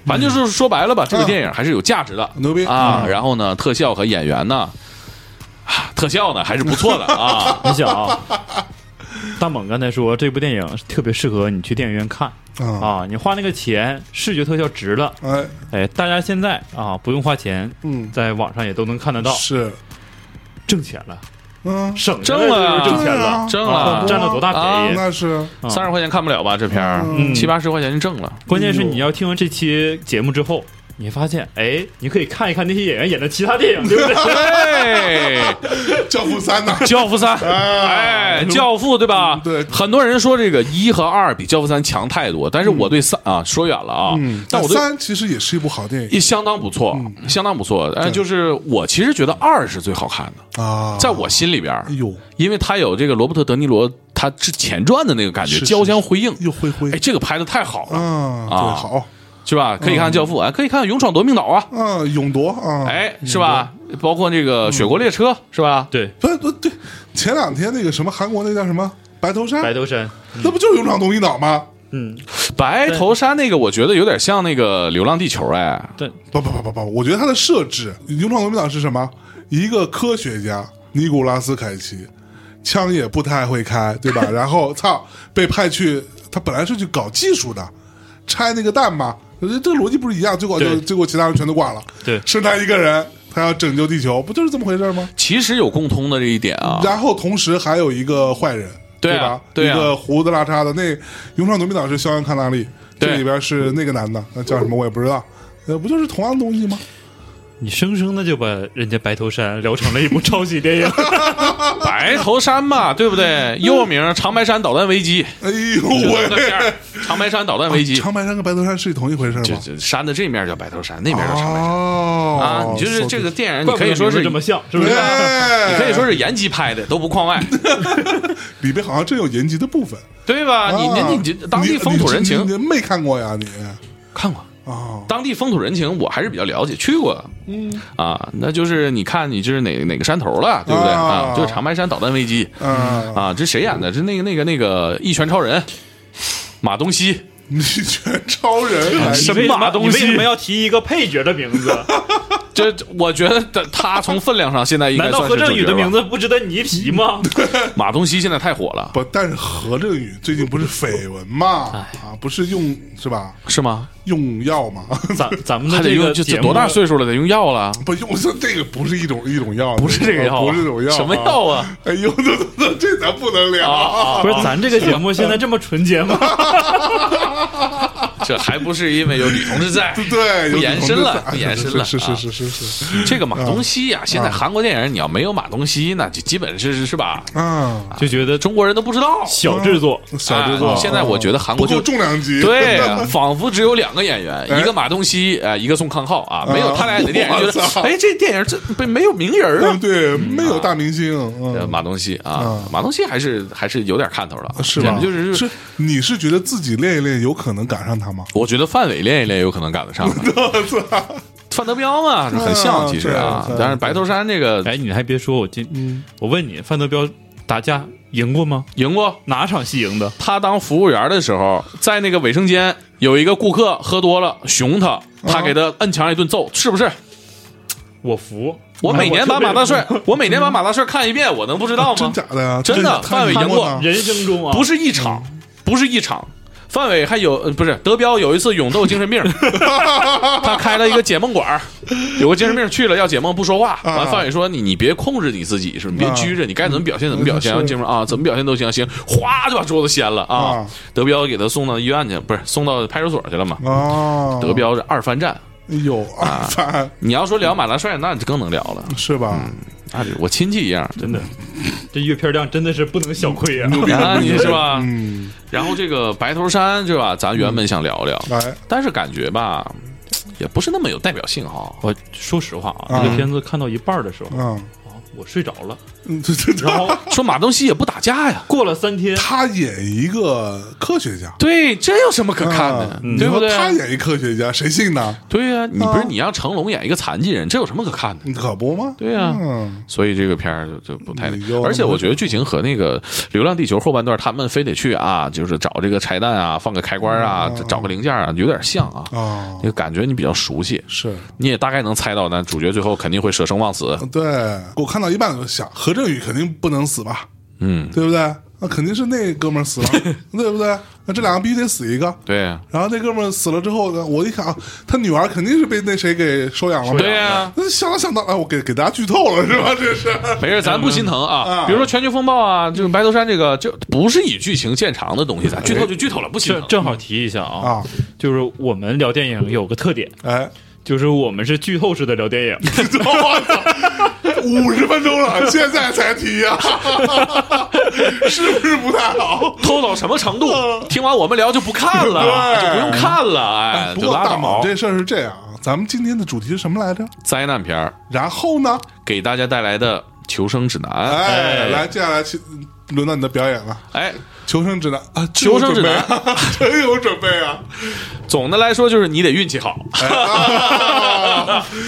S2: 反正就是说白了吧，这个电影还是有价值的，
S1: 牛逼
S2: 啊！然后呢，特效和演员呢，啊特效呢还是不错的啊
S3: 你想啊，大猛刚才说这部电影特别适合你去电影院看
S1: 啊，
S3: 啊，你花那个钱，视觉特效值了。
S1: 哎，
S3: 哎，大家现在啊不用花钱，
S1: 嗯，
S3: 在网上也都能看得到，
S1: 是，
S3: 挣钱了，
S1: 嗯，
S3: 省下
S2: 挣
S3: 来
S2: 了
S3: 就是挣钱了，
S1: 对
S2: 挣
S3: 啊
S2: 了
S1: 嗯
S3: 占了多大便宜？
S1: 那 是，
S3: 啊
S2: 三十块钱看不了吧？这片儿
S1: 嗯
S2: 七八十块钱就挣了。
S3: 关键是你要听完这期节目之后，你发现，哎，你可以看一看那些演员演的其他电影，对不对？
S2: 对，
S1: 教父三呐，
S2: 《 教父三》哎，《教父》对吧？
S1: 对
S2: 很多人说这个一和二比《教父三》强太多，但是我对三啊说远了啊，
S1: 嗯
S2: 但我对
S1: 三其实也是一部好电影
S2: 一相当不错，
S1: 嗯
S2: 相当不错。但是就是我其实觉得二是最好看的，
S1: 啊，
S2: 在我心里边儿，
S1: 哎呦
S2: 因为他有这个罗伯特·德尼罗他之前传的那个感觉，
S1: 是
S2: 交相辉映。
S1: 又灰灰
S2: 哎，，这个拍的太好了，
S1: 啊，对，
S2: 啊
S1: 好，
S2: 是吧？可以看《教父》，哎，可以看《勇闯夺命岛》啊，
S1: 啊，勇夺啊，，
S2: 哎，是吧？包括这个《雪国列车》，是吧？
S3: 对，
S1: 不是不对，前两天那个什么韩国那叫什么白头山，
S3: 白头山，
S1: 那不就是勇闯东一岛吗？
S3: 嗯，
S2: 白头山那个，我觉得有点像那个《流浪地球》，哎，
S3: 对，
S1: 不不不不不，我觉得它的设置，勇闯国民党是什么？一个科学家尼古拉斯凯奇，枪也不太会开，对 吧？然后操，被派去，他本来是去搞技术的，拆那个蛋嘛，这这个逻辑不是一样？结果就
S3: 对
S1: 结果其他人全都挂了，
S3: 对
S1: 剩他一个人，他要拯救地球，不就是这么回事吗？
S2: 其实有共通的这一点啊，
S1: 然后同时还有一个坏人，
S2: 对啊
S1: 嗯吧？
S2: 对啊
S1: 一个胡子拉碴的那《勇闯夺命岛》是肖恩康纳利，
S2: 对
S1: 这里边是那个男的，那叫什么我也不知道，呃，不就是同样的东西吗？
S3: 你生生的就把人家白头山聊成了一部抄袭电影，
S2: 白头山嘛，对
S1: 嗯
S2: 不对？又名《长白山导弹危机》
S1: 哎 呦
S2: 这个
S1: 喂！
S2: 片儿，《长白山导弹危机》
S1: 长白山跟白头山是同一回事
S2: 这
S1: 吗？
S2: 这山的这面叫白头山，那面叫长白山
S1: 哦
S2: 啊。你就是这个电影，你可以说
S3: 怪不得名字
S2: 是
S3: 这么像，是不
S1: 对，你
S3: 是？
S2: 你可以说是延吉拍的，都不框 外，
S1: 里边好像真有延吉的部分
S2: 对吧？你
S1: 啊
S2: 你你你当地风土人
S1: 你
S2: 情
S1: 你你没看过呀你
S2: 看过，
S1: 啊
S2: 当地风土人情我还是比较了解，去过。嗯啊，那就是你看你这是哪哪个山头了，对不对
S1: 啊
S2: 啊？就是长白山导弹危机
S1: 啊！
S2: 啊，这谁演的？这那个那个那个一拳超人，马东锡。
S1: 你全超人啊还
S2: 嗯是
S1: 是
S2: 什么马东西
S3: 你为什么要提一个配角的名字？
S2: 这我觉得他他从分量上现 在应该
S3: 难道
S2: 算是
S3: 何
S2: 主角吧
S3: 振宇的名字不值得你一 提吗？
S2: 马东锡现在太火了，
S1: 不？但是何振宇最近不是绯闻嘛？
S2: 哎
S1: 啊，不是用是吧？
S2: 是吗？
S1: 用药嘛？
S3: 咱咱们
S2: 还
S3: 的
S2: 得
S3: 这
S2: 用
S3: 个
S2: 这
S3: 节
S2: 这
S3: 目
S2: 多大岁数了？得用药了？
S1: 不用这这个不是一种一种药，不
S2: 不 是这个药啊，
S1: 不是这种药，
S2: 什么药？ 啊？
S1: 哎呦，这这这咱不能聊啊！
S3: 不是咱这个节目现在这么纯 洁吗？
S2: 这还不是因为有女同志在？
S1: 对，
S2: 不
S1: 有
S2: 延
S1: 女同
S2: 伸
S1: 志
S2: 了
S1: 在
S2: 不延伸了
S1: 是是
S2: 啊
S1: 是是是是
S2: 这个马东锡
S1: 嗯
S2: 呀，现在韩国电影你要没有马东锡，那就基本是是吧？
S1: 啊。
S3: 就觉得
S2: 中嗯国人都不知 道。
S3: 小制作，
S1: 小制作。
S2: 啊现在我觉得韩国
S1: 不够
S2: 就
S1: 重量级，
S2: 对，啊仿佛只有两个演 员，
S1: 哎
S2: 一个马东锡，啊，一个宋康昊啊，没有他俩演的电影，觉
S1: 我操
S2: 得哎，这电影这不没有名人
S1: 嗯，
S2: 啊。
S1: 对，没有大明星，
S2: 呃
S1: 嗯，啊
S2: 马东锡啊，马东锡还是还是有点看头的，
S1: 是吧？
S2: 就是
S1: 是，你是觉得自己练一练有可能赶上他吗？
S2: 我觉得范伟练一练有可能赶得上 的，范德彪嘛，很像其实啊
S1: 嗯对对。
S2: 但是白头山这个
S3: 哎，你还别说，我
S2: 嗯
S3: 今我问你，范德彪打架赢过吗？
S2: 赢过，
S3: 哪场戏赢的？
S2: 他当服务员的时候，在那个卫生间有一个顾客喝多了，熊他，他给他摁墙上一顿
S1: 哦
S2: 揍，是不是？
S3: 我服，
S2: 我哎每年把马大帅
S3: 我，
S2: 我每年把马大帅看一遍，我能不知
S1: 嗯
S2: 道
S1: 啊真
S2: 吗？
S1: 假的呀？
S2: 真的
S1: 看
S2: 范伟
S1: 看
S2: 赢过
S1: 吗
S3: 人生中啊，
S2: 不
S3: 是
S1: 嗯
S2: 是一场，不是一场，范伟还有呃不是德彪有一次勇斗精 神病，他开了一个解梦馆儿，有个精神病去了要解梦不说话，完范伟说你你别控制你自己是吧你别
S1: 啊嗯
S2: 拘着，你该怎么表现怎么表现，
S1: 是
S2: 然后精神病啊怎么表现都行，行，哗就把桌子掀了啊
S1: 啊，
S2: 德彪给他送到医院去，不是送到派出所去了嘛，
S1: 哦，
S2: 德彪是二番战。
S1: 有啊，反
S2: 你要说聊马大帅，那就更能聊了，
S1: 是吧？
S2: 那就我亲戚 一样，
S3: 真的，这阅片量真的是不能小窥啊！
S2: 啊，你是吧？
S1: 嗯，
S2: 然后这个白头山是吧？咱原本想聊聊，
S1: 来，
S2: 但是感觉吧，也不是那么有代表性哈。
S3: 我说实话啊，
S2: 嗯
S1: 啊
S3: 这个片子看到一半的时候，
S1: 嗯，
S3: 啊我睡着了。
S1: 嗯这这
S3: 然
S1: 这，
S3: 后
S2: 说马东锡也不打架呀，
S3: 过了三天，
S1: 他演一个科学家，
S2: 对，这有什么可看
S1: 啊
S2: 的，
S1: 你
S2: 对
S1: 说
S2: 不对？
S1: 他演一科学家，谁信呢？
S2: 对呀、你不
S1: 啊
S2: 是你让成龙演一个残疾人，这有什么可看的？
S1: 你可不吗？
S2: 对呀、
S1: 嗯，
S2: 所以这个片儿就就不太那
S1: 你又，
S2: 而且我觉得剧情和那个《流浪地球》后半段，他们非得去啊，就是找这个拆弹啊，放个开关啊，
S1: 嗯
S2: 找个零件啊，有点像啊。
S1: 哦
S2: 那，个感觉你比较熟悉，
S1: 是
S2: 你也大概能猜到，那主角最后肯定会舍生忘死。
S1: 对，我看到一半我就想，何振宇肯定不能死吧，
S2: 嗯，
S1: 对不对？那肯定是那哥们儿 死了，对不对？那这两个必须得死一个。
S2: 对啊呀，
S1: 然后那哥们儿死了之后呢，我一看啊，他女儿肯定是被那谁给收养了嘛。
S2: 对呀
S1: 那想到想到，哎，我给给大家剧透了是吧？这是
S2: 没事，咱不心疼啊。
S1: 啊
S2: 比如说《全球风暴》啊，这个《白头山》这个，就不是以剧情见长的东西，咱剧透就剧透了，不心
S3: 正
S2: 疼。
S3: 正好提一下啊，
S1: 啊，
S3: 就是我们聊电影有个特 点，
S1: 哎，
S3: 就是我们是剧透式的聊电 影。
S1: 五十分钟了，现在才提 呀、是不是不太好？
S2: 透到什么程度？听完我们聊就不看了，
S1: 嗯对
S2: 就不用看了，哎，
S1: 不
S2: 就
S1: 过
S2: 拉
S1: 大
S2: 倒
S1: 猛。这事儿是这样啊，咱们今天的主题是什么来着？
S2: 灾难片儿
S1: 然后呢？
S2: 给大家带来的求生指南，
S1: 哎，
S3: 哎
S1: 来，接下来请轮到你的表演了。
S2: 哎，
S1: 求生指南啊，真
S2: 求生指南
S1: 有准备啊 真有准备 啊！
S2: 总的来说就是你得运气好。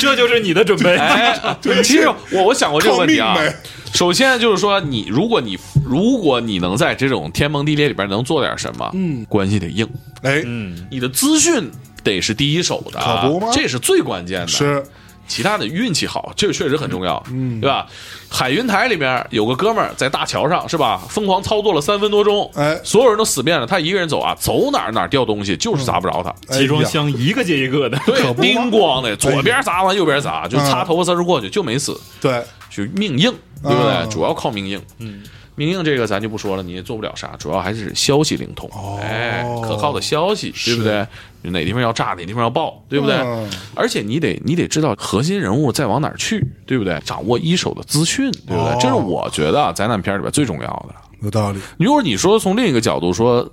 S3: 这就是你的准备。
S2: 哎，其实我我想过这个问题啊
S1: 靠命呗。
S2: 首先就是说，你如果你如果你能在这种天崩地裂里边能做点什么，嗯，关系得硬，
S1: 哎，
S2: 你的资讯得是第一手的啊，
S1: 可不吗
S2: 这是最关键的。
S1: 是
S2: 其他的运气好，这个确实很重要，嗯，对吧？海云台里面有个哥们儿在大桥上是吧，疯狂操作了三分多钟，
S1: 哎
S2: 所有人都死遍了，他一个人走啊，走哪儿哪儿掉东西，就是砸不着他。
S1: 哎
S3: 集装
S1: 呀
S3: 箱一个接一个的，
S2: 对，
S1: 不吗嗯
S2: 叮咣的，左边砸完右边砸，就擦头发丝儿过去就没死。
S1: 对，
S2: 就命硬，对不对？
S1: 啊
S2: 主要靠命硬。嗯，命硬这个咱就不说了，你也做不了啥，主要还是消息灵通，
S1: 哦
S2: 哎，可靠的消息，对不对？哪地方要炸，哪地方要爆，对不对？
S1: 嗯
S2: 而且你得你得知道核心人物在往哪儿去，对不对？掌握一手的资讯，对不对？
S1: 哦
S2: 这是我觉得啊，灾难片里边最重要的。
S1: 有道理。
S2: 如果你说从另一个角度说，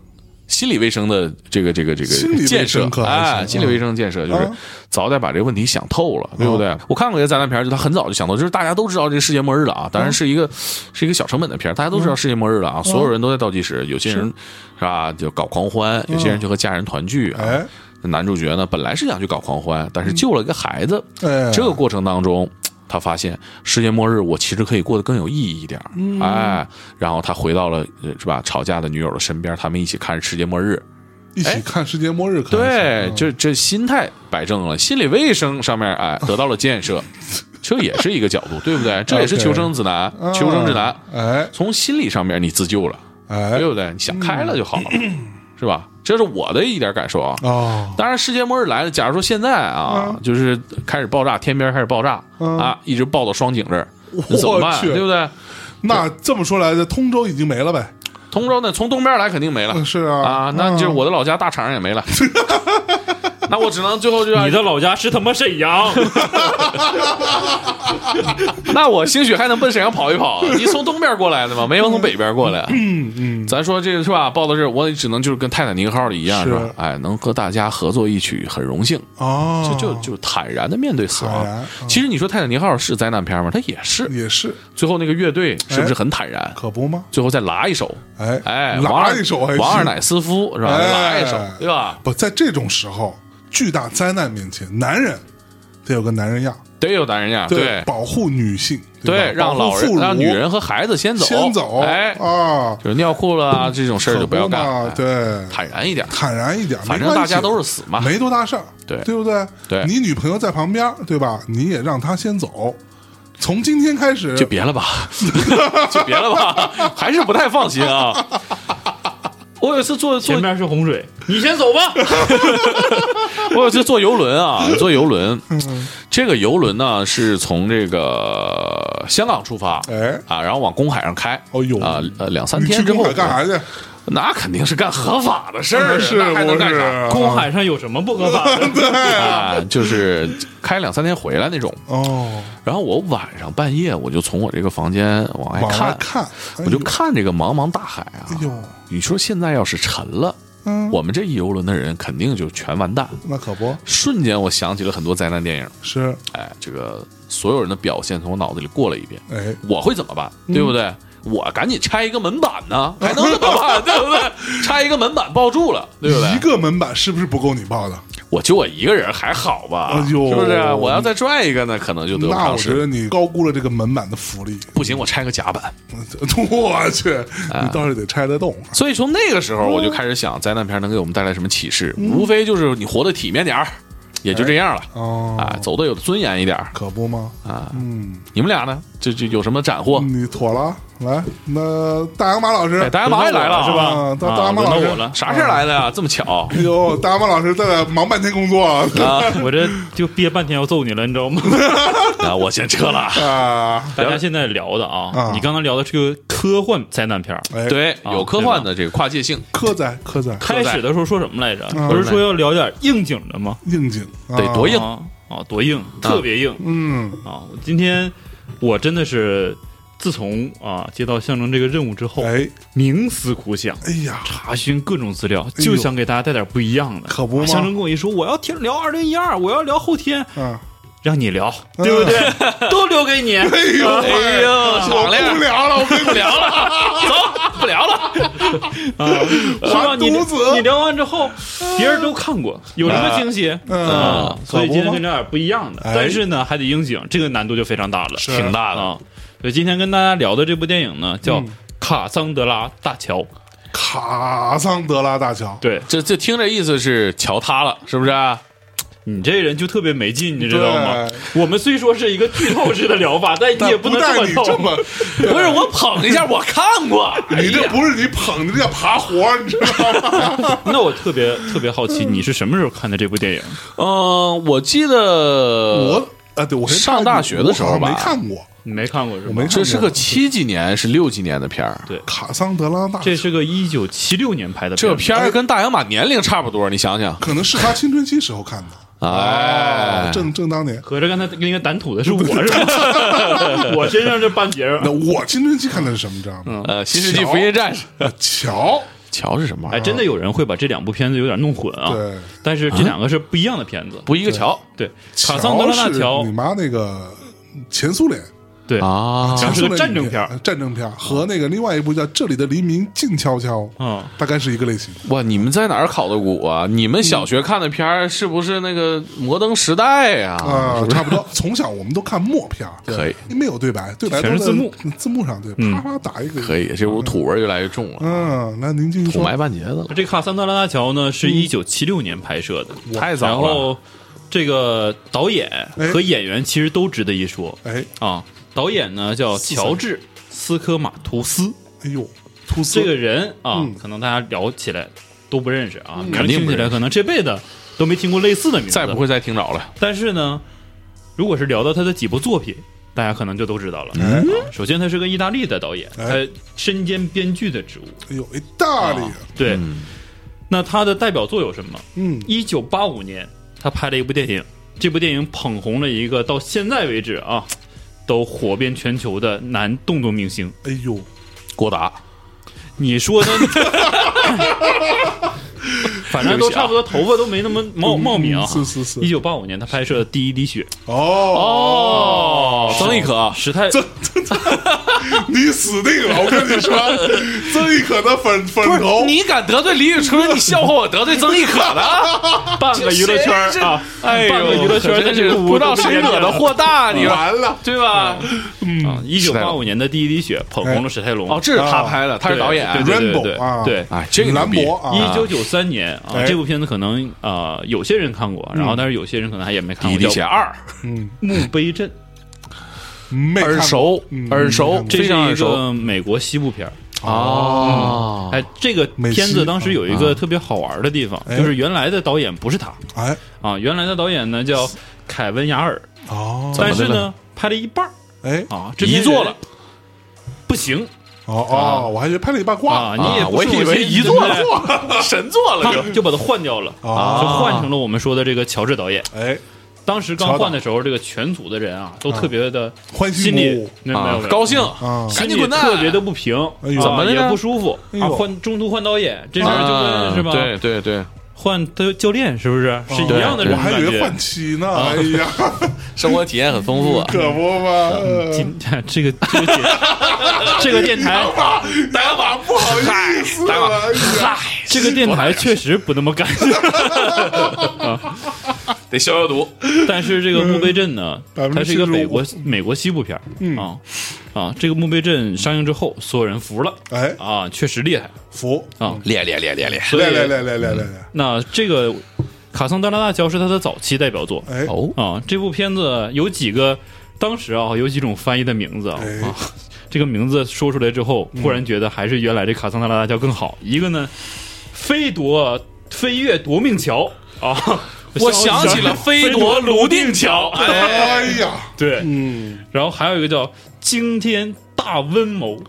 S2: 心理卫生的这个这个这
S1: 心理卫
S2: 个
S1: 生
S2: 建设，
S1: 可还行
S2: 哎，心理卫生建设就是
S1: 啊
S2: 早点把这个问题想透
S1: 嗯
S2: 了，对不对？我看过一个灾难片，就他很早就想透，就是大家都知道这世界末日了啊，当
S1: 嗯
S2: 然是一个是一个小成本的片，大家都知道世界末日了啊，所有人都在倒计时，有些人是吧就搞狂欢，有些人就和家人团聚啊
S1: 嗯哎。嗯
S2: 男主角呢，本来是想去搞狂欢，但是救了一个孩子，
S1: 哎，
S2: 这个过程当中，他发现世界末日，我其实可以过得更有意义一点儿。哎，然后他回到了呃是吧吵架的女友的身边，他们一起看世界末日。嗯
S1: 一起看世界末日可还
S2: 哎对，
S1: 行，
S2: 这这心态摆正了，心理卫生上面哎得到了建 设，这也是一个角度，对不 对？这也是
S1: OK
S2: 求生指南，
S1: 嗯
S2: 求生指南。
S1: 哎
S2: 从心理上面你自救了，
S1: 哎
S2: 对不对？你想开了就好 了，是吧？这是我的一点感受啊。
S1: 哦，
S2: 当然，世界末日来了。假如说现在啊，就是开始爆炸，天边开始爆炸、
S1: 嗯
S2: 啊，一直爆到双井这儿，
S1: 我
S2: 那怎么办？
S1: 去
S2: 对不对？
S1: 那这么说来，这通州已经没了呗？
S2: 通州那从东边来肯定没了、
S1: 嗯是啊
S2: 啊，那就是我的老家大厂也没 了。那我只能最后就
S3: 你的老家是他妈沈 阳，
S2: 那我兴许还能奔沈阳跑 一跑。你从东边过来的吗？没有从北边过来。嗯嗯，咱说这个是吧？报到这儿，我也只能就是跟泰坦尼克号里一样，
S1: 是
S2: 是吧？哎，能和大家合作一曲，很荣幸。
S1: 哦，
S2: 就就就坦然的面对死
S1: 坦然
S2: 亡。
S1: 嗯
S2: 其实你说泰坦尼克号是灾难片吗？它也是。
S1: 也是，
S2: 最后那个乐队
S1: 哎
S2: 是不是很坦然？
S1: 可不吗？
S2: 最后再拉一首，
S1: 哎
S2: 哎，
S1: 拉
S2: 王二
S1: 一首还
S2: 王
S1: 行
S2: 二奶斯夫是吧？
S1: 哎
S2: 拉一首，对吧？
S1: 不在这种时候，巨大灾难面前，男人得有个男人样，
S2: 得有男人呀，对
S1: 保护女性，
S2: 对，
S1: 吧
S2: 让老
S1: 保护妇
S2: 人
S1: 孺
S2: 让女人和孩子先走，
S1: 先走，
S2: 哎，
S1: 啊，
S2: 就是尿裤了啊这种事儿就不要
S1: 可
S2: 干
S1: 嘛，
S2: 哎
S1: 对，
S2: 坦然一点，
S1: 坦然一点，
S2: 反
S1: 没
S2: 正
S1: 关
S2: 大
S1: 系
S2: 家都是死嘛。
S1: 没多大事儿，
S2: 对
S1: 对不对？
S2: 对
S1: 你女朋友在旁边，对吧？你也让她先走，从今天开始
S2: 就别了吧，就别了吧，还是不太放心啊。我有一次坐坐
S3: 前面是洪水，你先 走吧。
S2: 我有次坐游轮啊，坐游轮，
S1: 嗯
S2: 这个游轮呢是从这个香港出发，
S1: 哎
S2: 啊，然后往公海上开，
S1: 哦呦
S2: 啊，呃，两三
S1: 你去
S2: 天之
S1: 公
S2: 后
S1: 海干啥去？
S2: 那肯定是干合法的事儿，啊
S1: 是
S2: 那还能
S1: 不
S2: 干啥？
S1: 是？啊
S3: 公海上有什么不合法 的？
S2: 啊，就是开两三天回来那种。
S1: 哦，
S2: 然后我晚上半夜我就从我这个房间往外
S1: 往
S2: 看，
S1: 外看，哎呦
S2: 我就，看这个茫茫大海啊
S1: 哎。呦，
S2: 你说现在要是沉了，
S1: 嗯，
S2: 我们这一游轮的人肯定就全完蛋。
S1: 那可不
S2: 瞬间我想起了很多灾难电影，
S1: 是，
S2: 哎，这个所有人的表现从我脑子里过了一遍，
S1: 哎，
S2: 我会怎么办？对不对？我赶紧拆一个门板 呢，还能怎么办？对不对？拆一个门板抱住了，对不对
S1: 一？个门板是不是不够你报的？
S2: 我就我一个人还好吧？
S1: 哎呦
S2: 是不是？啊我要再拽一个呢，可能就得不
S1: 那
S2: 偿
S1: 我觉
S2: 失。
S1: 得你高估了这个门板的浮力。
S2: 不行，我拆个甲板。
S1: 我去，你倒是得拆得动啊。
S2: 所以从那个时候我就开始想，灾难片能给我们带来什么启示？
S1: 嗯
S2: 无非就是你活得体面点儿，也就这样了。
S1: 哦，
S2: 啊，走的有尊严一点儿
S1: 可不吗？
S2: 啊！
S1: 嗯，
S2: 你们俩呢？这这有什么斩获？
S1: 你妥了。来，那大洋马老师
S2: 哎，，大家马也来了
S3: 是吧
S1: 啊大
S2: 啊
S1: 大洋马老
S3: 轮
S1: 师
S3: 到我了
S2: 啥事儿来的呀？这么 巧
S1: 哎呦，大洋马老师在那忙半天工作 啊
S2: 啊！
S3: 我这就憋半天要揍你了，你知 道吗？
S2: 啊，我先撤了。
S1: 啊！
S3: 大家现在聊的啊
S1: 啊，
S3: 你刚刚聊的是个科幻灾难片儿。
S1: 哎，，
S2: 对，
S3: 啊
S2: 有科幻的这个跨界性，
S1: 科仔科仔，
S3: 开始的时候说什么来着？
S1: 哎嗯
S3: 不是说要聊点应景的吗？
S1: 应景
S2: 得多
S1: 硬，
S2: 硬
S3: 啊啊，多硬，特别硬
S1: 嗯
S3: 啊！我今天我真的是自从啊接到象征这个任务之后，
S1: 哎
S3: 冥思苦想。
S1: 哎呀，
S3: 查询各种资料，就想给大家带点不一样的。
S1: 哎
S3: 啊
S1: 可不吗
S3: 象征跟我一说，我要听聊二零一二，我要聊后天，
S1: 啊，
S3: 让你聊，
S1: 嗯
S3: 对 不对？都留给你。啊
S1: 哎呦
S2: 哎呦
S1: 我
S2: 敞亮
S1: 不聊了，我跟你
S2: 不聊了， 走，不聊了。
S3: 啊，是吧？你
S1: 独子
S3: 你聊完之后，别人都看过，有什么惊喜？
S1: 嗯
S3: 啊，所以今天
S1: 可不
S3: 跟
S1: 吗
S3: 聊点不一样的，
S1: 哎
S3: 但是呢，还得应景，这个难度就非常大了，
S1: 是挺嗯
S2: 大的
S3: 啊。所以今天跟大家聊的这部电影呢，叫《卡桑德拉大桥》。
S1: 卡桑德拉大桥，
S3: 对
S2: 这这听这意思是桥塌了，是不是啊？
S3: 你这人就特别没劲，你知道吗？我们虽说是一个剧透式的 聊法，但你
S1: 但
S3: 也不能
S1: 带你
S3: 透。
S1: 这么，
S2: 不是我捧一哦下，我看过。
S1: 你这不是你捧，你这叫爬活儿，你知道吗？
S3: 那我特别特别好奇，你是什么时候看的这部电影？
S2: 嗯，我记得
S1: 我啊，对我先
S2: 呃上大学的时候吧
S1: 我好像没看过
S3: 你没看过是吧？
S1: 我没看
S2: 这是个七几年，是六几年的片儿。
S3: 对
S1: 卡桑德拉大
S3: 这是个一九七六年拍的
S2: 这
S3: 片。
S2: 片儿跟大洋马年龄差不多，你想想，
S1: 可能是他青春期时候看的，哦
S2: 哎，
S1: 正正当年。
S3: 合着刚才跟一个胆土的 是我是吧？我身上这半截儿
S1: 那我青春期看的是什么，你知道吗？
S2: 呃，新世纪福音战士，
S1: 呃桥，
S2: 桥是什么玩
S3: 哎，
S2: 意儿？
S3: 真的有人会把这两部片子有点弄混啊。
S1: 对，
S3: 但是这两个是不一样的片子。
S2: 不一个桥
S3: 对，卡桑德拉大
S1: 是
S3: 桥
S1: 你，妈那个前苏联，
S3: 对，
S2: 啊
S3: 讲
S1: 前
S3: 是
S1: 苏
S3: 个
S1: 联
S3: 战争
S1: 影
S3: 片儿
S1: 战争片儿和那个另外一部叫《这里的黎明静悄悄》，
S3: 嗯，
S1: 大概是一个类型。
S2: 哇！你们在哪儿考的古啊？你们小学看的片儿是不是那个《摩登时代》啊？
S1: 啊、差不多。从小我们都看默片儿，
S2: 可以，
S1: 没有对白，对白都
S3: 全是
S1: 在
S3: 字幕，嗯
S1: 字幕上对，啪啪打一个。
S2: 可以，这屋土味儿越来越重了，
S1: 嗯，那您继续
S2: 土
S1: 说。
S2: 埋半截子了，
S3: 这卡桑德拉大桥呢是一九七六年拍摄的，
S2: 太
S3: 然
S2: 早了。
S3: 后这个导演和演员其实都值得一说
S1: 哎，
S3: 啊。导演呢叫乔治斯科马图斯，
S1: 哎呦，吐司
S3: 这个人啊
S1: 嗯，
S3: 可能大家聊起来都不认识啊，名
S2: 嗯肯
S3: 儿
S2: 定
S3: 听
S2: 不
S3: 起来
S2: 认识
S3: 可能这辈子都没听过类似的名字，
S2: 再不会再听着了，
S3: 但是呢，如果是聊到他的几部作品，大家可能就都知道了。
S1: 哎
S3: 啊首先，他是个意大利的导演，
S1: 哎
S3: 他身兼编剧的职务。
S1: 哎呦，意大利，
S3: 啊对，那他的代表作有什么？
S1: 嗯，
S3: 一九八五年，他拍了一部电影，这部电影捧红了一个到现在为止啊都火遍全球的男动作明星。
S1: 哎呦，
S2: 郭达
S3: 你说 呢？反正都差不多，头发都没那么茂茂密啊。
S1: 嗯是是是
S3: 一，九八五年，他拍摄的《第一滴血
S1: 哦，
S2: 哦，曾轶可》，
S3: 史泰
S1: 你死定了！我跟你说，曾轶可的粉粉头，
S2: 你敢得罪李宇春，你笑话我得罪曾轶可 的？
S3: 半个娱乐圈儿啊，
S2: 哎呦，
S3: 半个娱乐圈儿
S2: 可真是不知道谁惹的祸大，你说
S1: 完了，
S2: 对吧？
S3: 啊！一九八五年的第一滴血捧红了史泰龙
S2: 哦，，这是他拍的，他是导演。
S3: 对对对对
S1: Rambo 啊
S3: 对。
S2: 哎，这个牛
S1: 兰
S2: 逼
S1: 博啊，
S3: 一九九三年啊，
S1: 哎
S3: 这部片子可能啊有些人看过，然后但是有些人可能还也没看
S2: 《嗯
S3: 过。
S2: 一 滴血
S3: 叫
S2: 二
S1: 嗯，
S3: 墓 碑镇，
S1: 没看
S2: 耳
S1: 过
S2: 熟
S1: 嗯，
S2: 耳熟，
S1: 没看过
S3: 这
S2: 非
S3: 是
S2: 常
S3: 一
S2: 耳熟。
S3: 个美国西部片儿
S2: 啊
S3: 哎，这个
S1: 美西
S3: 片子当时有一
S2: 啊
S3: 个特别好玩的地方，
S1: 哎
S3: 就是原来的导演不是他
S1: 哎，
S3: 啊，原来的导演呢叫凯文·雅尔，
S1: 哦，
S3: 但
S2: 么的
S3: 是
S2: 呢
S3: 呢拍了一半儿
S1: 哎，
S3: 啊，这
S2: 遗作了，
S3: 不行
S1: 哦哦，我还以为拍了一半挂
S3: 啊，
S1: 了，
S3: 你也
S2: 啊
S3: 不
S2: 我
S3: 是
S2: 以为
S3: 心
S2: 遗作
S3: 对不对
S2: 了， 神作了
S3: 他就把他换掉了，
S1: 哎哦
S3: 就换成了我们说的这个乔治导演。
S1: 哎，
S3: 当时刚换的时候，这个全组的人啊，都特别的
S1: 嗯欢喜
S3: 心
S1: 鼓
S3: 里
S2: 就
S3: 没有没
S2: 啊
S3: 有没有
S2: 高兴，
S1: 啊，
S3: 心
S2: 赶紧
S3: 里
S2: 滚蛋
S3: 特别的不平，
S1: 哎呦
S3: 啊
S1: 怎
S2: 么了呢
S3: 也不舒服
S1: 哎
S3: 啊？
S1: 呦
S3: 换中途换导演，这事儿就跟
S2: 啊
S3: 是吧？
S2: 对对 对，
S3: 换他教练是不是是一样的
S1: 哦我
S3: 这种
S1: 还
S3: 感
S1: 以为
S3: 觉
S1: 换？妻呢，哎呀，
S2: 生活体验很丰 富啊。
S1: 可不嘛，
S3: 今 这个 这个电这个电台
S2: 打把不好意思
S1: 哎
S2: 了，
S1: 呀
S3: 这个电台确实不那么 干净，
S2: 得消消毒。
S3: 但是这个墓碑镇呢，
S1: 嗯
S3: 它是一个
S1: 75%
S3: 美国美国西部片儿
S1: 嗯
S3: 啊啊！这个墓碑镇上映之后，所有人服了
S1: 哎，
S3: 啊，确实厉害
S1: 服，
S3: 啊！
S2: 练练练练练。
S3: 所以
S1: 来来来来来来来，
S3: 那这个《卡桑德拉大桥》是他的早期代表作
S1: 哎，
S2: 哦，
S3: 啊。这部片子有几个当时啊，有几种翻译的名字啊
S1: 哎
S3: 啊。这个名字说出来之后，
S2: 嗯
S3: 忽然觉得还是原来这《卡桑德拉大桥》更好。一个呢，飞夺飞越夺命桥啊，
S2: 我想 起了
S3: 飞
S2: 飞夺泸定桥，
S1: 哎呀，
S3: 对，
S1: 嗯，
S3: 然后还有一个叫惊天大温谋，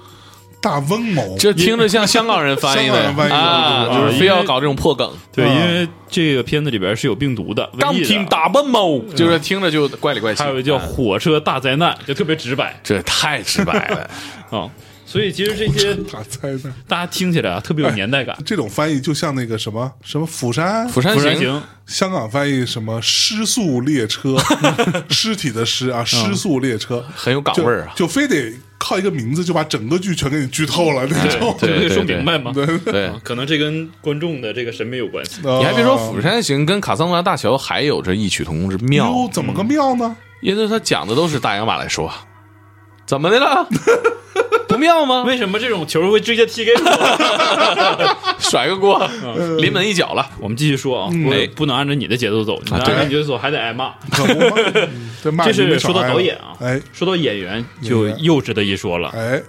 S1: 大温某，
S2: 这听着像香港人翻译
S1: 香
S2: 的
S1: 港人翻译的
S2: 啊，
S3: 对对对
S2: 就是非要搞这种破梗。
S3: 对，
S1: 啊
S3: 因为这个片子里边是有病毒的，
S2: 钢
S3: 瘟疫
S2: 筋
S3: 的啊，
S2: 打奔猫，嗯就是听着就怪里怪气。
S3: 还有一个叫
S2: 哎
S3: 火车大灾难，就特别直白
S2: 这太直白 了，
S3: 啊。所以其实这些
S1: 大灾难，
S3: 大家听起来啊，特别有年代感。
S1: 这种翻译就像那个什么什么釜山，
S2: 釜山
S3: 釜山
S2: 哎行
S3: 行，
S1: 香港翻译什么失速列车， 尸体的尸啊，失速列车，
S2: 很嗯有港
S1: 就
S2: 味儿啊。
S1: 就非得靠一个名字就把整个剧全给你剧透了那种。
S3: 这不
S2: 对
S3: 得
S2: 对
S3: 说明白吗？啊
S2: 对，
S3: 可能这跟观众的这个审美有关 系。
S1: 你
S2: 你还别说，《釜山行》跟《卡桑德拉大桥》还有着异曲同工之妙，
S1: 哟，怎么个妙呢？
S2: 因为它讲的都是大洋马来说，啊怎么的 了？不妙吗？
S3: 为什么这种球会直接踢给我？
S2: 甩个锅，临门一脚了。
S3: 我们继续说啊，
S2: 哎
S3: 我不能按照你的节奏走，你按
S2: 啊对
S3: 照你的节奏走还得挨骂。
S1: 可不嘛，嗯这骂
S3: 这
S1: 人没
S3: 是
S1: 少
S3: 说到
S1: 挨
S3: 导
S1: 了
S3: 演啊
S1: 哎，
S3: 说到演员就
S1: 演员
S3: 幼稚的一说了，
S1: 哎，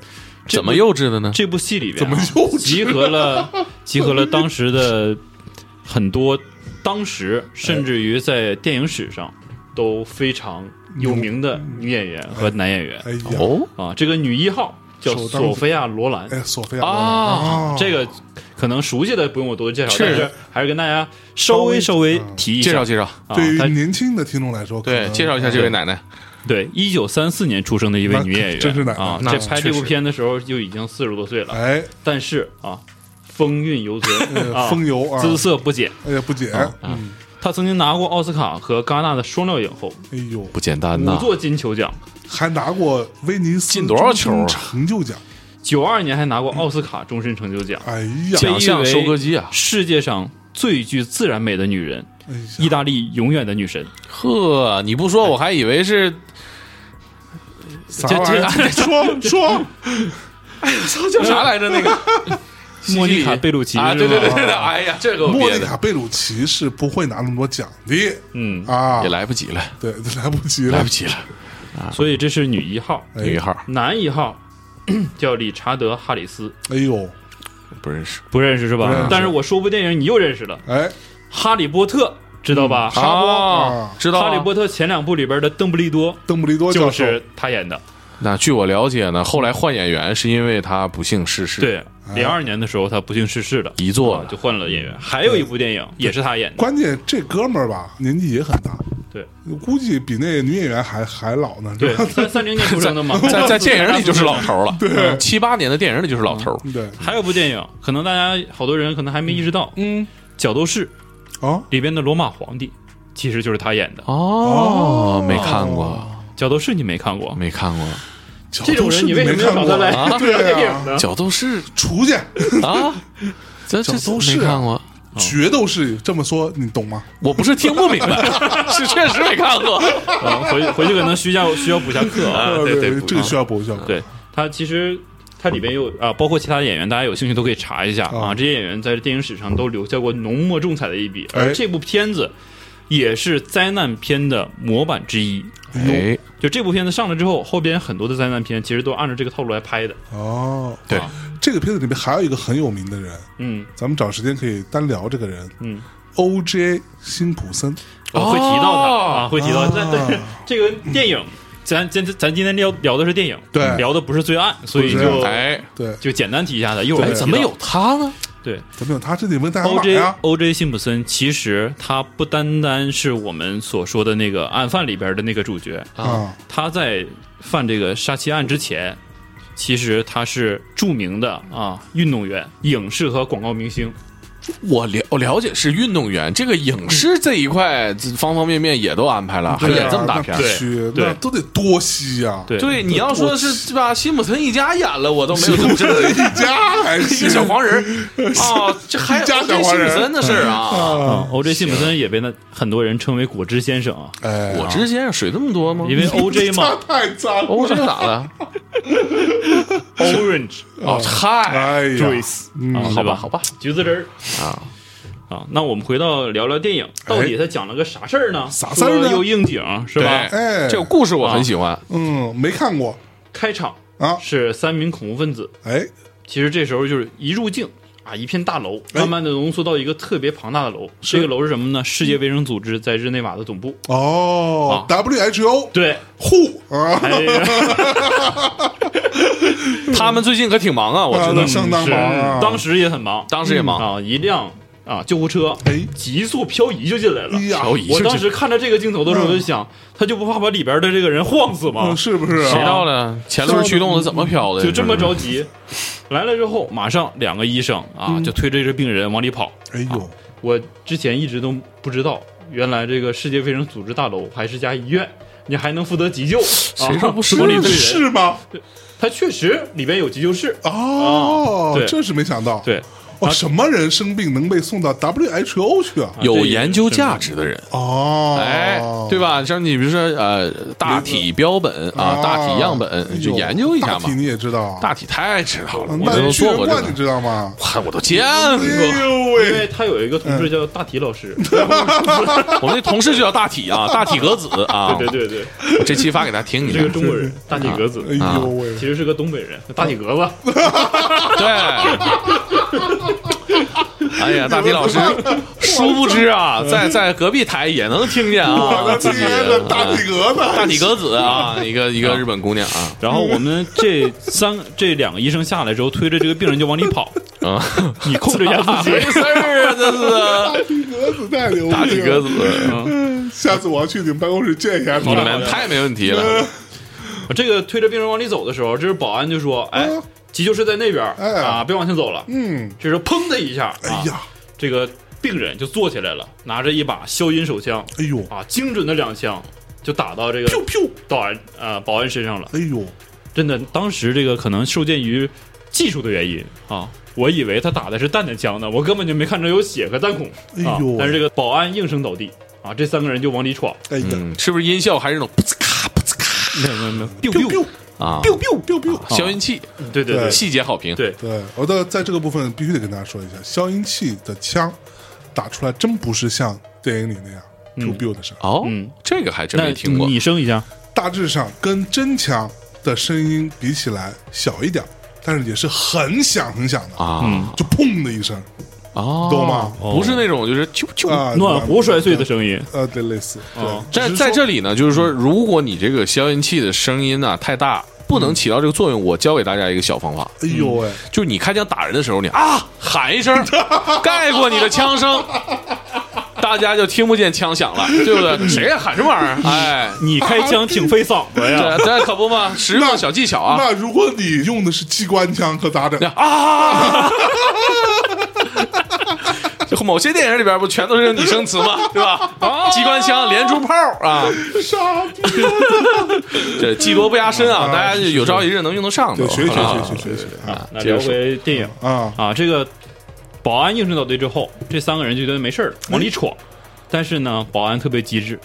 S3: 这
S2: 怎么
S3: 部
S2: 幼稚的呢？
S3: 这部戏里边、啊、
S1: 怎么幼稚
S3: 集合了 集合了当时的很多当时甚至于在电影史上都非常有名的
S2: 嗯
S3: 女演员和男演员
S1: 哎呀，
S2: 哦，
S3: 啊。这个女一号叫
S1: 首当
S3: 索菲亚·罗兰，
S1: 哎，索菲亚哦
S2: 啊
S3: 这个可能熟悉的不用我多介绍，
S2: 是
S3: 但是还是跟大家稍微稍微提一下
S2: 介绍介绍，
S1: 嗯
S2: 嗯
S3: 啊。
S1: 对于
S3: 她
S1: 年轻的听众来说，可
S2: 对，
S1: 能哎
S2: 介绍一下这位奶奶。
S3: 对，一九三四年出生的一位
S1: 那
S3: 女演员，
S1: 真是的
S3: 啊，
S1: 那
S3: 这拍这
S2: 确
S3: 部
S2: 实
S3: 片的时候就已经四十多岁了，
S1: 哎，
S3: 但是啊，风韵犹存，
S1: 呃
S3: 啊
S1: 风油啊，
S3: 姿色不减。
S1: 哎呀，不解，
S2: 啊
S1: 嗯，
S3: 她曾经拿过奥斯卡和戛纳的双料影后，
S1: 哎呦，
S2: 不简单
S3: 五
S2: 呐！
S3: 座金球奖，
S1: 还拿过威尼斯
S2: 进多少球啊
S1: 终身成就奖？
S3: 九二年还拿过奥斯卡终身成就奖，
S1: 哎呀，
S3: 这
S2: 奖项收割机
S1: 嗯
S2: 啊！
S3: 世界上最具自然美的女人，
S1: 哎呀
S3: 意大利永远的女神。
S2: 呵，你不说我还以为是
S1: 啥玩意儿？ 说 说，
S2: 叫啥来着？那个
S3: 莫妮卡贝鲁奇
S2: 啊，
S3: 是
S2: 对对对
S3: 吧
S2: 对对，哎呀，这个我
S1: 莫
S2: 憋
S1: 妮
S2: 的
S1: 卡贝鲁奇是不会拿那么多奖的
S3: 嗯，
S1: 啊
S2: 也，来不及了，
S1: 对， 来不及
S2: 来
S1: 了
S2: 不，及了。
S3: 啊所以这是女一号，
S1: 哎
S2: 女号
S3: 男一号叫理查德·哈里斯，
S1: 哎呦，
S2: 不认识，
S3: 不认识是
S1: 不认识
S3: 吧？但是我说部电影你又认识了，《
S1: 哎，
S3: 哈利波特》，知道吧？
S1: 哈波
S2: 啊
S1: 啊
S2: 知道
S3: 哈
S2: 啊
S3: 利波特》前两部里边的邓布利多
S1: 邓布利多教
S3: 就
S1: 授，
S3: 是他演的。
S2: 那据我了解呢，后来换演员是因为他不幸逝世，，
S3: 对，零二年的时候他不幸逝世了，
S2: 哎遗作
S3: 啊就换了演员。还有一部电影也是他演的，
S1: 关键这哥们儿吧，年纪也很大，
S3: 对
S1: 估计比那女演员还还老呢，
S3: 对
S1: 是吧，
S3: 三三零年出生的嘛，
S2: 在在电影里就是老头了， 对，七八年的电影里就是老头。
S1: 对，
S3: 还有部电影，可能大家好多人可能还没意识到，
S1: 嗯，
S3: 《角斗士》
S1: 哦，
S3: 里边的罗马皇帝其实就是他演的。
S2: 哦，啊没看过，
S3: 《角斗士》你没看过？
S2: 没看过。
S3: 这种人你为什么要找他来
S1: 啊
S3: 聊
S1: 对
S3: 电
S1: 啊
S3: 影呢？
S2: 角斗士
S1: 出去
S2: 啊，这这
S1: 角斗士啊
S2: 没看过，
S3: 嗯
S1: 决斗士这么说，你懂吗？
S2: 我不是听不明 白，是确实没看过。
S1: 哎
S3: 啊，回回去可能需 要需要补下课啊。
S1: 呃
S3: 对对，
S1: 这个需要补，需要补。
S3: 对他其实他里边有啊，包括其他演员，大家有兴趣都可以查一下
S1: 啊
S3: 啊。这些演员在电影史上都留下过浓墨重彩的一笔，
S1: 哎
S3: 而这部片子也是灾难片的模板之一。
S2: 哎，
S3: 就这部片子上了之后，后边很多的灾难片其实都按照这个套路来拍的。
S1: 哦，
S2: 对，
S1: 这个片子里面还有一个很有名的人，
S3: 嗯，
S1: 咱们找时间可以单聊这个人，
S3: 嗯
S1: ，O.J. 辛普森，
S3: 我会提到他
S2: 哦
S3: 啊，会提到。但但是这个电影，咱今咱今天聊聊的是电影，
S1: 对
S3: 聊的不是罪案，所以
S1: 不是罪
S3: 就
S2: 哎，
S1: 对，
S3: 就简单提一下他。一会儿会提到
S2: 他呢？
S3: 对
S1: 怎么有他？这得问大家买
S3: OJ
S1: 呀。
S3: OJ 辛普森？其实他不单单是我们所说的那个案犯里边的那个主角，
S1: 啊，
S3: 他在犯这个杀妻案之前，其实他是著名的啊运动员、影视和广告明星。
S2: 我了我了解是运动员，这个影视这一块这方方面面也都安排了，还
S1: 对啊
S2: 演这么大片儿
S1: 那。必须，
S3: 对
S1: 那都得多吸呀。
S3: 对
S2: 对，你要说是对吧？辛普森一家演了，我都没有这么
S1: 辛
S2: 深
S1: 普森
S2: 的
S1: 一家还
S2: 一个
S1: 行，
S2: 小黄人 儿哦，这还有
S1: 一家小
S2: 这
S1: 黄
S2: 辛普
S1: 人嗯
S2: 森的事儿啊！
S3: 啊，OJ 辛普森也被那很多人称为“果汁先生”啊，
S1: 哎，
S2: 我之前水这么多吗？
S3: 因 为 OJ
S1: 他
S3: 嘛
S1: 太脏了，
S2: 欧洲咋了？
S3: ，Orange
S2: 哦，嗨，
S1: 哎呀，
S3: juice 啊，
S2: 好吧，
S3: 对嗯吧？
S2: 好吧，
S3: 橘子汁儿
S2: 啊
S3: 啊。那我们回到聊聊电影，到底他讲了个啥事儿呢？
S1: 啥事儿呢
S3: 说又应景是吧？
S2: 对
S1: 哎，
S2: 这个故事我很喜欢。
S1: 嗯，没看过
S3: 开场
S1: 啊，
S3: 是三名恐怖分子，
S1: 哎，
S3: 其实这时候就是一入境啊，一片大楼慢慢的浓缩到一个特别庞大的楼。这个楼是什么呢？世界卫生组织在日内瓦的总部。
S1: 哦
S3: 啊
S1: ，WHO
S3: 对，
S1: WHO 啊，
S3: 哎呀，
S2: 他们最近可挺忙啊，我知道
S1: 啊。相当
S3: 嗯是
S1: 忙啊，
S3: 当时也很忙，
S2: 当时也
S1: 嗯
S2: 忙，
S3: 啊，一辆啊救护车
S1: 哎
S3: 急速漂移嗯就进来了
S1: 哎。呀，
S2: 漂移
S3: 我当时看着这个镜头的时候，我就想，他就不怕把里边的这个人晃死吗
S1: 嗯，？是不是啊？
S2: 谁到了？前轮驱动的怎么飘的？
S3: 嗯就这么
S2: 着
S3: 着急，来了之后，马上两个医生啊，就推着这病人往里跑。
S1: 哎呦，
S3: 我之前一直都不知道，原来这个世界卫生组织大楼还是家医院，你还能负责急救。谁
S2: 说不是啊
S3: 是？往里推人，
S1: 是吗？
S3: 它确实里边有急救室。
S1: 哦
S3: 啊，对
S1: 这是没想到，
S3: 对，
S1: 哦，什么人生病能被送到 WHO 去啊？
S2: 有研究价值的人，
S1: 哦，
S2: 哎，对？吧？像你比如说呃，大体标本啊，大体样本就研究一下
S1: 哦哎大
S2: 嘛
S1: 体。你也知道啊，
S2: 大体太知道了，
S1: 嗯
S2: 我
S1: 那
S2: 都
S1: 你去
S2: 做
S1: 人
S2: 过这
S1: 罐你
S2: 个，
S1: 知道吗？
S2: 嗨我都见
S1: 哎呦
S2: 过。
S3: 因
S1: 喂，
S3: 为他有一个同事叫大体老师，
S2: 我那同事就叫大体啊，大体格子啊。
S3: 对对对对，
S2: 这期发给他听一下
S3: 是个。中国人，大体格子，
S1: 哎
S2: 啊
S1: 呦喂，
S3: 其实是个东北人，大体格子，
S2: 对，哎呀，大体 老师，殊不知啊，在在隔壁台也能听见啊，
S1: 嗯我
S2: 自
S1: 的
S2: 己
S1: 天呐，大体格子，
S2: 大体格子啊，一个一个日本姑娘啊，
S3: 然后我们这三 这两个医生下来之后，推着这个病人就往里跑，
S2: 啊，
S3: 你控制一下自
S2: 没
S3: 己。
S2: 事儿啊，这是
S1: 大体格子太牛逼了，
S2: 大体格子，
S1: 下次我要去你们办公室见一下
S2: 你
S1: 你。
S2: 们太没问题了，
S3: 这个推着病人往里走的时候，这是保安就说：“哎，急救室在那边儿，
S1: 嗯哎
S3: 啊，别往前走了。”
S1: 嗯，
S3: 这时候砰的一下，
S1: 哎
S3: 啊，
S1: 呀，
S3: 这个病人就坐起来了，拿着一把消音手枪
S1: 哎呦，
S3: 啊，精准的两枪就打到这个
S1: 噗噗，
S3: 保安呃保安身上了。
S1: 哎呦，
S3: 真的，当时这个可能受限于技术的原因啊，我以为他打的是弹的枪呢，我根本就没看着有血和弹孔。啊
S1: 哎呦
S3: 但是这个保安应声倒地啊，这三个人就往里闯。
S1: 哎呀，
S2: 嗯，是不是音效还是那种噗呲咔噗呲咔
S3: 没有没有没有，biu
S1: ，biu
S3: biu，
S1: biu
S2: 啊？
S1: biu biu biu biu，
S2: 消音器，
S3: 对对对
S2: 细节好评，
S3: 对，
S1: 对，我的在这个部分必须得跟大家说一下，消音器的枪打出来真不是像电影里那样 “to build” 的声，
S2: 哦
S3: 嗯，
S2: 这个还真
S3: 那
S2: 没听过
S3: 你升一下，
S1: 大致上跟真枪的声音比起来小一点，但是也是很响很响的，
S3: 嗯
S2: 啊，
S1: 就砰的一声
S2: 哦，
S1: 懂吗
S2: 不是那种就是啾啾
S1: 啊，
S3: 暖壶摔碎的声音。
S1: 呃，对，类似，对
S3: 哦，
S2: 在
S1: 只是
S2: 在
S1: 说
S2: 这里呢，就是说，如果你这个消音器的声音呢、太大，不能起到这个作用，我教给大家一个小方法，
S1: 哎呦喂，
S2: 就是你开枪打人的时候，你啊喊 一声，盖过你的枪声，大家就听不见枪响了，对不 对？谁喊这玩意儿？哎，
S3: 你开枪挺费嗓子呀，
S2: 这这可不嘛，实用的小技巧啊！
S1: 那如果你用的是机关枪，可咋整？
S2: 啊！ 就某些电影里边不全都是用拟声词 吗？对
S1: 哦
S2: 吧？机关枪、连珠炮啊，
S1: 傻逼！
S2: 这技多不压身啊，
S1: 啊
S2: 大家有朝一日能用得上
S1: 对，
S2: 的。
S1: 学一学
S2: 啊
S1: 学一学学一学啊
S3: 那
S2: 接着
S3: 聊
S2: 说
S3: 回电影
S1: 啊！
S3: 啊，这个保安应声倒地之后，这三个人就觉得没事儿了，往
S1: 哎
S3: 里闯。但是呢，保安特别机智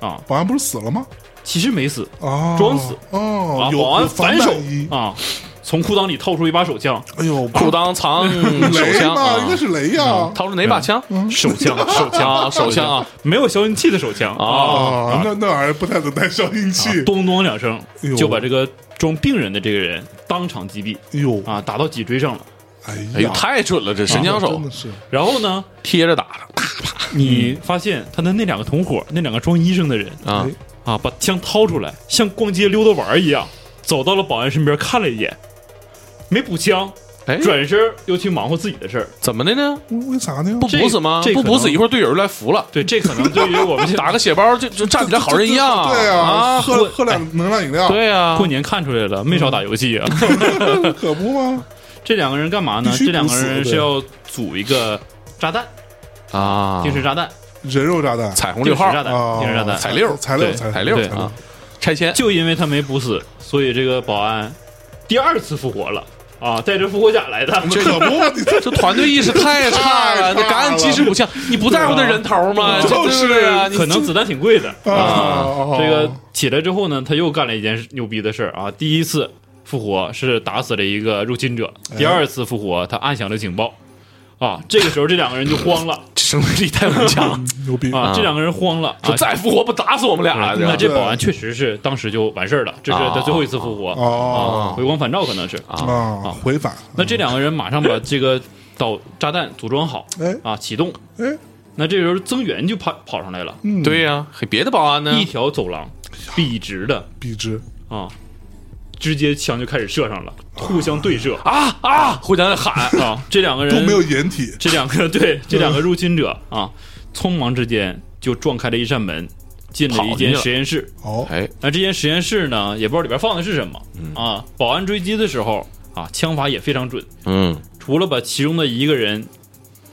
S3: 啊，
S1: 保安不是死了吗？
S3: 其实没死
S1: 哦，
S3: 装死
S1: 哦
S3: 啊，，
S1: 有
S3: 保安
S1: 有防
S3: 反手
S1: 弹衣
S3: 啊，从裤裆里掏出一把手枪，
S1: 哎呦，
S2: 裤裆藏手
S1: 雷
S2: 枪
S1: 吧，应该
S2: 啊，
S1: 是雷呀。
S2: 掏出哪把枪？
S1: 嗯
S3: 手枪，手 枪，
S2: 啊，手枪啊，
S3: 没有消音器的手枪啊，
S1: 啊，那那玩意儿不太能带消音器
S3: 咚咚两声
S1: 哎呦
S3: 就把这个装病人的这个人当场击毙
S1: 哟，
S3: 啊，打到脊椎上了。
S1: 哎
S2: 哎呦，
S1: 呀，啊
S2: 太准了，这神枪手
S1: 真的是
S3: 然后呢，
S2: 贴着打的
S3: 你
S1: 嗯
S3: 发现他的那两个同伙，那两个装医生的人
S2: 啊
S1: 哎
S3: 啊，把枪掏出来，像逛街溜达玩儿一样，走到了保安身边看了一眼，没补枪，
S2: 哎，
S3: 转身又去忙活自己的事儿。
S2: 怎么的呢？
S1: 为为啥呢？
S2: 不
S3: 这
S2: 补死吗？
S3: 这
S2: 不
S3: 可
S2: 补死，
S3: 能
S2: 一会儿队友就来扶了，
S3: 对，这可能对于我们
S2: 打个血包就就站起来好人一样啊！
S1: 对
S2: 啊，
S1: 喝喝两能量饮料，
S2: 对啊，
S3: 过年看出来了，没少打游戏啊。
S1: 可不吗？
S3: 这两个人干嘛呢
S1: 必？须
S3: 这两个
S1: 不死
S3: 人
S1: 对
S3: 是要组一个炸弹，
S2: 啊，
S3: 定时炸弹，
S1: 人肉炸弹，
S2: 彩虹
S3: 定
S2: 六
S3: 时
S2: 号
S3: 炸弹
S1: 哦，
S3: 定时炸弹。
S2: 彩六
S1: 材料
S3: 对
S1: 材
S2: 彩六
S3: 对
S1: 嗯
S2: 啊，拆迁
S3: 就因为他没补死，所以这个保安第二次复活了啊，带着复活甲来的。
S1: 这可不嘛，你这
S2: 这团队意识太差
S1: 太差
S2: 了，
S1: 了
S2: 那赶紧及时补枪，你不在乎那人头
S1: 对
S2: 吗？
S1: 啊
S2: 这对不对啊，
S3: 可能子弹挺贵的
S1: 啊哦
S3: 这个起来之后呢，他又干了一件牛逼的事儿啊！第一次复活是打死了一个入侵者，第二次复活他按响了警报啊！这个时候这两个人就慌了
S2: 生命力太顽 强，
S1: 牛逼
S3: 啊！这两个人慌了啊
S2: 说！再复活不打死我们俩
S3: 啊
S2: 啊！
S3: 那这
S1: 对
S3: 保安确实是当时就完事儿了，这是他最后一次复活
S1: 哦
S3: 啊，回光返照可能是啊。
S1: 啊，回返
S3: 那这两个人马上把这个导炸弹组装好
S1: 哎
S3: 啊，启动。
S1: 哎，
S3: 那这时候增援就跑跑上来了，
S1: 嗯，
S2: 对呀，还哎别的保安呢
S3: 一？条走廊笔直的
S1: 笔直，
S3: 啊，直接枪就开始射上了，互相对射
S2: 啊啊！互相喊，
S3: 啊！这两个人
S1: 都没有嗯掩体，
S3: 这两个 对这两个入侵者啊，匆忙之间就撞开了一扇门，进了一间
S2: 跑进去了
S3: 实验室。
S1: 哦，
S2: 哎，
S3: 那这间实验室呢，也不知道里边放的是什么啊。保安追击的时候啊，枪法也非常准，
S2: 嗯，
S3: 除了把其中的一个人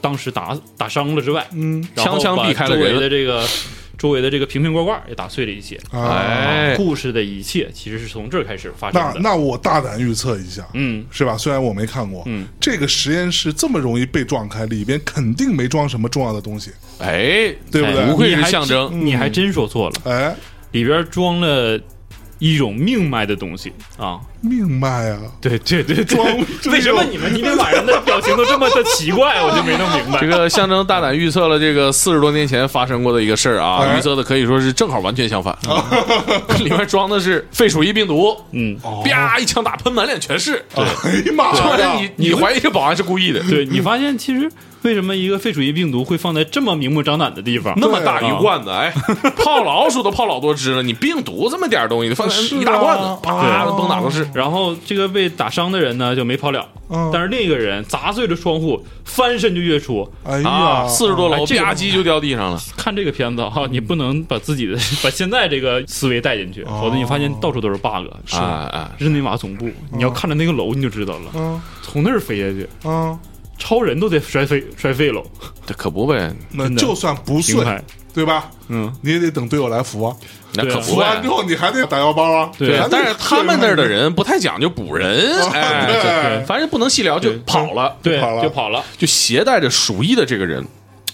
S3: 当时打打伤了之外，
S1: 嗯
S3: 然后
S2: 枪枪
S3: 把
S2: 避开了
S3: 周围
S2: 人
S3: 的这个周围的这个瓶瓶罐罐也打碎了一些。
S1: 啊，
S2: 哎，
S3: 故事的一切其实是从这儿开始发生
S1: 那
S3: 的。
S1: 那我大胆预测一下，
S3: 嗯，
S1: 是吧？虽然我没看过，
S3: 嗯，
S1: 这个实验室这么容易被撞开，里边肯定没装什么重要的东西，
S2: 哎，
S1: 对不
S2: 哎
S1: 对
S2: 无？愧
S3: 你
S2: 是
S3: 还
S2: 象
S3: 真
S2: 征
S3: 你还真说错了，
S1: 哎，
S3: 里边装了一种命脉的东西啊！
S1: 命脉啊，
S3: 对对对，对
S1: 装
S3: 为什么你们今天晚上的表情都这么的奇怪？我就没弄明白。
S2: 这个象征大胆预测了这个四十多年前发生过的一个事儿啊，
S1: 哎哦
S2: 预测的可以说是正好完全相反。 里面装的是肺鼠疫病毒，
S3: 嗯，
S2: 啪一枪打喷满脸全是，
S1: 哎呀妈
S2: 就是
S1: 呀，
S2: 你你怀疑这保安是故意的，
S3: 对你发现其实为什么一个肺鼠疫病毒会放在这么明目张胆的地方？
S2: 那么大
S1: 啊
S2: 一罐子，哎，泡老鼠都泡老多只了，你病毒这么点儿东西，放在
S1: 是啊
S2: 一大罐子，啪
S1: 对
S2: 崩哪都是。
S3: 然后这个被打伤的人呢就没跑了，
S1: 嗯
S3: 但是另一个人砸碎了窗户，翻身就跃出。
S1: 哎呀，
S2: 啊，四十多楼
S3: 哎这个
S2: 吧唧就掉地上了，
S3: 看这个片子哈、你不能把自己的把现在这个思维带进去，否则你发现到处都是 bug。
S2: 啊啊！
S3: 日内瓦总部，你要看着那个楼你就知道了，
S1: 嗯
S3: 从那儿飞下去，
S1: 嗯，
S3: 超人都得摔飞摔废楼，
S2: 这可不呗，
S1: 那
S3: 真的
S1: 就算不
S3: 平
S1: 碎
S3: 台，，
S1: 对吧？
S3: 嗯，
S1: 你也得等队友来扶啊，
S2: 那
S3: 对啊
S2: 可
S1: 扶
S2: 不
S1: 完
S2: 呗
S1: 之。后你还得打腰包啊，
S3: 对
S1: 还得
S2: 但是他们那儿的人不太讲究补人，哎，
S1: 对
S2: 反正不能细聊就
S3: 对
S2: 跑了，
S3: 对，
S1: 跑了
S3: 就跑了，
S2: 就携带着鼠疫的这个人，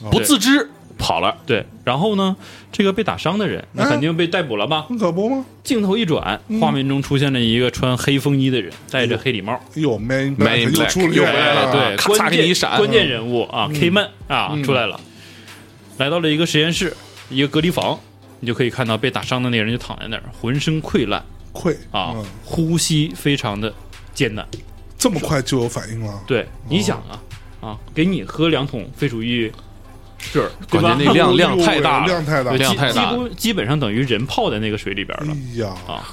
S2: 不自知跑了。
S3: 对。然后呢，这个被打伤的人，那
S1: 嗯
S3: 肯定被逮捕了吧？
S1: 那可不吗？
S3: 镜头一转，
S2: 嗯
S3: 画面中出现了一个穿黑风衣的人，戴着黑礼帽，哎
S1: 哟，Man
S2: Man in
S1: 又
S2: Black，
S1: 出了啊
S2: 又
S1: 又
S2: 回来了
S3: 对，
S2: 哎咔嚓
S3: 关
S2: 给
S3: 键
S2: 你一闪
S3: 关键人物
S2: 嗯
S3: 啊，K man 啊出来了，来到了一个实验室，一个隔离房，你就可以看到被打伤的那个人就躺在那儿，浑身溃烂
S1: 溃
S3: 啊
S1: 嗯，
S3: 呼吸非常的艰难。
S1: 这么快就有反应了，
S3: 对，
S2: 哦
S3: 你想啊啊，给你喝两桶非鼠疫水儿，对吧
S2: 关？键那 量量太大了，
S1: 量太大了
S3: 对
S2: 量
S3: 基
S2: 太大
S3: 基
S2: 了。嗯
S3: 本基本上等于人泡在那个水里边
S1: 哎
S3: 了
S1: 呀，
S3: 啊。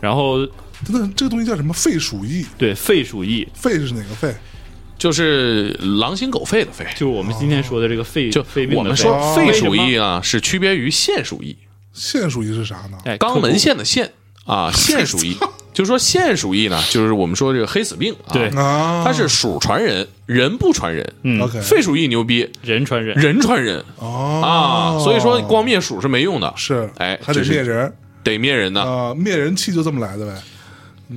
S3: 然后
S1: 真的，这个东西叫什么肺鼠疫？
S3: 对肺鼠疫，
S1: 肺是哪个肺？
S2: 就是狼心狗肺的肺。
S3: 就是我们今天说的这个肺
S2: 就
S3: 肺病
S2: 我
S3: 的
S2: 们
S3: 肺
S2: 说肺鼠
S3: 为
S2: 疫啊，是区别于腺鼠疫，
S1: 腺鼠疫是啥呢？
S3: 哎，
S2: 肛
S3: 口
S2: 门
S3: 部
S2: 腺的腺啊，腺鼠疫。就说腺鼠疫呢，就是我们说这个黑死病啊，
S3: 对
S1: 啊，
S2: 它是鼠传人，人不传人。
S3: 嗯
S1: OK
S2: 肺鼠疫牛逼，
S3: 人传 人，
S2: 人传人
S1: 哦
S2: 啊，所以说光灭鼠是没用的，
S1: 是
S2: 哎
S1: 还得
S2: 这是
S1: 灭人
S2: 得灭人的。
S1: 啊，灭人气就这么来的呗。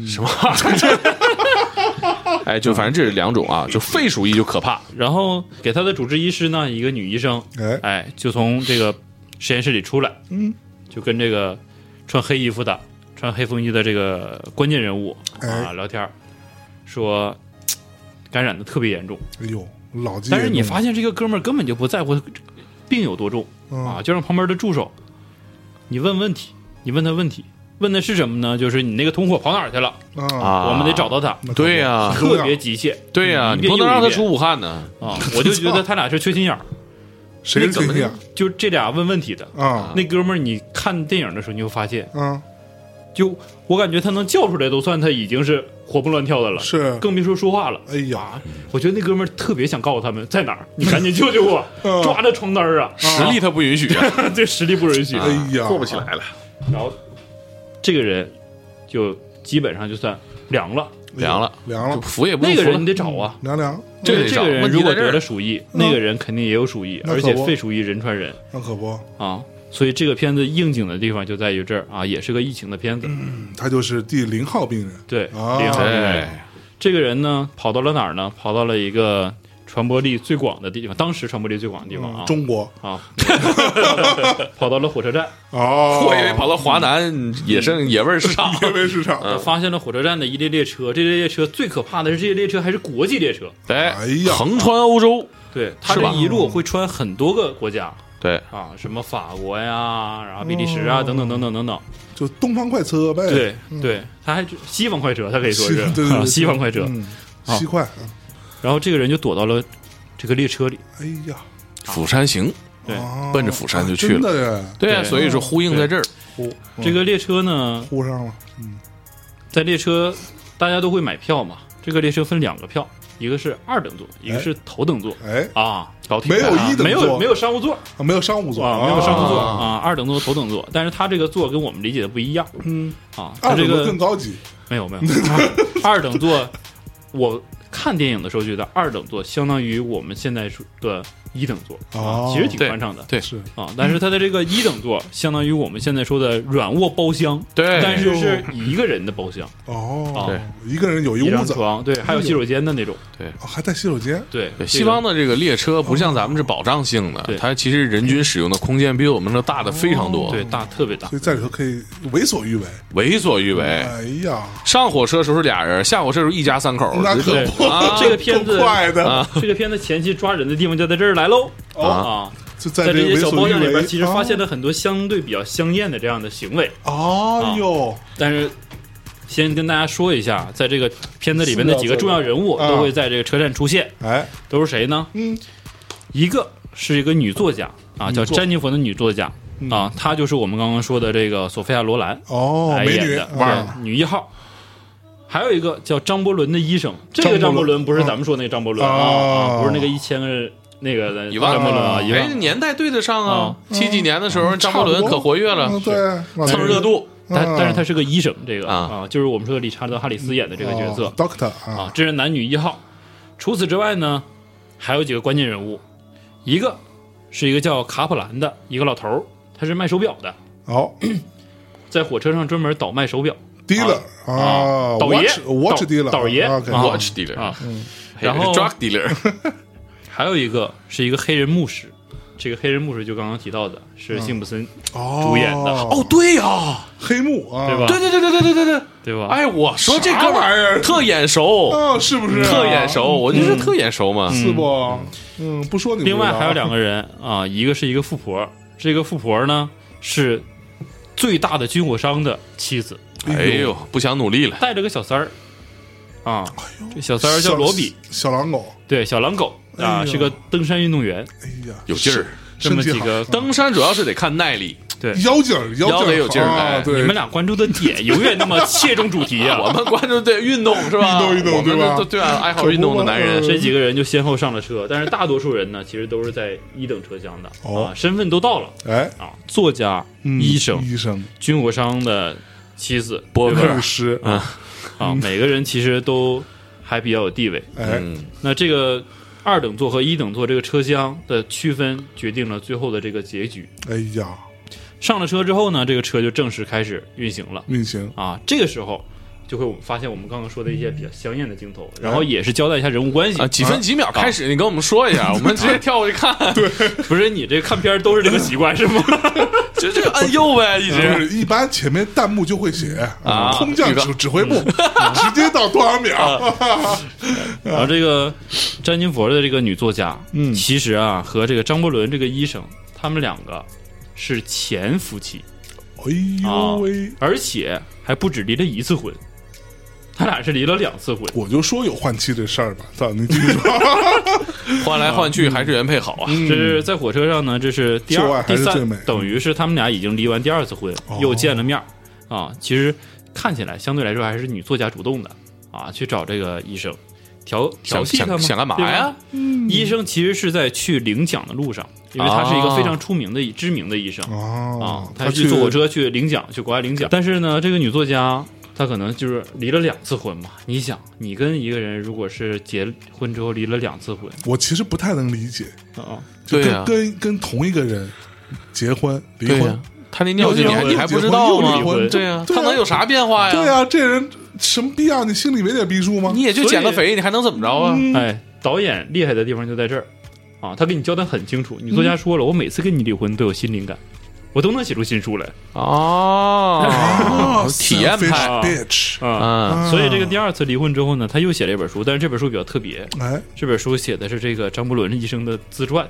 S2: 什么玩意儿？哎，就反正这是两种啊，就肺鼠疫就可怕，
S3: 然后给他的主治医师呢，一个女医生，
S1: 哎
S3: 哎，就从这个实验室里出来，嗯，就跟这个穿黑衣服的、穿黑风衣的这个关键人物啊
S1: 哎
S3: 聊天儿，说嘖感染的特别严重，
S1: 哎呦，老鸡也弄了，
S3: 但是你发现这个哥们儿根本就不在乎病有多重啊
S1: 嗯
S3: 啊，就让旁边的助手，你问问题，你问他问题，问的是什么呢？就是你那个同伙跑哪儿去了？
S1: 啊，
S2: 啊，
S3: 我们得找到他，
S1: 那可不
S2: 对呀、
S1: 重要
S3: 特别急切
S2: 对呀、
S3: 嗯
S2: 你不能让他出武汉呢。
S3: 啊！我就觉得他俩是缺心眼儿，
S1: 谁是亲戚啊？
S3: 就这俩问问题的。
S1: 啊
S3: 那哥们儿，你看电影的时候你就发现，
S1: 啊，
S3: 就我感觉他能叫出来都算他已经是活蹦乱跳的了，
S1: 是，
S3: 更别说说话了。
S1: 哎呀，
S3: 我觉得那哥们儿特别想告诉他们在哪儿，你赶紧救救我
S1: 嗯，
S3: 抓着床单儿啊！
S2: 实力他不允许啊，
S3: 这实力不允许。
S1: 哎 呀，
S4: 做不起来了。
S3: 然后这个人就基本上就算凉了。
S1: 嗯
S2: 凉了，
S1: 凉了，
S2: 服也不
S3: 那
S2: 用
S3: 个
S2: 服
S3: 人
S2: 了。
S3: 你得找啊，
S1: 凉凉，
S2: 这个得
S3: 这
S2: 找
S3: 个人
S2: 问题
S3: 如果
S2: 在这
S3: 得
S2: 儿
S3: 了鼠疫，
S1: 嗯
S3: 那个人肯定也有鼠疫，
S1: 那可
S3: 而且
S1: 不
S3: 肺鼠疫人传人
S1: 哎那可不，
S3: 啊。所以这个片子应景的地方就在于这儿啊，也是个疫情的片子。
S1: 他就是第零号病人，
S3: 对，
S1: 嗯啊
S3: 零号病
S2: 对
S3: 人。，这个人呢，跑到了哪儿呢？跑到了一个传播力最广的地方，当时传播力最广的地方啊
S1: 嗯，中国
S3: 啊， 跑到了火车站，
S1: 哦，，
S2: 我以为跑到华南野生野味儿市场
S1: 因为市场，
S2: 嗯
S3: 发现了火车站的一列列车。这列列车最可怕的是，这些列车还是国际列车。
S2: 哎
S1: 哎呀，
S2: 横穿欧洲，
S3: 对，它
S2: 是吧
S3: 这一路会穿很多个国家
S2: 对，
S3: 啊，什么法国呀，然后比利时啊，
S1: 哦
S3: 等等等等等等。
S1: 就东方快车呗，
S3: 对对，它还西方快车，它可以说
S1: 西
S3: 是
S1: 对对对
S3: 啊西方快车。
S1: 嗯，
S3: 啊
S1: 西快，
S3: 然后这个人就躲到了这个列车里，
S1: 哎呀，
S2: 釜山行，
S3: 对，
S1: 哦
S2: 奔着釜山就去
S1: 真
S2: 了
S1: 的耶，
S2: 对啊，
S3: 对
S2: 所以说呼应在这儿，
S3: 呼，
S1: 嗯
S3: 这个列车呢，
S1: 呼上了，
S3: 在列车大家都会买票嘛，这个列车分两个票，一个是二等座，一个是头等座。
S1: 哎，
S3: 啊，高铁
S1: 没有
S3: 啊
S1: 哎哦一等座
S3: 没有没有商务座，
S1: 啊没有商务座，
S3: 啊，没有商务座
S1: 啊
S3: 啊，二等座、头等座，但是他这个座跟我们理解的不一样，嗯啊，他
S1: 二
S3: 这
S1: 等座
S3: 个
S1: 更高级，
S3: 没有没有， 啊二等座，我看电影的时候觉得二等座相当于我们现在说的一等座
S1: 哦
S3: 啊，其实挺
S2: 对
S3: 宽敞的
S2: 对
S1: 是
S3: 啊，但是它的这个一等座相当于我们现在说的软卧包厢，
S2: 对，
S3: 但是是一个人的包厢，
S1: 哦，
S2: 对
S1: 一个人有
S3: 一
S1: 一屋
S3: 张
S1: 子，哦
S3: 床，对，还有洗手间的那种，
S1: 还带洗手间，
S3: 对，
S2: 对，
S3: 这
S2: 西
S3: 个
S2: 方的这个列车不像咱们是保障性的
S3: 对，哦
S2: 它其实人均使用的空间比我们这大的非常多，
S3: 对，大特别大
S1: 所，以在里头可以为所欲为，
S2: 为所欲为。
S1: 哎呀，
S2: 上火车时候是俩人，下火车时候一家三口，
S1: 那可
S3: 对
S1: 不，
S2: 啊
S3: 这个片 子啊
S1: 够快的，
S3: 这个片子前期抓人的地方就在这儿来喽
S2: 啊
S3: 啊！
S1: 就在
S3: 在
S1: 这
S3: 这
S1: 个
S3: 些
S1: 为
S3: 小
S1: 所
S3: 包
S1: 欲
S3: 厢里边，
S1: 为，
S3: 其实发现了很多相对比较香艳的这样的行为。
S1: 哦，哎呦，
S3: 但是，先跟大家说一下，在这个片子里面的几个重要人物
S1: 啊
S3: 都会在这个车站出现，
S1: 哎，
S3: 都是谁呢？
S1: 嗯，
S3: 一个是一个女作家啊，
S1: 女
S3: 叫
S1: 作
S3: 詹妮弗的女作家啊，她就是我们刚刚说的这个索菲亚·罗兰
S1: 哦，
S3: 来
S1: 美
S3: 演
S1: 女
S3: 的，
S1: 啊
S3: 对女一号。还有一个叫张伯伦的医生，这个
S1: 张
S3: 张
S1: 伯
S3: 伯
S1: 伦
S3: 伦不是咱们说那个张伯伦啊
S1: 哦
S3: 啊，不是那个一千个那个的
S2: 一万
S3: 张伯伦啊，一
S2: 哎
S3: 万，。
S2: 年代对得上啊！七几年的时候，
S1: 差
S2: 张
S1: 不
S2: 伯
S1: 多
S2: 伦可活跃了
S1: 嗯，对，
S2: 蹭热度。
S3: 但但是他
S1: 他
S3: 是个医生，这个
S2: 啊
S3: 啊，就是我们说的理查德·哈里斯演的这个角色
S1: Doctor
S3: 啊
S1: 啊，，
S3: 这是男女一号。除此之外呢，还有几个关键人物，一个是一个叫卡普兰的一个老头儿，他是卖手表的，
S1: 哦
S3: 在火车上专门倒卖手表
S1: ，Dealer 啊
S3: 啊倒爷
S1: Watch Watch
S3: 倒
S1: Dealer，
S3: 倒爷
S1: 啊，OK
S3: 啊
S2: Watch dealer，
S3: 啊。
S2: 还有
S3: 然后
S2: drug dealer，
S3: 还有一个是一个黑人牧师，这个黑人牧师就刚刚提到的是辛普森，
S1: 哦
S3: 主演的
S2: 哦，对呀，
S1: 黑幕啊，
S3: 对吧
S2: 对对对对对对对对。
S3: 对吧？
S2: 哎，我说这哥们
S1: 啥玩意
S2: 儿
S1: 儿
S2: 特眼熟，
S1: 哦，是不是啊
S2: 特眼熟，我就是特眼熟嘛。
S1: 是不？嗯，不说你不知
S3: 另
S1: 道，
S3: 外还有两个人啊，一个是一个富婆，这个富婆呢是最大的军火商的妻子，
S1: 嗯
S2: 哎呦，不想努力了，
S3: 带着个小三儿啊，这小三儿叫罗比，
S1: 小小狼狗，
S3: 对，小狼狗
S1: 哎
S3: 啊，
S1: 呦
S3: 是个登山运动员，
S1: 哎呀，
S2: 有劲儿。
S3: 这么
S1: 身体
S3: 几
S1: 好
S3: 个
S2: 登山主要是得看耐力，
S3: 对。
S1: 腰劲儿，腰
S2: 腰
S1: 劲
S2: 得
S1: 儿
S2: 有劲儿哎
S1: 啊，对，
S3: 你们俩关注的点永远那么切中主题
S2: 我
S3: 啊！
S2: 们关注对运动是吧？
S1: 运动运动
S2: 我们
S1: 对吧
S2: 都对啊，爱好运动的男人
S1: 可不嘛
S3: 这几个人就先后上了车，但是大多数人呢，其实都是在一等车厢的
S1: 哦
S3: 啊，身份都到了
S1: 哎，
S3: 啊，作家、
S1: 嗯
S3: 医生、
S1: 医生，
S3: 军火商的妻子
S2: 博
S3: 对吧
S2: 客
S1: 律师，
S2: 嗯
S1: 嗯
S3: 啊，每个人其实都还比较有地位。
S1: 哎，
S2: 嗯，
S3: 那这个二等座和一等座这个车厢的区分，决定了最后的这个结局。
S1: 哎呀，
S3: 上了车之后呢，这个车就正式开始运行了
S1: 运行，
S3: 啊。这个时候就会我们发现我们刚刚说的一些比较香艳的镜头，然
S1: 哎
S3: 后也是交代一下人物关系
S2: 啊，。几分几秒开始，你跟我们说一下，我们直接跳过去看。对，
S3: 不是你这看片儿都是这个习惯是吗？
S2: 就 这个按右呗，一
S1: 就
S2: 直。
S1: 是一般前面弹幕就会写
S2: 啊
S1: 空降
S2: 预告嗯啊
S1: 指指挥部， 直接到多少秒，
S3: 然后这个詹金佛的这个女作家，
S1: 嗯
S3: 其实啊和这个张伯伦这个医生，他们两个是前夫妻
S1: 哎呦
S3: 啊
S1: 喂！，
S3: 而且还不止离了一次婚，他俩是离了两次婚。
S1: 我就说有换妻这事儿吧，操你继 续说，
S2: 换来换去还是原配好啊。
S3: 这是在火车上呢，这是第
S1: 旧爱
S3: 二、
S1: 还
S3: 第
S1: 是最
S3: 三
S1: 美，
S3: 等于是他们俩已经离完第二次婚，
S1: 哦
S3: 又见了面儿啊。其实看起来相对来说还是女作家主动的啊，去找这个医生调调
S2: 想
S3: 戏他
S2: 想
S3: 们，
S2: 想干嘛
S3: 对吧
S2: 呀？？
S3: 医生其实是在去领奖的路上，因为他是一个
S2: 啊
S3: 非常出名的、知名的医生啊
S1: 哦，，
S3: 他
S1: 去
S3: 去坐火车去领奖，去国外领奖。但是呢，这个女作家她可能就是离了两次婚嘛。你想，你跟一个人如果是结婚之后离了两次婚
S1: 我其实不太能理解，
S3: 啊，
S1: 就
S2: 对
S1: 跟、
S2: 呀
S1: 跟跟同一个人结婚离
S2: 对
S1: 婚，
S2: 呀，他那尿性你还
S1: 又
S2: 你还不
S1: 结婚
S2: 知道
S1: 又
S2: 吗
S1: 离？婚
S2: 对呀，
S1: 对
S2: 他
S1: 呀
S2: 能有啥变化呀？
S1: 对啊，这人什么逼样？你心里没点逼数吗？，
S2: 你也就
S3: 所以
S2: 减个肥，你还能怎么着啊？
S3: 哎，导演厉害的地方就在这儿啊，他给你交代很清楚。女作家说了，我每次跟你离婚都有新灵感，我都能写出新书来
S2: 哦 体验派，
S1: 啊 selfish bitch，
S3: 啊。
S2: 嗯，
S1: 啊
S3: 所以这个第二次离婚之后呢，他又写了一本书，但是这本书比较特别，
S1: 哎，
S3: 这本书写的是这个张伯伦医生的自传，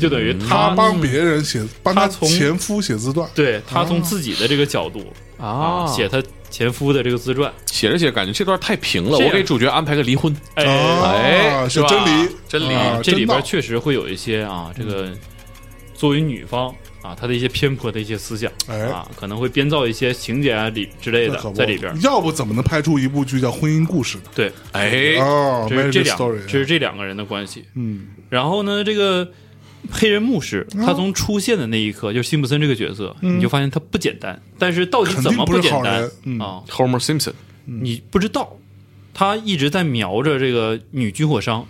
S3: 就等于他
S1: 他帮别人写，帮
S3: 他从
S1: 前夫写自传，
S3: 对他从自己的这个角度
S2: 啊
S3: 啊，写他前夫的这个自传，
S2: 写着写着感觉这段太平了，
S3: 这
S2: 我
S3: 样
S2: 给主角安排个离婚，
S1: 啊
S3: 哎，
S2: 哎，
S1: 是
S2: 吧
S1: 真理
S2: 真理，
S1: 啊
S3: 啊这里
S1: 真
S3: 边
S1: 闹
S3: 确实会有一些啊，这个作为女方啊，她的一些偏颇的一些思想
S1: 哎
S3: 啊，可能会编造一些情节啊里之类
S1: 那
S3: 的
S1: 可不
S3: 在里边。
S1: 要不怎么能拍出一部剧叫《婚姻故事》呢？
S3: 对，
S2: 哎，
S1: 哦，
S3: 这是这
S1: Marriage
S3: 两，
S1: Story，
S3: 这是这两个人的关系。
S1: 嗯，啊
S3: 然后呢，这个黑人牧师他从出现的那一刻，就是辛普森这个角色，你就发现他不简单。但是到底
S1: 嗯肯
S3: 怎
S1: 定
S3: 么
S1: 不是
S3: 简
S1: 好
S3: 单
S1: 人，嗯
S3: 啊？
S2: Homer Simpson，
S3: 你不知道，他一直在瞄着这个女军火商，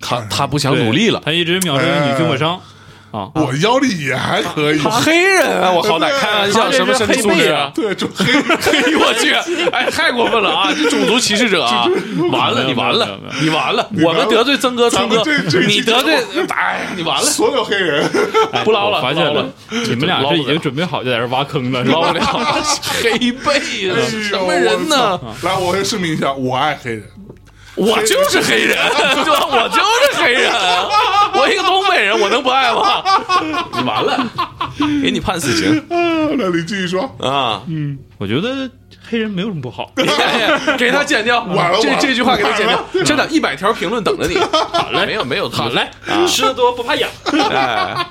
S2: 他他不想
S3: 对
S2: 努力了，
S3: 他一直瞄着这个女军火商啊。
S1: 我腰力也还可以，
S2: 黑人啊，我好歹
S1: 对
S2: 开玩笑，
S3: 他这
S2: 什么
S3: 是
S2: 身体
S3: 黑
S2: 素
S3: 背
S2: 质
S3: 啊
S2: 啊？
S1: 对，就黑
S2: 哎呦我去！ 哎，太过分了啊！你种族歧视者啊！完了，你完
S3: 没有
S2: 了
S3: 没有，
S2: 你完了！
S1: 完
S2: 我
S1: 了
S2: 们得罪曾哥，
S1: 咱
S2: 曾
S1: 们
S2: 哥
S1: 这这，一
S2: 你
S1: 期
S2: 得罪，哎呀，你完了，
S1: 所有黑人，
S2: 不唠了，
S3: 哎我发
S2: 不
S3: 现
S2: 唠了，
S3: 你们俩
S2: 捞
S3: 是
S2: 不
S3: 已经
S2: 了
S3: 准备好就在这挖坑了，是
S2: 捞
S3: 吧
S2: 不？了， 黑背
S3: 哎
S2: 呀， 什么人呢？
S1: 哎呦？我操来，我先声明一下，我爱黑人，
S2: 我就是黑人， 对吧？我就是黑 人，我一个东北人，我能不爱吗？你完了，给你判死刑
S1: 啊那你继续说，
S2: 啊！
S3: 我觉得黑人没有什么不好。
S2: 给他剪掉，
S1: 晚了
S2: 这
S1: 晚了
S2: 这句话给他剪
S1: 晚
S2: 掉，真的，一百条评论等着你。好嘞，没有没有，
S3: 好嘞，吃的多不怕痒。
S2: 哎，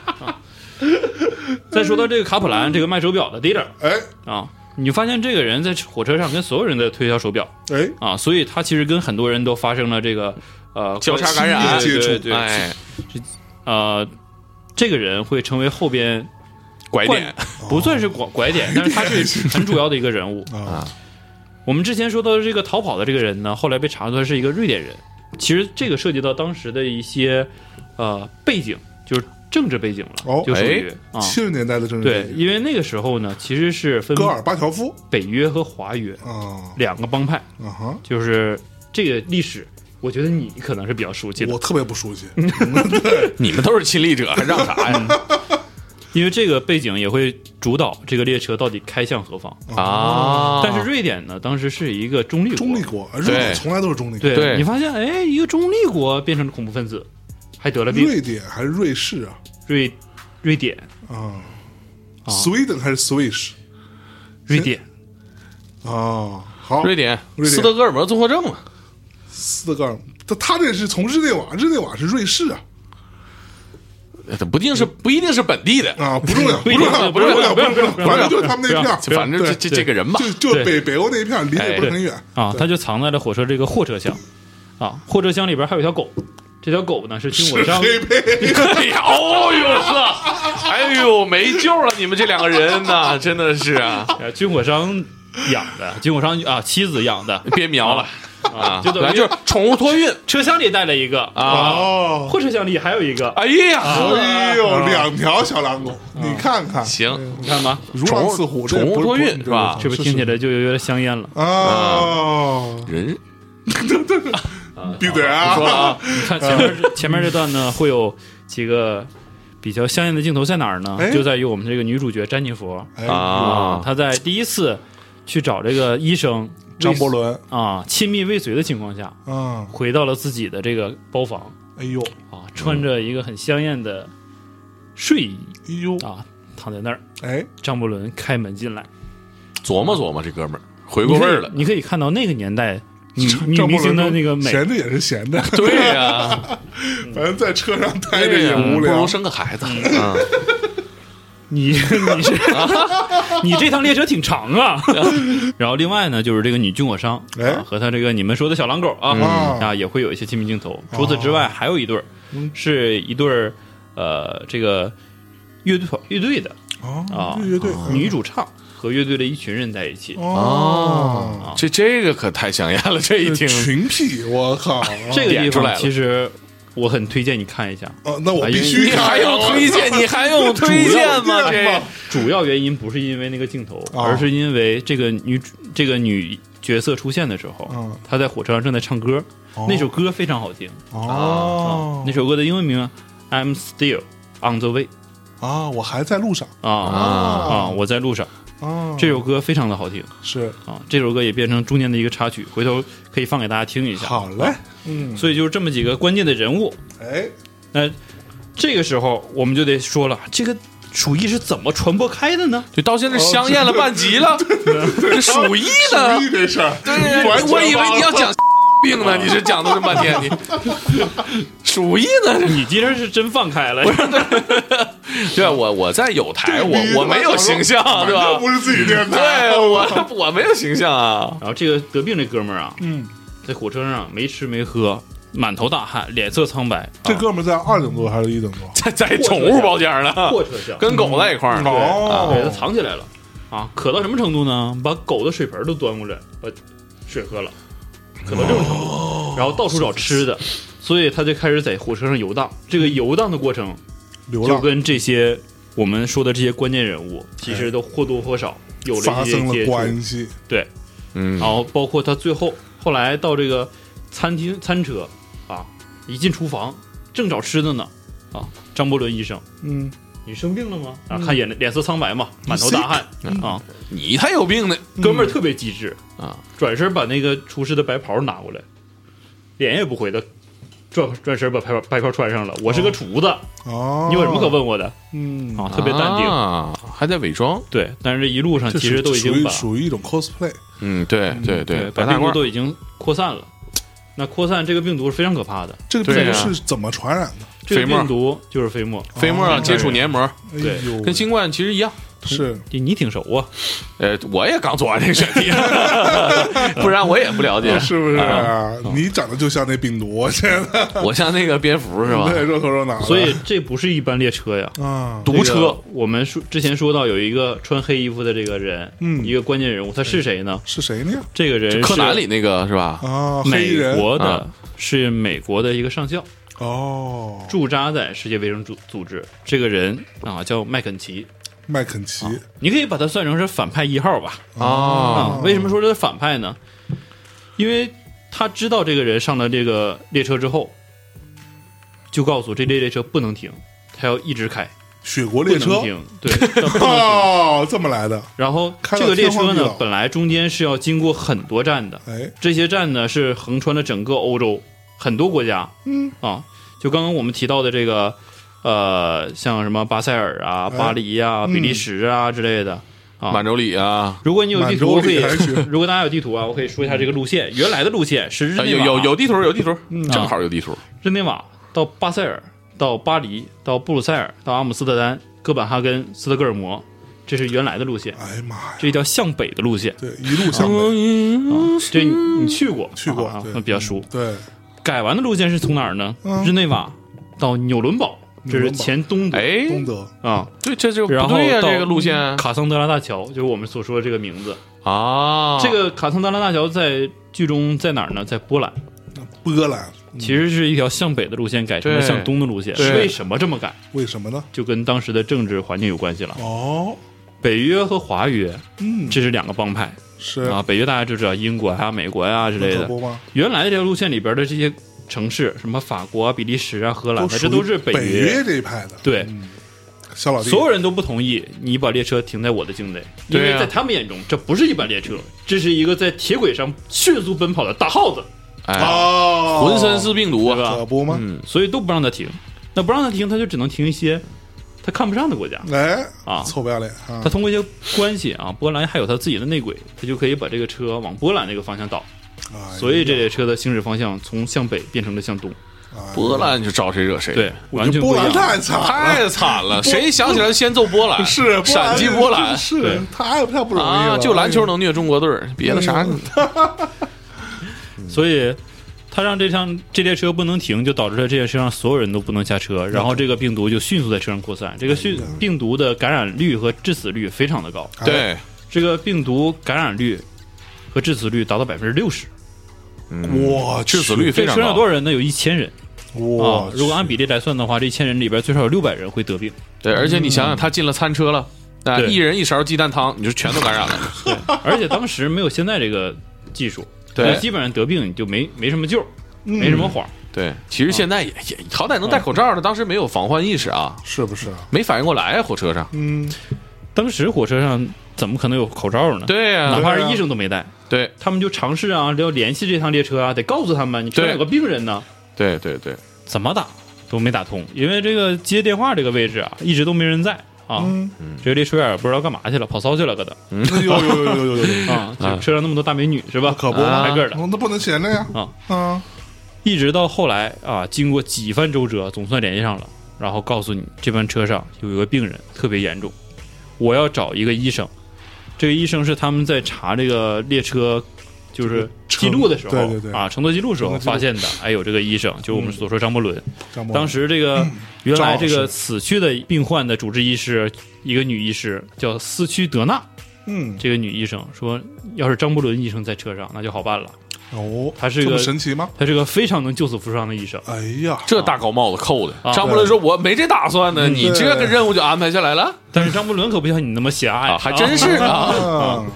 S3: 再说
S1: 嗯
S3: 到这个卡普兰这个卖手表的 dealer
S1: 哎
S3: 啊，你就发现这个人在火车上跟所有人在推销手表
S1: 哎，
S3: 啊，所以他其实跟很多人都发生了这个呃
S2: 交叉感染
S3: 对对对对
S2: 哎，
S3: 呃，这个人会成为后边
S2: 拐点
S3: 惯，不算是拐拐点，但是他是很主要的一个人物
S1: 啊。
S3: 我们之前说到的这个逃跑的这个人呢，后来被查出来是一个瑞典人。其实这个涉及到当时的一些呃背景，就是政治背景了，
S1: 哦
S3: 就属于、
S2: 哎
S3: 啊。
S1: 七十年代的政治
S3: 对
S1: 人，物，
S3: 因为那个时候呢，其实是分
S1: 嗯戈尔巴乔夫
S3: 北约和华约
S1: 啊
S3: 两个帮派，
S1: 啊哈，
S3: 就是这个历史，我觉得你可能是比较熟悉的
S1: 我，特别不熟悉，
S3: 嗯
S2: 你们都是亲历者，还让啥呀？
S3: 因为这个背景也会主导这个列车到底开向何方。
S2: 啊
S3: 但是瑞典呢，当时是一个中立国，
S1: 中立国，日本从来都是中立国，
S3: 对
S2: 对
S3: 你发现哎，一个中立国变成了恐怖分子，还得了病，
S1: 瑞典还是瑞士啊
S3: 瑞瑞典
S1: 啊，Sweden 还是 Swiss
S3: 瑞典
S1: 啊，好，
S2: 瑞典
S1: 瑞典
S2: 斯德哥尔摩综合症嘛，
S1: 斯德哥尔，他他这是从日内瓦，日内瓦是瑞士啊
S2: 这不定是不一定是本地的，
S1: 啊，不重要，不重要，
S3: 不
S1: 重
S3: 重
S1: 要，
S3: 要
S1: 不
S3: 不重要
S1: 重要，
S3: 不重要
S1: 反正就是他们那片儿，
S2: 就反正
S1: 对
S2: 这这这个人吧，
S1: 就就
S3: 对
S1: 北北欧那一片儿离得也不是很远，
S3: 啊，他就藏在了火车这个货车厢啊，货车厢里边还有一条狗，这条狗呢是军火商
S1: 黑背
S2: 哎呀，哦呦呵，哎呦，没救了！你们这两个人呐、真的是啊，
S3: 啊，军火商养的，军火商啊妻子养的，
S2: 别瞄了啊！
S3: 就等于
S2: 来就是宠物托运
S3: 车厢里带了一个
S2: 啊！
S1: 哦，
S3: 货车厢里还有一个，
S2: 哎呀，
S1: 哎呦，两条小狼狗，你看看，
S2: 行，
S3: 你看吧，
S1: 如
S2: 宠
S1: 狼
S2: 物
S1: 似虎，
S2: 宠
S1: 这
S2: 物
S1: 不
S2: 托运
S1: 不
S2: 是吧
S3: 哦是不是听起来就有点香烟
S1: 啊
S3: 了？
S1: 哦，
S2: 人
S1: 闭嘴
S3: 说了
S1: 啊！
S3: 啊，你看前面这前面这段呢，会有几个比较香艳的镜头在哪儿呢
S1: 哎？
S3: 就在于我们这个女主角詹妮弗
S1: 哎，
S2: 啊，
S3: 她在第一次去找这个医生
S1: 张伯伦
S3: 啊亲密未遂的情况下，
S1: 啊，
S3: 回到了自己的这个包房
S1: 哎呦，
S3: 啊，穿着一个很香艳的睡衣
S1: 哎呦，
S3: 啊，躺躺在那儿，
S1: 哎，
S3: 张伯伦开门进来，
S2: 琢磨琢磨这哥们儿回过味儿了。
S3: 你可以。你可以看到那个年代女 女
S1: 张
S3: 明
S1: 伯伦
S3: 星的那个美，
S1: 闲着也是闲 着，
S2: 对呀、
S1: 反正在车
S3: 嗯
S1: 上待着
S2: 对
S1: 也
S2: 呀
S1: 无
S2: 不
S1: 聊
S2: 如。生个孩子。嗯，
S3: 你你是你这趟列车挺长 啊。然后另外呢，就是这个女军火商、
S1: 哎
S3: 啊、和她这个你们说的小狼狗啊、
S1: 嗯哦
S3: 啊，也会有一些亲密镜头。除此之外，还有一对儿、是一对儿呃，这个乐队乐队的
S1: 哦
S3: 啊，
S1: 乐队
S3: 女主唱和乐队的一群人在一起。
S1: 嗯哦，
S3: 啊
S2: 这这个可太抢眼了，这一听
S1: 群 P，我靠！
S3: 啊这个地
S2: 点出来
S3: 方
S2: 了
S3: 其实我很推荐你看一下，
S1: 哦，那我
S3: 哎呀
S1: 必须
S2: 你
S1: 看啊
S2: 还用推荐？你
S3: 哎
S2: 还用推荐吗？这
S3: 主要原因不是因为那个镜头，
S1: 哦
S3: 而是因为这个女主这个女角色出现的时候，
S1: 嗯
S3: 她在火车上正在唱歌，那首歌非常好听。啊
S1: 哦
S3: 那首歌的英文名《I'm Still on the Way》
S1: 啊，我还在路上
S3: 啊
S2: 啊
S3: 啊！我在路上，
S1: 啊，
S3: 这首歌非常的好听
S1: 是
S3: 啊！这首歌也变成中间的一个插曲，回头可以放给大家听一下。啊
S1: 好嘞，嗯，
S3: 所以就是这么几个关键的人物。
S1: 哎，
S3: 那这个时候我们就得说了，这个鼠疫是怎么传播开的呢？
S2: 就到现在香艳了半集了，这鼠疫呢？
S1: 这事儿，
S2: 对
S1: 完全
S2: 我以为
S1: 忘了
S2: 你要讲 病呢，你是讲的这半天，你 鼠疫呢？
S3: 你今天是真放开了，
S2: 对啊，我我在有台，我
S1: 你
S2: 我没有形象，对
S1: 反正
S2: 吧
S1: 不？是自己 电台，啊
S2: 对我我没有形象啊，
S3: 然后这个得病这哥们儿啊，
S1: 嗯，
S3: 在火车上没吃没喝，满头大汗，脸色苍白，
S1: 这哥们儿在二等座还是一等座？
S2: 在在宠物包间呢，
S3: 啊破车厢，
S2: 跟狗在一块儿呢。
S3: 给他
S1: 哦，
S3: 藏起来了啊！渴到什么程度呢？把狗的水盆都端过来，把水喝了，渴到这种程
S1: 哦
S3: 度，然后到处找吃的，所以他就开始在火车上游荡。这个游荡的过程，
S1: 流
S3: 就
S1: 浪
S3: 跟这些我们说的这些关键人物，其实都或多或少有了
S1: 发
S3: 一些
S1: 生了
S3: 接触。
S1: 关系，
S3: 对，
S2: 嗯
S3: 然，后包括他最后后来到这个餐厅餐车啊，一进厨房正找吃的呢啊，张伯伦医生，
S1: 嗯，
S3: 你生病了吗？啊，看眼脸色苍白嘛，满头大汗啊，
S2: 你才有病呢
S1: 嗯
S3: 哥们儿特别机智，
S2: 啊！
S3: 转身把那个厨师的白袍拿过来，脸也不回的。转转身把白袍白袍穿上了，我是个厨子，
S1: 哦，
S3: 你有什么可？问我的
S1: 嗯，
S3: 啊？特别淡定，
S2: 哦啊，还在伪装。
S3: 对。但是这一路上
S1: 这
S3: 其实都已
S1: 属
S3: 经
S1: 于
S3: 把
S1: 属于一种 cosplay，
S2: 嗯，对对
S3: 对
S2: 白
S3: 把
S2: 大
S3: 病毒
S2: 褂
S3: 都已经扩散了。那扩散这个病毒是非常可怕的，
S1: 这个
S2: 对
S1: 病
S2: 啊
S1: 毒是怎么传染的？
S3: 这个
S2: 飞沫
S3: 病毒就是飞沫，
S2: 飞沫啊，
S1: 哦
S2: 接触黏膜，
S1: 哎
S3: 对
S1: 呦，
S2: 跟新冠其实一样。
S1: 是
S3: 你你挺熟啊，
S2: 呃，我也刚做完这个选题， 不然我也不了 解。
S1: 是不是啊？你长得就像那病毒，现在
S2: 我像那个蝙蝠是吧？
S1: 对热头热脑的，
S3: 所以这不是一般列车呀。
S1: 啊，
S2: 毒
S3: 这个
S2: 车，
S3: 我们说之前说到有一个穿黑衣服的这个人，
S1: 嗯
S3: 一个关键人物，他是谁呢？
S1: 是谁呢？
S3: 这个人哎是
S2: 柯南里那个是吧？
S1: 啊，黑衣
S3: 美
S1: 人
S3: 国的
S2: 啊，
S3: 是美国的一个上校，
S1: 哦，
S3: 驻扎在世界卫生组组织。这个人啊叫麦肯齐，
S1: 麦肯齐
S3: 你可以把他算成是反派一号吧。
S2: 啊，
S3: 啊，为什么说这是反派呢？因为他知道这个人上了这个列车之后，就告诉这列列车不能停，他要一直开，
S1: 雪国
S3: 不
S1: 列
S3: 能
S1: 车
S3: 停，对，不能停。
S1: 哦，这么来的，
S3: 然后
S1: 开到
S3: 这个列
S1: 天
S3: 车
S1: 荒地
S3: 呢
S1: 老，
S3: 本来中间是要经过很多站的，
S1: 哎，
S3: 这些站呢是横穿了整个欧洲很多国家，嗯啊，就刚刚我们提到的这个，呃，像什么巴塞尔啊、
S1: 哎
S3: 巴黎啊、比利时啊之类的啊，
S2: 满洲里啊，
S3: 如果你有地图，我
S1: 满洲
S3: 可以
S1: 里还行。
S3: 如果大家有地图啊，我可以说一下这个路线。原来的路线是日嗯
S2: 呃
S3: 内
S2: 有
S3: 瓦，
S2: 有有地图，有地图，
S1: 嗯啊
S2: 正好有地图。
S3: 日内瓦到巴塞尔，到巴黎，到布鲁塞尔，到阿姆斯特丹、哥本哈根、斯德哥尔摩，这是原来的路线。
S1: 哎呀妈呀，
S3: 这条向北的路线，
S1: 对，一路向北，
S3: 这你你去过？
S1: 去过
S3: 啊
S1: 对，嗯
S3: 那比较熟。
S1: 对，
S3: 改完的路线是从哪儿呢
S1: 嗯？
S3: 日内瓦到纽伦堡，这是前东德
S2: 哎，
S1: 东德
S3: 啊，
S2: 对，这就不
S3: 然后
S2: 对呀，
S3: 到
S2: 这个路线
S3: 卡桑德拉大桥就是我们所说的这个名字。
S2: 啊，
S3: 这个卡桑德拉大桥在剧中在哪儿呢？在波兰。
S1: 波兰，
S3: 其实是一条向北的路线改成了
S2: 对
S3: 向东的路线。
S2: 对
S3: 为什么这么改？
S1: 为什么呢？
S3: 就跟当时的政治环境有关系了。
S1: 哦，
S3: 北约和华约
S1: 嗯，
S3: 这是两个帮派
S1: 是
S3: 啊，北约大家就知道英国啊、美国啊之类
S1: 能可
S3: 的。
S1: 不吗？
S3: 原来的这条路线里边的这些城市，什么法国啊、比利时啊、荷兰啊，
S1: 属于
S3: 这都是
S1: 北
S3: 约。
S1: 这一派的，嗯
S3: 对，
S1: 小老弟，
S3: 所有人都不同意你把列车停在我的境内，因
S2: 对
S3: 为
S2: 啊
S3: 在他们眼中这不是一班列车，这是一个在铁轨上迅速奔跑的大耗子，
S2: 哎，
S1: 哦，
S2: 浑身是病毒
S3: 对
S2: 啊，
S3: 吧
S1: 可？不吗？
S2: 嗯，
S3: 所以都不让他停。那不让他停，他就只能停一些他看不上的国家
S1: 哎
S3: 啊。
S1: 臭不要脸啊
S3: 他！通过一些关系啊，波兰还有他自己的内鬼，他就可以把这个车往波兰那个方向倒，
S1: 哎
S3: 所以这列车的行驶方向从向北变成了向东。
S1: 哎
S2: 波兰就招谁惹谁，
S3: 对，，完全
S1: 波
S3: 不一
S1: 兰
S3: 样。
S1: 太惨了，
S2: 太惨了，谁想起来先揍波兰？
S1: 是波兰
S2: 闪击波兰
S1: 是
S3: 对
S1: 太太不容易
S2: 啊！
S1: 了，
S2: 就篮球能虐中国队儿，别的啥
S3: 所以他让这趟这列车不能停，就导致了这列车上所有人都不能下车，然后这个病毒就迅速在车上扩散。这个迅病毒的感染率和致死率非常的高，
S1: 哎
S2: 对，
S3: 这个病毒感染率和致死率达到百分之六十。
S1: 嗯我
S2: 致死率
S3: 这
S2: 非
S3: 个
S2: 常
S3: 车上有多
S2: 高。
S3: 少人呢？有一千人啊
S1: 我！
S3: 如果按比例来算的话，这一千人里边最少有六百人会得病。
S2: 对，而且你想想，他进了餐车了，啊，
S3: 对
S2: 一人一勺鸡蛋汤，你就全都感染了。
S3: 对，而且当时没有现在这个技术，
S2: 对
S3: 那基本上得病你就没没什么救，没什么谎。
S2: 对，其实现在也也好歹能戴口罩的，当时没有防患意识啊，
S1: 是不是啊？
S2: 没反应过来啊，火车上。
S1: 嗯，
S3: 当时火车上怎么可能有口罩呢？，
S2: 对啊
S3: 哪
S2: 呀，
S3: 怕是医生都没带。
S2: 嗯对
S3: 他们就尝试啊，要联系这趟列车啊，得告诉他们你车上有个病人呢，
S2: 对对对，
S3: 怎么打都没打通，因为这个接电话这个位置啊，一直都没人在啊。
S1: 嗯
S3: 这个列车员不知道干嘛去了，跑骚去了，搁那
S1: 有哎有有有有有 有，
S3: 啊，就车上那么多大美女是吧？可
S1: 不嘛
S3: 挨个儿的。
S1: 那不能闲着呀
S3: 啊
S1: 啊！
S3: 一直到后来啊，经过几番周折，总算联系上了，然后告诉你这班车上有一个病人特别严重，我要找一个医生。这个医生是他们在查这个列车就是记录的时候
S1: 对对对
S3: 啊，乘坐记录时候
S1: 乘坐
S3: 发
S1: 记嗯
S3: 现的。哎有这个医生就是我们所说张伯伦。
S1: 张博
S3: 当时这个原来这
S1: 嗯张老
S3: 个
S1: 师
S3: 死去的病患的主治医师，一个女医师叫斯屈德纳，
S1: 嗯
S3: 这个女医生说，要是张伯伦医生在车上，那就好办了。
S1: 哦，
S3: 他是
S1: 这么
S3: 个
S1: 神奇吗？
S3: 他是个非常能救死扶伤的医生。
S1: 哎呀，
S2: 这大高帽子扣的。
S3: 啊
S2: 张伯伦说：“我没这打算呢，你这个任务就安排下来了
S3: 但是张伯伦可不像你那么狭隘
S2: 啊，还真是啊。
S1: 啊，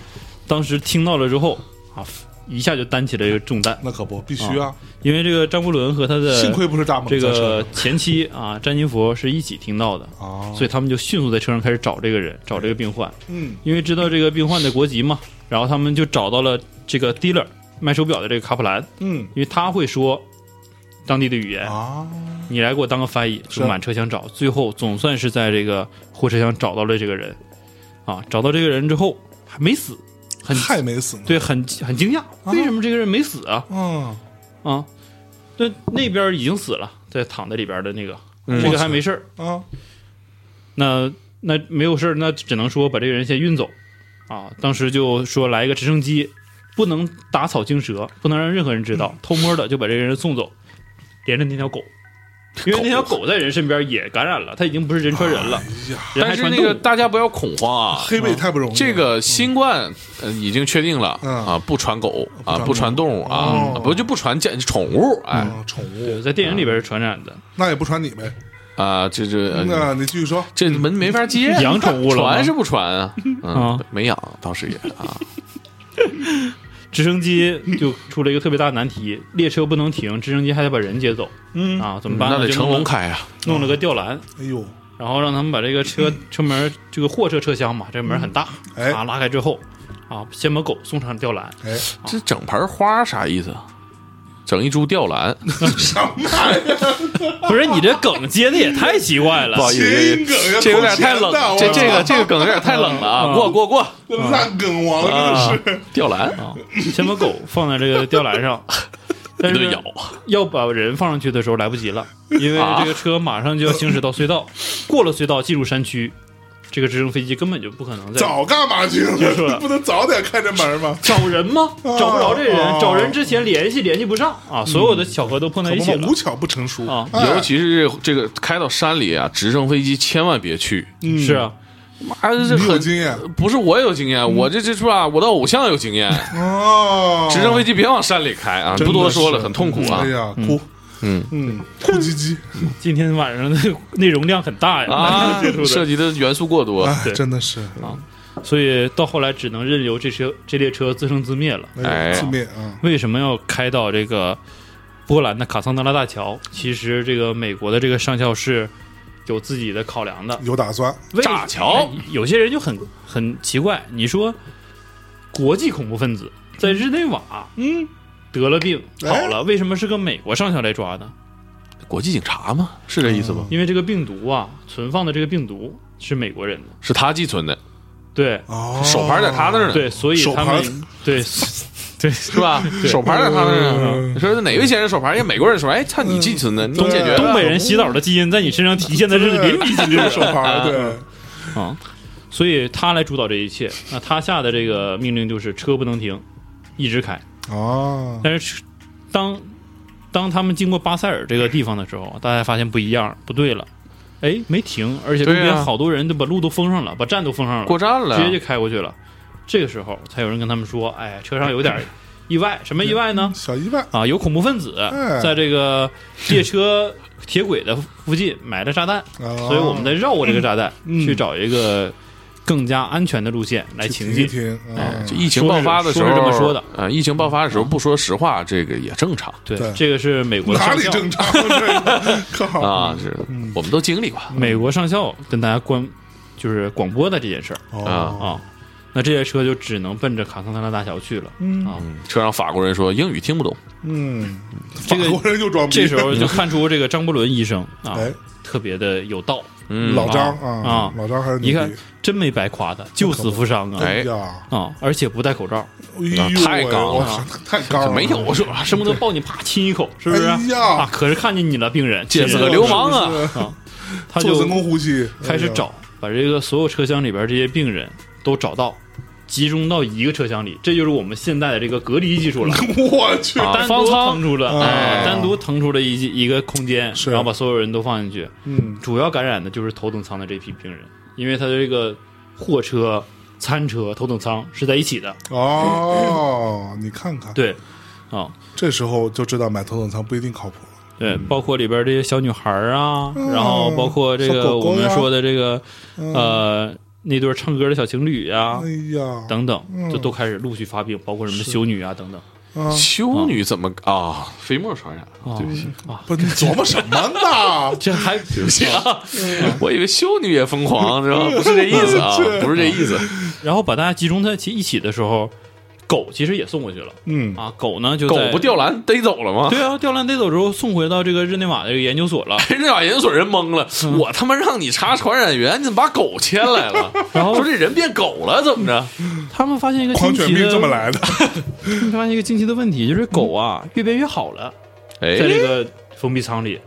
S3: 当时听到了之后啊，一下就担起了这个重担，
S1: 那可不必须啊！
S3: 因为这个张伯伦和他
S1: 幸
S3: 的
S1: 亏不是大猛
S3: 这
S1: 在车
S3: 个
S1: 上
S3: 前妻啊詹金佛是一起听到的，
S1: 啊，
S3: 所以他们就迅速在车上开始找这个人，找这个病患，
S1: 嗯
S3: 因为知道这个病患的国籍嘛，然后他们就找到了这个 dealer 卖手表的这个卡普兰，
S1: 嗯
S3: 因为他会说当地的语言，
S1: 啊，
S3: 你来给我当个翻译，就是满车厢找，最后总算是在这个货车厢找到了这个人，啊，找到这个人之后还没死，很
S1: 太没死了，
S3: 对，很很惊讶，为什么这个人没死啊？
S1: 嗯，
S3: 啊，那那边已经死了，在躺在里边的那个，
S2: 嗯
S3: 这个还没事儿。
S1: 啊，
S3: 那那没有事儿，那只能说把这个人先运走。啊，当时就说来一个直升机，不能打草惊蛇，不能让任何人知
S2: 嗯
S3: 道，偷摸的就把这个人送走，连着那条狗。因为那条狗在人身边也感染了，它已经不是人传人了，
S1: 哎呀，
S3: 人还
S2: 啊但是
S3: 传
S2: 那
S3: 动
S2: 个
S3: 物。
S2: 大家不要恐慌啊，
S1: 黑妹太不容易了，
S2: 这个新冠呃已经确定了
S1: 嗯
S2: 啊，不传狗啊，
S1: 不
S2: 不
S1: 传
S2: 传动物啊
S1: 哦，
S2: 不就不传家宠物哎
S1: 嗯宠物
S3: 对，在电影里边是传染的，
S1: 那也不传你呗，
S2: 啊，这这
S1: 那你继续说，
S2: 这门没法接，啊
S3: 养宠物了吗
S2: 传是不传啊？嗯
S3: 啊，
S2: 没养，当时也啊，
S3: 直升机就出了一个特别大的难题， 列车不能停，直升机还得把人接走
S1: 嗯，
S3: 啊，怎么办
S2: 那
S3: 呢？
S2: 得
S3: 就弄
S2: 成
S3: 了
S2: 龙开啊，
S3: 弄了个吊篮，
S1: 哎呦，
S3: 然后让他们把这个
S2: 嗯
S3: 车车门，这个货车车厢嘛，这门很大，
S1: 哎
S3: 啊，拉开之后，啊，先把狗送上 吊篮，
S1: 哎，
S2: 这整盆花啥意思啊？整一株吊兰，
S3: 不是你这梗接的也太奇怪了
S2: 不好意
S1: 心梗
S2: 思
S1: 啊，
S2: 这有点太
S1: 头衔
S2: 冷
S1: 的
S2: 了
S1: 我，
S2: 这这
S1: 操
S2: 个这个梗有点太冷了啊！
S3: 嗯
S2: 过过过
S1: 烂梗王真的
S2: 啊
S1: 是，！
S2: 吊兰
S3: 啊，先把狗放在这个吊 篮上，但
S2: 一顿
S3: 是
S2: 咬，啊
S3: 要把人放上去的时候来不 及了，因为这个车马上就要行驶到隧道，过了隧道进入山区，这个直升飞机根本就不可能再
S1: 早干嘛去
S3: 结束
S1: 了？
S3: 了
S1: 不能早点开这门 吗？
S3: 找人吗？
S1: 啊
S3: 找不着这人
S1: 啊，
S3: 找人之前联系联系不上啊，所有的巧合都碰在
S1: 怎
S3: 一起
S1: 么
S3: 了
S1: 无巧不成书
S3: 啊
S1: 哎
S2: 尤其是这个开到山里啊，直升飞机千万别去，
S3: 是啊，
S2: 妈的这
S1: 你有
S2: 很
S1: 经验
S2: 不是我有经验，我这这是吧？我的偶像有经验，
S1: 哦，
S2: 直升飞机别往山里开啊！
S1: 真
S2: 不
S1: 的
S2: 多说
S1: 是
S2: 了，很痛苦啊
S1: 哎呀，哭，
S2: 嗯
S1: 嗯，哭唧唧，
S3: 今天晚上的 内容量很大呀，
S2: 啊
S3: 接触！
S2: 涉
S3: 的，
S2: 及的元素过多，
S1: 哎，
S3: 对
S1: 真的是，
S3: 所以到后来只能任由这车这列车自生自灭了。
S2: 哎
S1: 字面啊，
S3: 为什么要开到这个波兰的卡桑德拉大桥？其实这个美国的这个上校是有自己的考量的。
S1: 有打算，
S3: 为哎
S2: 炸桥，
S3: 有些人就很很奇怪，你说国际恐怖分子在日内瓦，嗯，得了病
S1: 哎
S3: 好了，为什么是个美国上校来抓呢？
S2: 国际警察吗？嗯是这意思吗？
S3: 因为这个病毒啊，存放的这个病毒是美国人的，
S2: 是他寄存的，
S3: 对
S1: 哦，
S2: 手牌在他那儿呢，
S3: 嗯对，所以
S1: 手
S3: 他
S1: 牌
S3: 们对对嗯
S2: 是吧？手牌在他那儿呢。说是啊哪位先生手牌？也美国人手牌？哎，操你寄存的，你解决
S1: 对
S2: 了
S3: 东北人洗澡的基因在你身上体现的
S1: 对
S3: 是淋漓尽致
S1: 手 牌，对，
S3: 啊，所以他来主导这一切。那他下的这个命令就是车不能停，一直开。
S1: 哦，
S3: 但是当当他们经过巴塞尔这个地方的时候，大家发现不一样了，不对了，哎，没停，而且路
S2: 对啊
S3: 边好多人都把路都封上了，把站都封上了，
S2: 过站了
S3: 直，接就开过去了。这个时候才有人跟他们说，哎，车上有点意外，什么意外呢？
S1: 小意外，
S3: 啊，有恐怖分子
S1: 哎
S3: 在这个列车铁轨的附近埋了炸弹，所
S1: 所
S3: 以我们再绕过这个炸弹，
S1: 嗯
S3: 去找一个更加安全的路线来行进。
S1: 停，啊
S3: 哎
S2: 这疫情爆发的时候
S3: 说是这么说的。
S2: 呃，疫情爆发的时候不说实话，这个也正常
S3: 对
S1: 对，
S3: 这个是美国的
S1: 哪
S3: 上
S1: 里
S3: 校，
S1: 正常？啊这 可好
S3: 哦
S2: 啊，是
S1: 嗯
S2: 我们都经历过。
S3: 美国上校跟大家关就是广播的这件事儿
S1: 哦，
S3: 啊。那这些车就只能奔着卡桑特拉大桥去了。
S1: 嗯
S3: 啊
S2: 嗯，车上法国人说英语听不懂，
S1: 嗯，
S3: 这个
S1: 法国人就装逼，
S3: 这时候就看出这个张伯伦医生 啊
S1: 哎，
S3: 特别的有道，
S2: 嗯，
S1: 老张
S3: 啊
S1: 啊，老张还是
S3: 一看真没白夸他，救死扶伤啊
S2: 哎
S1: 呀，
S3: 啊！而且不戴 口罩，
S1: 哎呦，
S2: 太高
S1: 我
S2: 了
S1: 操，太高了，
S2: 没有，我说啊
S3: 恨不得抱你啪亲一口，是不是？
S1: 哎呀
S3: 啊，可是看见你了，病人，
S2: 姐
S3: 亲
S2: 是
S3: 人
S2: 个流氓
S1: 哎
S2: 啊
S1: 是不是
S3: 啊，他
S1: 做
S3: 就
S1: 人工呼吸，
S3: 开始
S1: 哎
S3: 找，把这个所有车厢里边这些病人都找到，集中到一个车厢里，这就是我们现在的这个隔离技术了。
S1: 哎呦， 我去，
S2: 啊
S3: 单
S2: 方
S3: 独
S2: 舱
S3: 腾出了，
S1: 啊
S3: 哎单独腾出了一一个空间，
S1: 是
S3: 然后把所有人都放进去。
S1: 嗯，
S3: 主要感染的就是头等舱的这批病人，因为他的这个货车、餐车、头等舱是在一起的。
S1: 哦，你看看，
S3: 对，啊、
S1: 这时候就知道买头等舱不一定靠谱了。
S3: 对，包括里边这些小女孩儿啊，
S1: 嗯
S3: 然后包括这
S1: 小
S3: 个
S1: 狗狗
S3: 我
S1: 呀
S3: 们说的这个
S1: 嗯
S3: 呃那对唱歌的小情侣啊
S1: 哎呀，
S3: 等等
S1: 嗯，
S3: 就都开始陆续发病，包括什么修女啊 等等
S1: 啊，
S2: 修女怎么啊？飞沫传染了，
S3: 啊
S2: 对不起，
S3: 啊，
S1: 不，你琢磨什么呢？
S3: 这还对不起啊。
S2: 我以为修女也疯 狂，知道吗？不是这意思啊，不是这意思。
S3: 然后把大家集中在其一起的时候，狗其实也送过去了
S1: 嗯，
S3: 啊，狗呢就
S2: 狗
S3: 在
S2: 不。吊篮逮走了吗？
S3: 对啊，吊篮逮走之后送回到这个日内瓦的这个研究所 了，
S2: 人家把研究所人懵了，
S3: 嗯
S2: 我他妈让你查传染源，你怎么把狗牵来了？
S3: 然后
S2: 说这人变狗了，怎么着？
S3: 他们发现一个
S1: 狂犬
S3: 惊奇
S1: 病
S3: 的，
S1: 这么来嗯的，
S3: 他们发现一个惊奇的问题，就是狗啊越变越好了，
S2: 哎
S3: 在，这个封闭舱里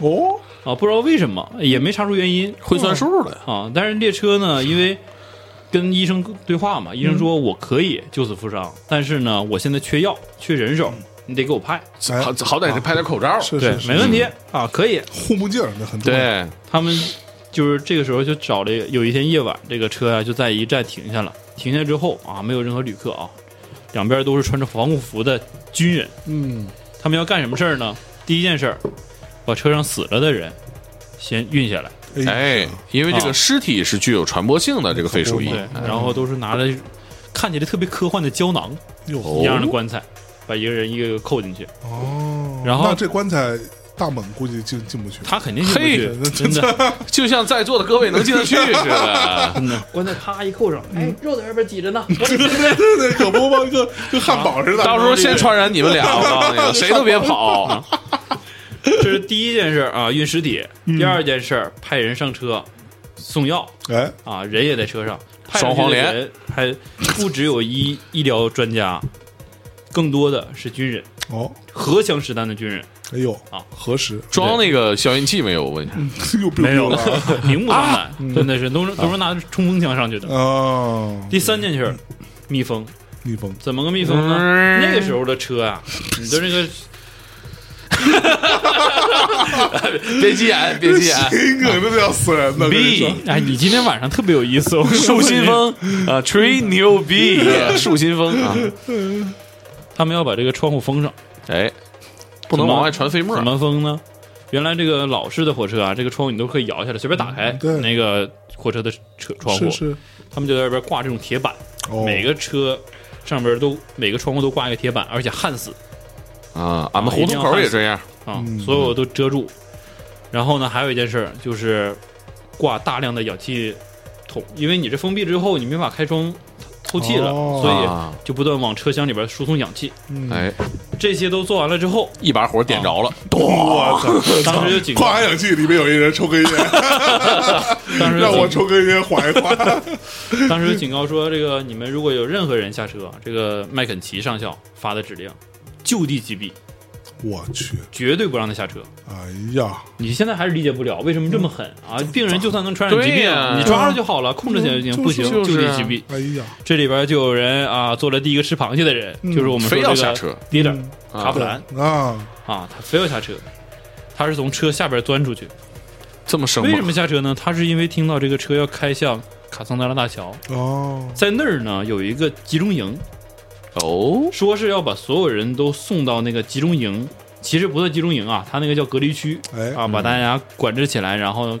S1: 哦，
S3: 啊，不知道为什么也没查出原因
S2: 会算数了，
S3: 啊。但是列车
S1: 嗯
S3: 呢，因为跟医生对话嘛，医生说我可以救死扶伤，但是呢，我现在缺药，缺人手，
S1: 嗯
S3: 你得给我派。
S1: 哎
S2: 好好歹是拍点口罩。
S1: 是
S3: 对
S1: 是，是
S3: 没问题啊，可以。
S1: 护目镜儿那很重要，
S2: 对，
S3: 他们就是这个时候就找这个，有一天夜晚，这个车啊就在一站停下了。停下之后啊，没有任何旅客啊，两边都是穿着防护服的军人。
S1: 嗯，
S3: 他们要干什么事儿呢？第一件事儿，把车上死了的人先运下来，
S2: 哎，因为这个
S3: 啊
S2: 尸体是具有传播性的，这个肺鼠疫
S1: 嗯
S3: 对，然后都是拿着看起来特别科幻的胶囊
S1: 哟，
S3: 一样的
S2: 哦，
S3: 棺材，把一个人一个个扣进去，
S1: 哦，
S3: 然后
S1: 那这棺材大猛估计进进不去，
S3: 他肯定进不
S1: 嘿
S3: 去，真的
S2: 就像在座的各位能进得去似 的。
S3: 真的，棺材啪一扣上，哎，肉在外边挤着 呢，
S1: 对对对，可不嘛，跟跟汉堡似的，
S2: 到时候先传染你们俩，我告诉你 们，谁都别跑。
S3: 这是第一件事儿啊，运尸体；
S1: 嗯
S3: 第二件事儿，派人上车送药
S1: 哎，
S3: 啊，人也在车上。派上
S2: 双黄
S3: 去的
S2: 连
S3: 人还不只有医医疗专家，更多的是军人，
S1: 哦，
S3: 荷枪实弹的军人，
S1: 哎呦
S3: 啊
S1: 核实
S2: 装那个消音器没有？我问你，
S1: 又不用 了啊
S3: 明目张胆，真的是都是都是拿着冲锋枪上去的。
S1: 哦，
S3: 第三件事儿，密封，
S1: 蜜蜂，
S3: 怎么个密封呢？
S2: 嗯
S3: 那个时候的车啊，你的那 个
S2: 别急眼，别急眼。
S1: 心梗真的要死人的，我跟你说
S2: B
S3: 哎，你今天晚上特别有意 思，我
S2: 树新，风啊，吹牛逼，树新风啊，
S3: 他们要把这个窗户封上，
S2: 哎，不能往外传飞沫
S3: 怎。么封呢？原来这个老式的火车啊，这个窗户你都可以摇下来，随便打开
S1: 嗯对
S3: 那个火车的车窗户
S1: 是，是，
S3: 他们就在外边挂这种铁板，
S1: 哦，
S3: 每个车上边都每个窗户都挂一个铁板，而且焊死
S2: 啊，俺们胡同口也这样，
S3: 啊，
S1: 嗯
S3: 所有都遮住。然后呢，还有一件事儿就是挂大量的氧气筒，因为你这封闭之后，你没法开窗透气了，
S1: 哦
S3: 所以
S2: 啊，
S3: 就不断往车厢里边输送氧气。
S1: 嗯，
S2: 哎，
S3: 这些都做完了之后，
S2: 一把火点着了，咚！
S3: 当时就紧
S1: 跨
S3: 张，
S1: 海氧气里面有一人抽根烟，
S3: 当时
S1: 让我
S3: 就
S1: 抽根烟缓一缓。
S3: 警当时就警告说，这个你们如果有任何人下车，这个麦肯齐上校发的指令，就地击毙，
S1: 我去，
S3: 绝对不让他下车。
S1: 哎呀，
S3: 你现在还是理解不了为什么这么狠啊！病人就算能传染疾
S2: 嗯对
S3: 病，
S2: 呀
S3: 你抓着就好了，控制起来就行，不行
S2: 就是
S3: 地击毙。
S1: 哎呀，
S3: 这里边就有人啊，做了第一个吃螃蟹的人，
S2: 嗯
S3: 就是我们 说
S2: 非
S3: 这
S2: 要
S3: 个
S2: 下车
S3: leader
S2: 啊
S3: 卡普兰
S1: 啊，
S3: 啊，他非要下车，他是从车下边钻出去。
S2: 这么生
S3: 为什
S2: 猛，
S3: 么下车呢？他是因为听到这个车要开向卡桑德拉大桥，
S1: 哦，
S3: 在那儿呢有一个集中营，
S2: 哦，
S3: 说是要把所有人都送到那个集中营，其实不算集中营啊，他那个叫隔离区
S1: 哎，
S3: 啊，把大家管制起来，然后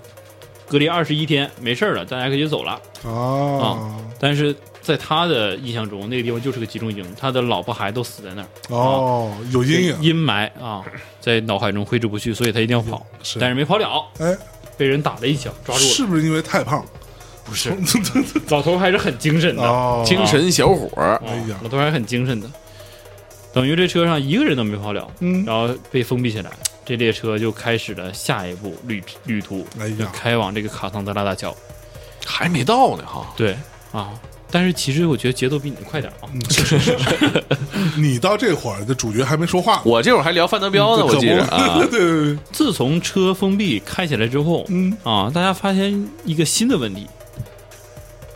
S3: 隔离二十一天，没事儿了，大家可以走了。
S1: 啊，
S3: 但是在他的印象中，那个地方就是个集中营，他的老婆孩都死在那儿，
S1: 哦，有阴影，
S3: 阴霾啊，在脑海中挥之不去，所以他一定要跑，
S1: 是
S3: 但是没跑了，
S1: 哎，
S3: 被人打了一枪，抓住了。
S1: 是不是因为太胖？
S3: 不是，老头还是很精神的，
S1: 哦，
S2: 精神小伙儿
S3: 啊
S1: 哎呀
S3: 老头还是很精神的。等于这车上一个人都没跑了，
S1: 嗯
S3: 然后被封闭起来，这列车就开始了下一步旅旅途，
S1: 哎
S3: 就
S1: 呀，
S3: 开往这个卡桑德拉大桥。
S2: 还没到呢哈，
S3: 对啊，但是其实我觉得节奏比你快点啊，
S1: 嗯是是是是你到这会儿的主角还没说话，
S2: 我这会儿还聊范德彪呢，
S1: 嗯
S2: 我记着
S1: ，
S2: 啊
S1: 对 对对，
S3: 自从车封闭开起来之后，
S1: 嗯，
S3: 啊，大家发现一个新的问题：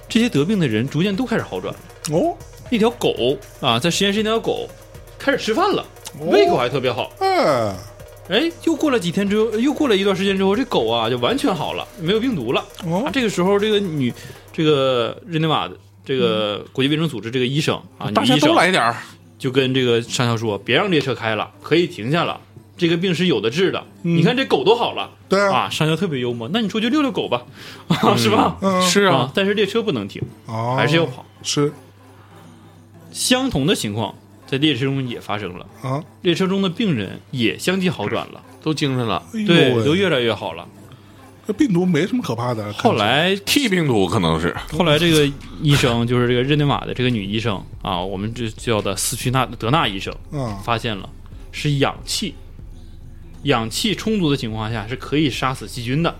S3: 这些得病的人逐渐都开始好转了。
S1: 哦，
S3: 那条狗啊，在实验室那条狗开始吃饭了，
S1: 哦
S3: 胃口还特别好。
S1: 哎，
S3: 哎，又过了几天之后，又过了一段时间之后，这狗啊就完全好了，没有病毒了。啊，
S1: 哦，
S3: 这个时候，这个女，这个日内瓦的这个
S1: 嗯
S3: 国际卫生组织这个医生啊，
S2: 大
S3: 女
S2: 家
S3: 医生
S2: 都来点儿，
S3: 就跟这个上校说，别让列车开了，可以停下了。这个病是有的治的，
S1: 嗯
S3: 你看这狗都好了
S1: 对啊，
S3: 啊！上校特别幽默，那你出去遛遛狗吧，啊，是吧？
S1: 嗯，
S2: 是
S3: 啊
S2: 啊，，
S3: 但是列车不能停，
S1: 哦，
S3: 还是要跑。
S1: 是
S3: 相同的情况在列车中也发生了，
S1: 啊，
S3: 列车中的病人也相继好转了，
S2: 都精神了
S1: 哎呦
S3: 对，
S1: 喂
S3: 都越来越好了。
S1: 这病毒没什么可怕的。
S3: 后来，
S2: ，T 病毒可能是
S3: 后来这个医生就是这个日内瓦的这个女医生啊，我们这叫的斯屈纳德纳医生，
S1: 啊，
S3: 发现了啊是氧气，氧气充足的情况下是可以杀死细菌的。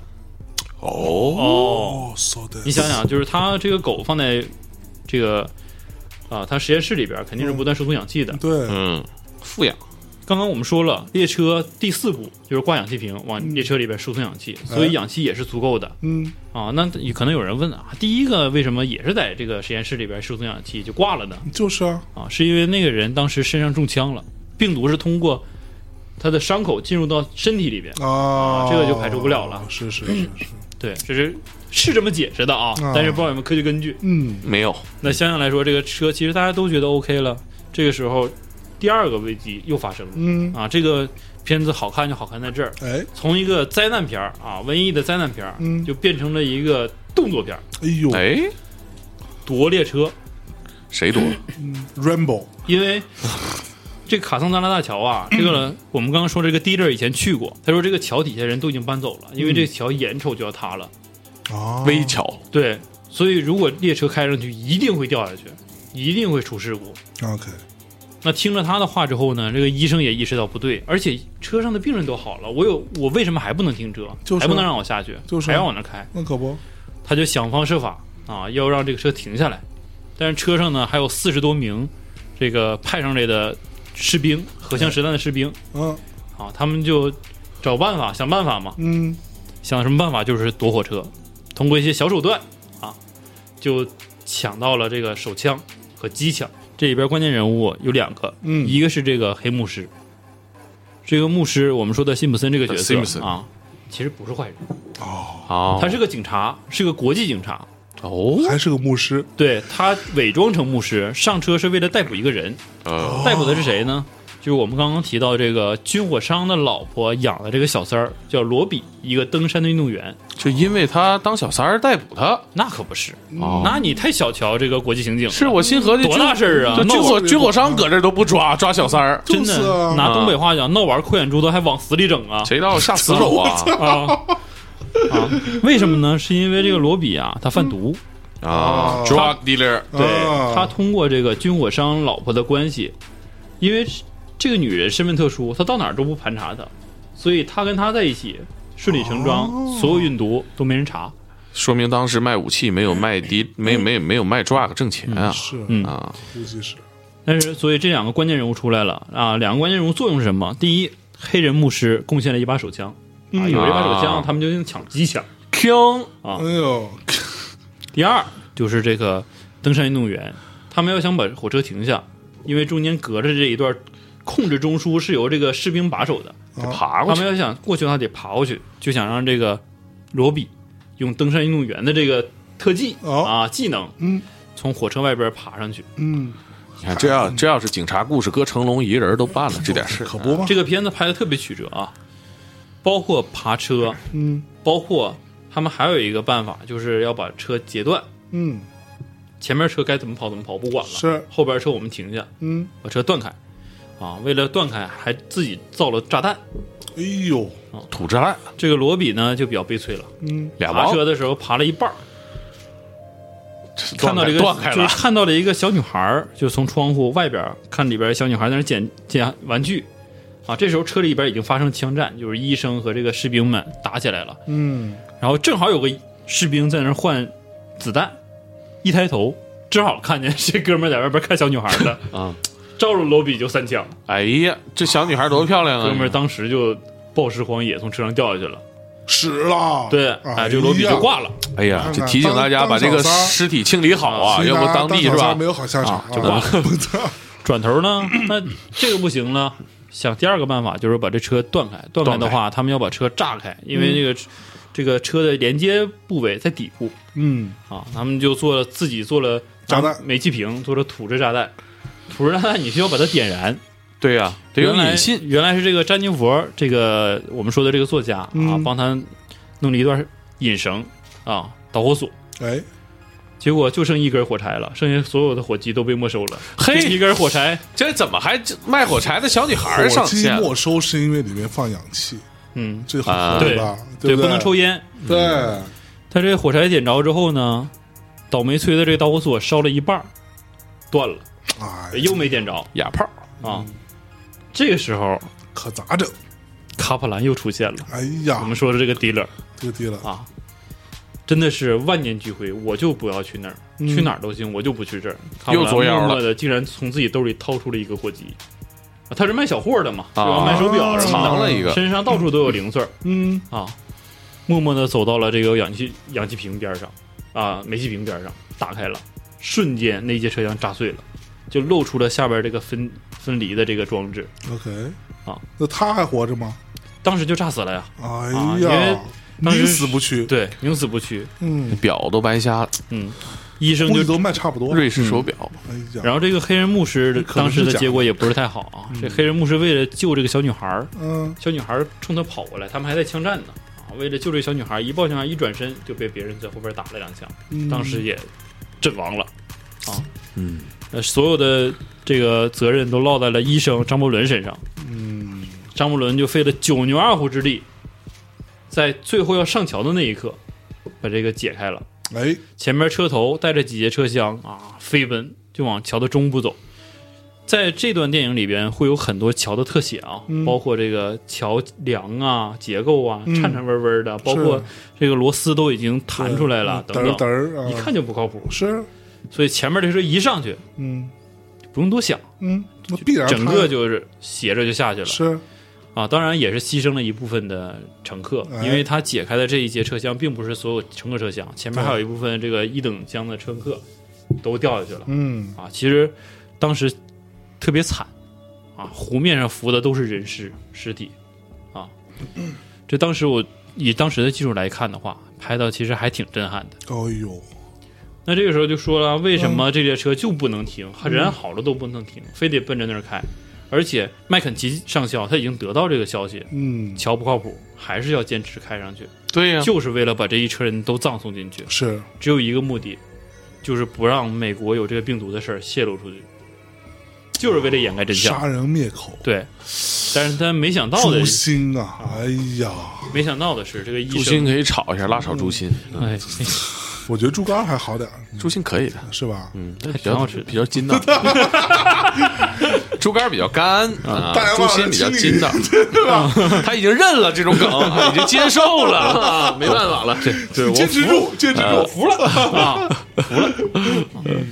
S2: 哦，
S3: 哦，
S1: 哦，so 的，
S3: 你想想，就是他这个狗放在这个。啊，它实验室里边肯定是不断输送氧气的。
S1: 对，
S2: 嗯，富养，
S3: 刚刚我们说了，列车第四步就是挂氧气瓶往列车里边输送氧气，所以氧气也是足够的
S1: 嗯，
S3: 啊。那可能有人问啊，第一个为什么也是在这个实验室里边输送氧气就挂了呢？
S1: 就是啊，
S3: 啊，是因为那个人当时身上中枪了，病毒是通过他的伤口进入到身体里边。
S1: 啊，
S3: 这个就排除不了了
S1: 是是是是，
S3: 对，这是是这么解释的啊，
S1: 啊
S3: 但是不知道有没有科学根据。
S1: 嗯，
S2: 没有，
S3: 那相应来说，这个车其实大家都觉得 OK 了，这个时候第二个危机又发生了。
S1: 嗯
S3: 啊，这个片子好看就好看在这儿，
S1: 哎，
S3: 从一个灾难片儿啊，瘟疫的灾难片儿，
S1: 嗯
S3: 就变成了一个动作片儿，
S1: 哎呦
S2: 哎，
S3: 夺列车，
S2: 谁多？
S1: 嗯，Rambo，
S3: 因为。这卡桑德拉大桥 啊，这个我们刚刚说这个 dealer 以前去过，他说这个桥底下人都已经搬走了，
S1: 嗯
S3: 因为这桥眼瞅就要塌了。
S1: 啊，
S2: 微巧，
S3: 对，所以如果列车开上去，一定会掉下去，一定会出事故。
S1: ，OK，
S3: 那听了他的话之后呢，这个医生也意识到不对，而且车上的病人都好了，我有我为什么还不能停车，
S1: 就是啊
S3: 还不能让我下去，
S1: 就是啊
S3: 还要往那开？
S1: 那可不，
S3: 他就想方设法啊，要让这个车停下来。但是车上呢还有四十多名这个派上来的士兵，荷枪实弹的士兵
S1: 嗯
S3: 啊，他们就找办法想办法嘛，
S1: 嗯，
S3: 想什么办法就是躲火车，通过一些小手段啊，就抢到了这个手枪和机枪。这里边关键人物有两个，
S1: 嗯
S3: 一个是这个黑牧师，这个牧师我们说的辛普森这个角
S2: 呃辛普
S3: 色
S2: 森
S3: 啊，其实不是坏人，
S2: 哦
S3: 他是个警察，是个国际警察，
S2: 哦，
S1: 还是个牧师，
S3: 对他伪装成牧师上车是为了逮捕一个人，
S2: 呃，
S3: 逮捕的是谁呢？就是我们刚刚提到这个军火商的老婆养的这个小三儿，叫罗比，一个登山的运动员。
S2: 就因为他当小三儿逮捕他，
S3: 那可不是，
S2: 哦
S3: 那你太小瞧这个国际刑警了。
S2: 是我心合计
S3: 多大事儿啊
S2: 就嗯军火
S1: 闹
S2: 军火商搁这儿都不抓，抓小三儿，
S3: 真
S1: 就是
S3: 的
S1: 啊，
S3: 拿东北话讲，闹玩扣眼珠子还往死里整啊
S2: 谁到下死手啊
S3: 啊啊！为什么呢？是因为这个罗比啊，他贩毒，
S2: 啊！Drug
S1: 哦
S2: dealer，
S3: 对
S1: 啊
S3: 他通过这个军火商老婆的关系，因为这个女人身份特殊，他到哪儿都不盘查她，所以他跟她在一起顺理成章，所有运毒都没人查。
S2: 说明当时卖武器没有卖敌，没没没有卖 drug 挣钱啊
S1: 是，
S3: 嗯
S2: 啊！
S1: 估计是
S3: 但是，所以这两个关键人物出来了啊，两个关键人物作用是什么？第一，黑人牧师贡献了一把手枪，啊，有了一把手
S2: 啊
S3: 枪，他们就用抢机枪。
S2: 听
S3: 啊
S1: 哎呦，
S3: 第二就是这个登山运动员，他们要想把火车停下，因为中间隔着这一段控制中枢是由这个士兵把守的，
S2: 爬
S3: 他
S2: 过去
S3: 们要想过去的话得爬过去，就想让这个罗比用登山运动员的这个特技、
S1: 哦
S3: 啊技能，
S1: 嗯，
S3: 从火车外边爬上去。
S1: 嗯，
S2: 你看，这要这要是警察故事，搁成龙一个人都办了这点事，
S1: 可不嘛，
S3: 这个片子拍的特别曲折啊，包括爬车，
S1: 嗯
S3: 包括他们还有一个办法，就是要把车截断，
S1: 嗯
S3: 前面车该怎么跑怎么跑不管了，
S1: 是
S3: 后边车我们停下，
S1: 嗯，
S3: 把车断开，啊，为了断开还自己造了炸弹。
S1: 哎呦，
S2: 土炸弹
S3: 这个罗比呢就比较悲催了，
S1: 嗯
S2: 俩
S3: 爬
S2: 王
S3: 车的时候爬了一半儿，看
S2: 断
S3: 到了
S2: 开
S3: 一个
S2: 断开
S3: 就
S2: 了
S3: 是，看到了一个小女孩儿，就从窗户外边儿看里边儿小女孩儿在那儿捡捡玩具，啊，这时候车里边儿已经发生枪战，就是医生和这个士兵们打起来了，
S1: 嗯，
S3: 然后正好有个士兵在那儿换子弹，一抬头正好看见这哥们儿在外边儿看小女孩儿的
S2: 啊，
S3: 照着罗比就三枪，
S2: 哎呀，这小女孩多漂亮
S3: 哥们儿
S2: 啊！
S3: 当时就暴尸荒野从车上掉下去了，
S1: 使了，
S3: 对，
S1: 哎
S3: 哎，这罗比
S1: 呀
S3: 就挂了。
S2: 哎呀，
S1: 看
S2: 这
S1: 看
S2: 提醒大家
S1: 当
S2: 把这个
S1: 当小三儿
S2: 尸体清理好啊，
S1: 谁
S2: 要
S1: 拿
S2: 不当地是
S1: 小三
S2: 吧
S1: 没？有好下场
S2: 啊，
S1: 啊
S2: 就
S3: 挂了
S1: 我操
S3: 转头呢， 那这个不行了。想第二个办法就是把这车断开，断开的话，他们要把车炸开，因为这个、这个车的连接部位在底部
S1: 嗯，
S3: 啊，他们就做了自己做了
S1: 炸弹
S3: 拿煤气瓶做了土制炸弹，土制炸弹你需要把它点燃，
S2: 对呀，得有
S3: 原来
S2: 引信，
S3: 原来是这个詹妮佛这个我们说的这个作家、啊
S1: 嗯，
S3: 帮他弄了一段引绳啊导火索，
S1: 哎，
S3: 结果就剩一根火柴了，剩下所有的火机都被没收了，
S2: 嘿
S3: 这一根火柴，
S2: 这怎么还卖火柴的小女孩
S1: 火
S2: 上
S1: 机
S2: 线了？
S1: 没收是因为里面放氧气，
S3: 嗯，
S1: 这很
S2: 啊
S1: 合理吧？
S3: 对，
S1: 不
S3: 不
S1: 对
S3: 能抽，烟。
S1: 对，
S3: 他这火柴点着之后呢，倒霉催的这导火索烧了一半儿，断了，
S1: 哎，
S3: 又没点着
S2: 哑炮，
S3: 啊。这个时候，
S1: 可咋整？
S3: 卡普兰又出现了。
S1: 哎
S3: 我
S1: 呀
S3: 们，说的这个 dealer
S1: 这个低了，
S3: 啊，真的是万念俱灰，我就不要去那儿，
S1: 嗯
S3: 去哪儿都行，我就不去这儿。卡普
S2: 又
S3: 兰
S2: 作妖了
S3: 默默的，竟然从自己兜里掏出了一个货机。啊他是卖小货的嘛，
S2: 啊
S3: 是吧？卖手表什
S2: 藏
S3: 么
S2: 了一
S3: 的，
S2: 个，
S3: 身上到处都有零碎儿
S1: 嗯，
S3: 啊。默默的走到了这个氧气氧气瓶边上，啊，煤气瓶边上，打开了，瞬间那节车厢炸碎了，就露出了下边这个分分离的这个装置，
S1: OK，
S3: 啊，
S1: 那他还活着吗？
S3: 当时就炸死了呀。
S1: 哎
S3: 啊因为
S1: 呀，
S3: 当时
S1: 宁死不屈。
S3: 对，宁死不屈。
S1: 嗯，
S2: 表都白瞎了，
S3: 嗯，医生
S1: 估
S3: 就
S1: 计，都卖差不多。
S2: 瑞士手表，
S1: 哎呀，
S3: 然后这个黑人牧师
S1: 可能
S3: 当
S1: 是
S3: 时的
S1: 假的
S3: 结果也不是太好啊。这黑人牧师为了救这个小女孩儿，
S1: 嗯，
S3: 小女孩儿冲他跑过来，他们还在枪战呢。啊，为了救这小女孩儿，一抱小女孩儿一转身就被别人在后边打了两枪，
S1: 嗯
S3: 当时也阵亡了。
S2: 嗯，
S3: 呃，所有的这个责任都落在了医生张伯伦身上。
S1: 嗯，
S3: 张伯伦就费了九牛二虎之力，在最后要上桥的那一刻，把这个解开了。
S1: 哎，
S3: 前面车头带着几节车厢啊，飞奔就往桥的中部走。在这段电影里边会有很多桥的特写啊，
S1: 嗯
S3: 包括这个桥梁啊、结构啊，
S1: 嗯
S3: 颤颤巍巍的，包括这个螺丝都已经弹出来了，
S1: 嘚
S3: 等
S1: 儿嘚
S3: 等，
S1: 儿啊，
S3: 一看就不靠谱。
S1: 是，
S3: 所以前面这车一上去，
S1: 嗯
S3: 不用多想，
S1: 嗯，那必然
S3: 整
S1: 他
S3: 个就是斜着就下去了。
S1: 是
S3: 啊，当然也是牺牲了一部分的乘客，
S1: 哎
S3: 因为他解开的这一节车厢并不是所有乘客车厢，前面还有一部分这个一等厢的乘客都掉下去了
S1: 嗯，
S3: 啊。其实当时特别惨啊，湖面上浮的都是人尸尸体啊。这当时我以当时的技术来看的话，拍到其实还挺震撼的。
S1: 哎呦，
S3: 那这个时候就说了，为什么这列车就不能停？人好了都不能停，非得奔着那儿开？而且麦肯齐上校他已经得到这个消息，
S1: 嗯，
S3: 桥不靠谱，还是要坚持开上去，
S2: 对呀，
S3: 就是为了把这一车人都葬送进去，
S1: 是，
S3: 只有一个目的，就是不让美国有这个病毒的事儿泄露出去，就是为了掩盖真相。
S1: 杀人灭口，
S3: 对，但是他没想到的
S1: 诛，心啊！哎呀，
S3: 没想到的是，这个医
S2: 朱鑫
S3: 生，
S2: 可以炒一下，辣炒猪心，嗯
S3: 哎，
S1: 我觉得猪肝还好点儿，
S2: 猪心可以的，
S1: 是吧？
S2: 嗯，但
S3: 还
S2: 比较
S3: 挺好吃的
S2: 比较筋道。猪肝比较干啊
S1: 大，家
S2: 猪
S1: 忘了
S2: 心比较
S1: 清理
S2: 筋道，对吧？他已经认了这种梗，啊已经接受 了，啊，没办法了，这这
S1: 坚持住，坚持
S3: 呃
S1: 住，服了。
S3: 嗯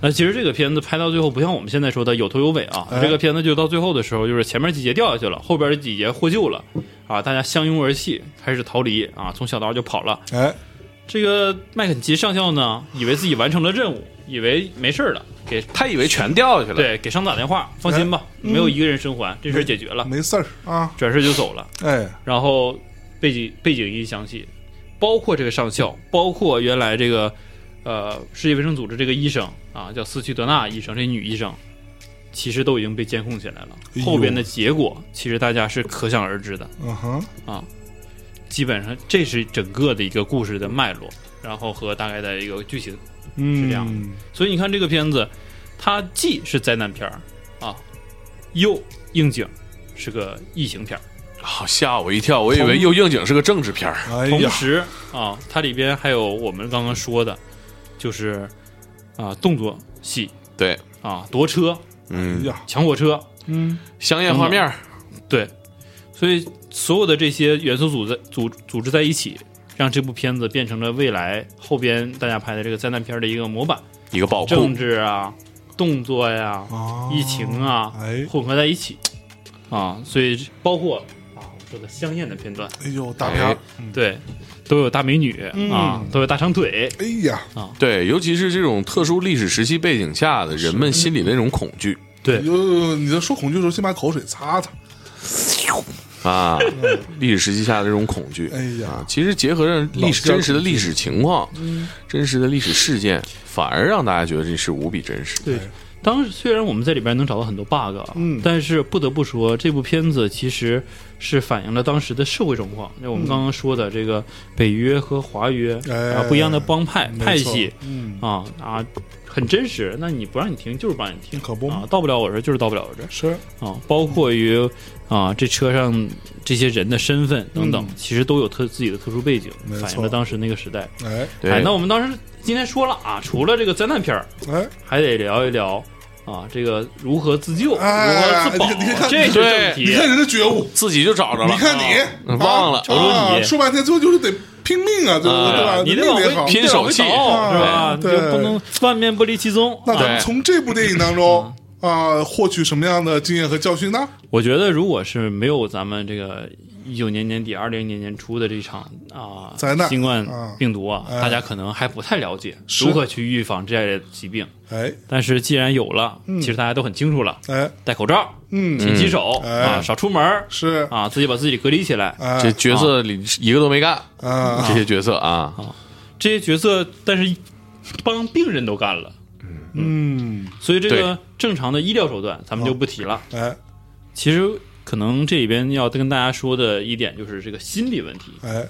S3: 那其实这个片子拍到最后，不像我们现在说的有头有尾啊。这个片子就到最后的时候，就是前面几节掉下去了，后边几节获救了，啊，大家相拥而泣，开始逃离啊，从小刀就跑了。
S1: 哎，
S3: 这个麦肯齐上校呢，以为自己完成了任务，以为没事儿了，给
S2: 他以为全掉下去了，
S3: 对给上司打电话，放心吧，没有一个人生还，这事儿解决了，
S1: 没事儿啊。
S3: 转身就走了。
S1: 哎，
S3: 然后背景背景一响起，包括这个上校，包括原来这个呃世界卫生组织这个医生啊，叫斯屈德纳医生，这女医生，其实都已经被监控起来
S1: 哎
S3: 了。
S1: 呦
S3: 后边的结果其实大家是可想而知的，
S1: 嗯哼，
S3: 基本上这是整个的一个故事的脉络，然后和大概的一个剧情。
S1: 嗯，
S3: 是这样的所以你看这个片子，它既是灾难片儿啊，又应景，是个疫情片儿。
S2: 啊，吓我一跳，我以为又应景是个政治片儿，
S1: 哎
S3: 同
S1: 呀，
S3: 时啊，它里边还有我们刚刚说的，就是啊动作戏
S2: 对，
S3: 啊夺车、
S1: 哎
S2: 嗯，
S1: 呀，
S3: 抢火车，
S1: 嗯，
S2: 香艳画面儿，
S3: 对，所以所有的这些元素组在组组织在一起，让这部片子变成了未来后边大家拍的这个灾难片的一个模板，
S2: 一个宝
S1: 哦
S2: 库
S3: 政，治啊、动作呀、
S1: 啊，
S3: 嗯疫情啊
S1: 哎，
S3: 混合在一起啊，所以包括啊我们说的香艳的片段，
S1: 哎呦，大片儿
S2: 哎，
S1: 嗯
S3: 对，都有大美女啊，都有大长腿，
S1: 哎呀，
S2: 对，尤其是这种特殊历史时期背景下的人们心里的那种恐惧
S3: 对，
S1: 哟，你在说恐惧的时候，先把口水擦擦。
S2: 啊，历史时期下的这种恐惧，
S1: 哎呀
S2: 啊，，其实结合上历
S1: 老
S2: 史
S1: 家
S2: 真实的历史情况，真实的历史事件，反而让大家觉得这是无比真实。
S3: 对，当时虽然我们在里边能找到很多 bug，啊
S1: 嗯
S3: 但是不得不说，这部片子其实是反映了当时的社会状况。那我们刚刚说的这个北约和华约、
S1: 哎
S3: 啊，不一样的帮派
S1: 没错
S3: 派系，
S1: 嗯，
S3: 啊啊，很真实。那你不让你听，就是不让你听，
S1: 可不
S3: 啊，到不了我这儿就是到不了我这儿
S1: 是，
S3: 啊。包括于啊，这车上这些人的身份等等，
S1: 嗯
S3: 其实都有特自己的特殊背景
S1: 没，错
S3: 反映了当时那个时代。
S1: 哎，
S3: 哎，
S2: 对
S3: 那，我们当时今天说了啊，除了这个灾难片儿。
S1: 哎，
S3: 还得聊一聊啊，这个如何自救，
S1: 哎
S3: 如何自保
S1: 你看你，看
S3: 这
S2: 对
S3: 是正
S1: 你
S3: 题。
S1: 看人的觉悟，
S2: 自己就找着了。
S1: 你看你
S2: 啊
S3: 嗯
S2: 忘了
S1: 啊
S2: 我
S3: 说
S1: 啊，
S3: 你
S1: 说半天最后就是得拼命啊，对
S2: 啊
S1: 对啊吧？
S3: 你得
S1: 命
S3: 往
S1: 也好
S3: 回
S2: 拼手气
S3: 你得往啊回倒是吧？你
S1: 啊对
S3: 就不能万变不离其宗。
S1: 那咱
S3: 啊
S1: 们
S2: 对
S1: 从这部电影当中啊，获取什么样的经验和教训呢？
S3: 我觉得，如果是没有咱们这个一九年年底、二零年年初的这场啊
S1: 灾难
S3: 新冠
S1: 啊
S3: 病毒啊，
S1: 哎
S3: 大家可能还不太了解
S1: 是
S3: 如何去预防这类疾病。
S1: 哎，
S3: 但是既然有了，其实大家都很清楚了，
S1: 哎，
S3: 戴口罩、
S1: 嗯，
S3: 勤洗手
S1: 哎
S3: 啊，少出门儿
S1: 是，
S3: 啊，自己把自己隔离起来。
S1: 哎，
S2: 这角色里一个都没干，
S1: 啊，
S2: 这些角色啊，
S3: 这些角色，但是帮病人都干了。
S1: 嗯，
S3: 所以这
S2: 对
S3: 个正常的医疗手段咱们就不提了。
S1: 哎，
S3: 其实可能这里边要跟大家说的一点就是这个心理问题，
S1: 哎，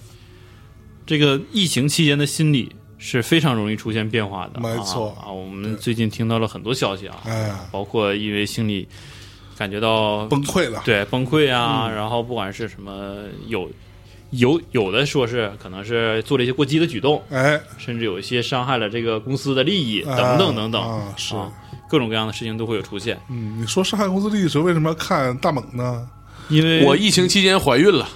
S3: 这个疫情期间的心理是非常容易出现变化的。
S1: 没错
S3: 啊啊，我们最近听到了很多消息啊，
S1: 哎，
S3: 包括因为心理感觉到
S1: 崩溃嗯了，
S3: 对崩溃啊，然后不管是什么有。有有的说是可能是做了一些过激的举动，
S1: 哎，
S3: 甚至有一些伤害了这个公司的利益
S1: 哎
S3: 等等等等
S1: 啊，是，
S3: 啊，各种各样的事情都会有出现。
S1: 嗯，你说上海公司历史为什么要看大猛呢？
S3: 因为
S2: 我疫情期间怀孕 了，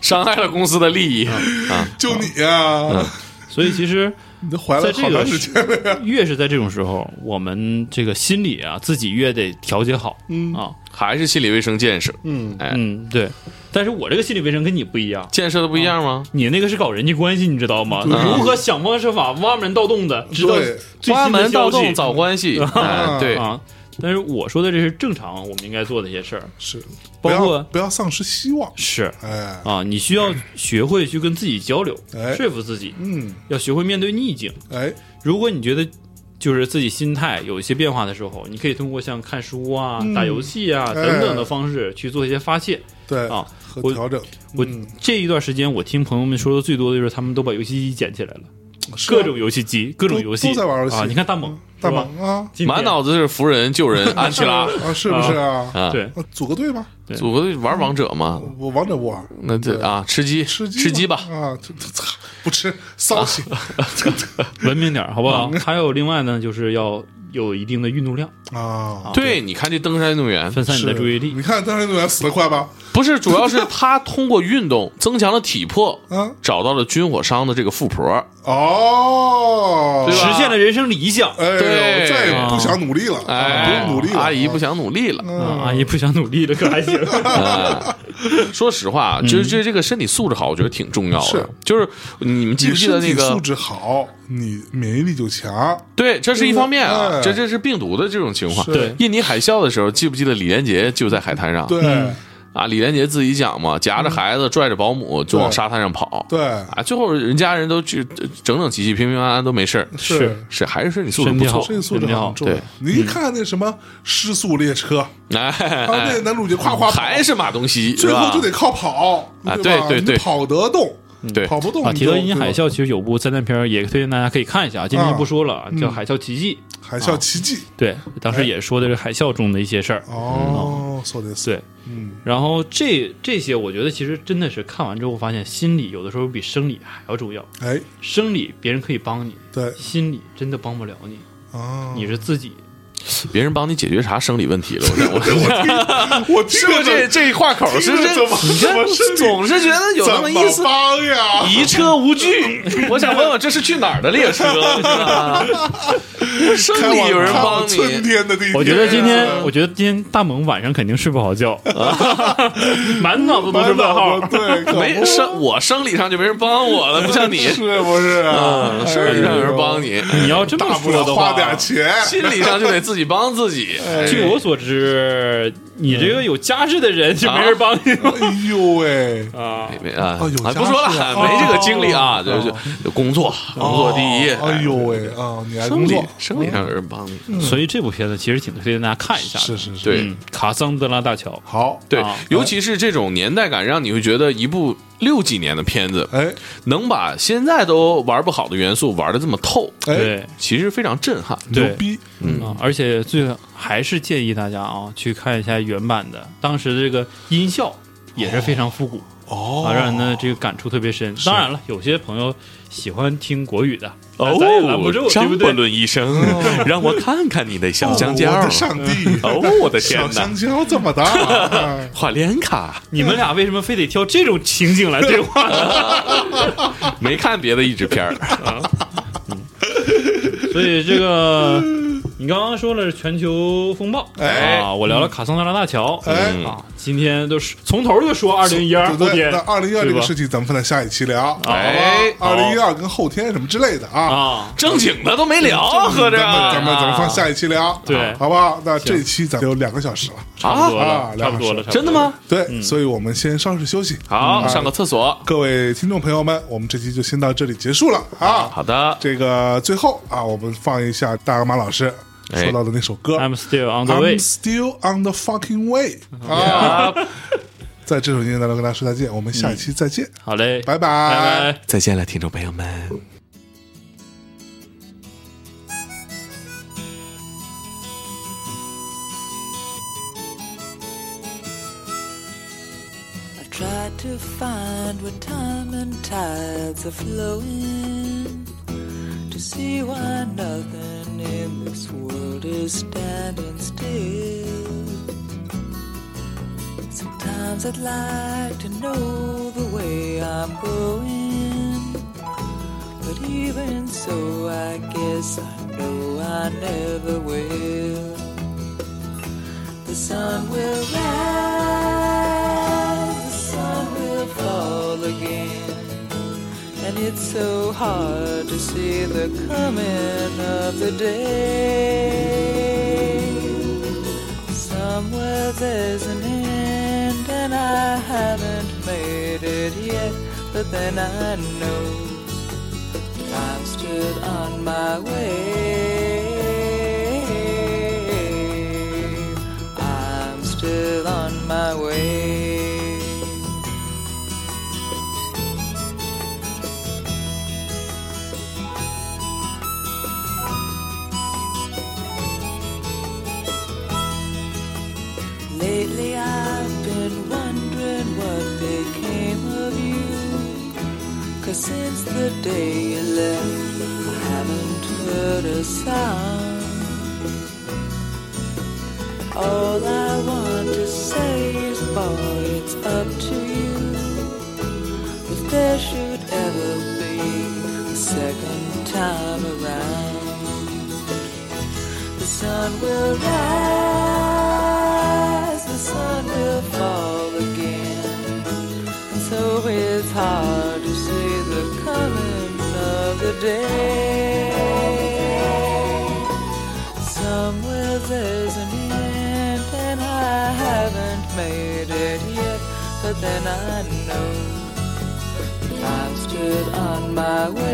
S2: 伤害了公司的利益啊。
S1: 就你呀，
S3: 所以其实
S1: 你都怀了
S3: 嗯在这
S1: 好
S3: 个啊
S1: 长时间了呀，
S3: 越是在这种时候，我们这个心理啊，自己越得调节好。嗯啊，
S2: 还是心理卫生建设，
S1: 嗯，
S2: 哎
S3: 嗯，对。但是我这个心理卫生跟你不一样，
S2: 建设的不一样
S1: 啊
S2: 吗？
S3: 你那个是搞人际关系，你知道吗？如何想方设法挖门盗洞的，知道
S1: 对
S3: 最
S2: 花
S3: 新
S2: 门
S3: 的
S2: 盗
S3: 消
S2: 洞
S3: 息
S2: 找关系， 哎对，
S3: 啊。但是我说的这是正常，我们应该做的一些事儿，
S1: 是，不
S3: 包
S1: 要
S3: 括
S1: 不要丧失希望，
S3: 是
S1: 哎，
S3: 啊，你需要学会去跟自己交流，
S1: 哎
S3: 说服自己，
S1: 嗯，
S3: 要学会面对逆境。
S1: 哎，
S3: 如果你觉得就是自己心态有一些变化的时候，你可以通过像看书啊、
S1: 嗯
S3: 打游戏
S1: 哎
S3: 啊等等的方式去做一些发泄
S1: 对，
S3: 啊。
S1: 和
S3: 我
S1: 调整，
S3: 我这一段时间，我听朋友们说的最多的就是他们都把游戏机捡起来了，
S1: 是啊
S3: 各种游戏机、各种游戏
S1: 都在玩游戏
S3: 啊。你看大猛
S1: 大忙啊
S3: 今天
S2: 满脑子是扶人救人，安 琪拉
S1: 啊，是不是啊？
S2: 啊，
S3: 对，
S1: 啊组个队吧，
S3: 对
S2: 组合玩王者嘛，
S1: 我王者不玩，
S2: 那这啊吃鸡
S1: 吃鸡
S2: 吃鸡吧，啊
S1: 啊，这这 操不吃骚气，
S3: 文明点儿好不
S1: 嗯
S3: 好？还有另外呢，就是要有一定的运动量，
S1: 啊，
S2: 对，你看这登山运动员，
S3: 分散你的
S1: 是
S3: 注意力
S1: 你。看当时运动员死得快吧？
S2: 不是主要是他通过运动增强了体魄，
S1: 啊，
S2: 找到了军火商的这个富婆，
S1: 哦，
S2: 对吧
S3: 实现了人生理想。
S1: 哎呦，
S2: 对
S1: 我再也不想努力了，
S2: 哎，
S1: 啊不用努力了，
S2: 阿姨不
S1: 想，
S2: 想努力了。
S3: 啊阿姨不想努力了，可还行。
S2: 哎说实话，就是这这个身体素质好，我觉得挺重要
S1: 嗯
S2: 的
S1: 是。
S2: 就是你们记不
S1: 你
S2: 记得
S1: 身
S2: 那
S1: 体
S2: 个
S1: 素？质好，你免疫力就强，
S2: 对，这是一方面啊，
S1: 哎
S2: 这这是病毒的这种情况。
S1: 是
S3: 对
S2: 印尼海啸的时候，记不记得李连杰就在海滩上？
S1: 对
S3: 嗯
S2: 啊，李连杰自己讲嘛，夹着孩子，拽着保姆就往
S1: 对
S2: 沙滩上跑。
S1: 嗯对，
S2: 啊，最后人家人都去整整齐齐、平平安安都没事儿
S1: 是
S2: 是还是身体素质
S3: 身
S2: 不
S3: 体
S2: 错
S3: 好。
S1: 身体素质很重要
S2: 对。嗯
S1: 你一看那什么《失速列车》，
S2: 哎，
S1: 啊，那男主角夸夸跑
S2: 还是马东锡，
S1: 最后
S2: 吧
S1: 就得靠跑，
S2: 啊
S1: 对吧
S2: 对对对嗯
S1: 你跑得动，
S2: 对
S1: 跑不动
S3: 啊，
S1: 你
S3: 提
S1: 就
S3: 到《印尼
S1: 对吧啊
S3: 海啸》，其实有部灾难片儿也推荐大家可以看一下，今天就不说了，
S1: 嗯
S3: 叫《海啸奇迹》。
S1: 海啸奇迹
S3: 对，当时也说的是海啸中的一些事儿。
S1: 哎哦，说的是，
S3: 嗯对，
S1: 嗯，
S3: 然后这这些，我觉得其实真的是看完之后发现，心理有的时候比生理还要重要。
S1: 哎，
S3: 生理别人可以帮你，
S1: 对
S3: 心理真的帮不了你，
S1: 啊，
S3: 你是自己。
S2: 别人帮你解决啥生理问题了？我我
S1: 我听
S2: 是不
S1: 着
S2: 是这这话口是
S1: 听着
S2: 这？
S1: 怎么
S2: 你
S1: 怎么
S2: 看，
S1: 是
S2: 总是觉得有那么一
S1: 怎
S2: 丝
S1: 么帮 呀？
S2: 移车无惧。我想问问，这是去哪儿的列车？是 吧生
S1: 开
S2: 理
S1: 往
S2: 有人
S1: 开往
S2: 帮
S1: 春
S2: 你，
S1: 天的地铁，
S3: 我觉得 今天，我觉得今天大萌晚上肯定睡不好觉，满脑子都是
S1: 满
S3: 问
S1: 脑
S3: 号
S1: 子。对，可
S2: 没
S1: 不
S2: 生我生理上就没人帮我了，不像你，
S1: 是哎不是啊
S2: 嗯，？生理上有人帮
S1: 你，
S2: 你，
S3: 你要这么
S1: 大不
S3: 说
S1: 了
S3: 的
S1: 花
S3: 话，
S1: 点 钱，
S2: 心理上就得自己帮自己。
S1: 哎
S3: 据我所知，你这个有家室的人就没人帮你了
S1: 哎呦喂，
S3: 啊。
S2: 没啊，
S1: 哦有
S2: 啊
S1: 家
S2: 不说了
S1: 是吧，
S2: 没这个精力啊，就是就工作，工作第一。
S1: 哎呦喂啊，你还
S2: 生
S1: 工
S2: 理
S1: 作嗯
S2: 生理上有人帮你，
S3: 所以这部片子其实挺推荐大家看一下的。
S1: 是是是，
S2: 嗯对
S3: 嗯，卡桑德拉大桥，
S1: 好，
S2: 对
S3: 啊，
S2: 尤其是这种年代感，让你会觉得一部六几年的片子
S1: 哎
S2: 能把现在都玩不好的元素玩的这么透，
S1: 哎，
S3: 对
S2: 其实非常震撼。
S1: 牛
S3: 对
S1: 逼，
S2: 嗯
S3: 啊，而且最还是建议大家啊去看一下原版的，当时的这个音效也是非常复古
S1: 哦
S3: 啊，让人的这个感触特别深。当然了，有些朋友喜欢听国语的，
S2: 哦
S3: 咱也拦不住，对不
S2: 张伯
S3: 对？
S2: 伦医生，让我看看你的小香蕉
S1: 哦我。的上帝，
S2: 哦，我的天
S1: 小
S2: 哪
S1: 香！蕉这 么大，哎
S2: 华联卡
S3: 你们俩为什么非得挑这种情景来对话呢？
S2: 没看别的译制片儿，
S3: 所以这个 你刚刚说了是全球风暴，
S1: 哎
S3: 啊，我聊了卡桑德拉大桥，
S1: 哎
S3: 啊，今天都是从头就说二零一二
S1: 对
S3: 昨
S1: 对
S3: 天
S1: 那二零一二这
S3: 对
S1: 个
S3: 吧
S1: 事情，咱们放在下一期聊。
S2: 哎，
S1: 二零一二跟后天什么之类的啊，
S3: 啊，
S2: 正经的都没聊，合着啊
S1: 咱们咱们咱们放下一期聊，
S3: 对
S1: 好不好？那这一期咱们有两个小时了，
S3: 差不多
S1: 啊
S3: 了，差不多了，
S1: 两
S3: 差不多了
S2: 真的？吗？
S1: 对，所以我们先稍事休息。
S2: 嗯好，上个厕所。
S1: 各位听众朋友们，我们这期就先到这里结束了啊。
S2: 好的，
S1: 这个最后啊，我们放一下大马老师
S2: 哎
S1: 说到的那首歌
S3: I'm still on the way
S1: I'm。still on the fucking way 啊。
S2: 啊，
S1: 在这首音乐当中跟大家说再见，我们下期再见，
S3: 好嘞，
S1: 拜
S3: 拜拜。
S2: 再见了，听众朋友们。
S4: I tried to find when time and tides are flowing to see why nothing in this world is standing still. Sometimes I'd like to know the way I'm going, but even so, I guess I know I never will. The sun will rise, the sun will fall again. And it's so hard to see the coming of the day. Somewhere there's an end, and I haven't made it yet, but then I know. I'm still on my way. I'm still on my way. Lately I've been wondering what became of you. Cause since the day you left, I haven't heard a sound. All I want to say is, boy, it's up to you. If there should ever be a second time around the sun will rise, the sun will fall again. And so it's hard to see the coming of the day. Somewhere there's an end, and I haven't made it yet, but then I know I'm stood on my way.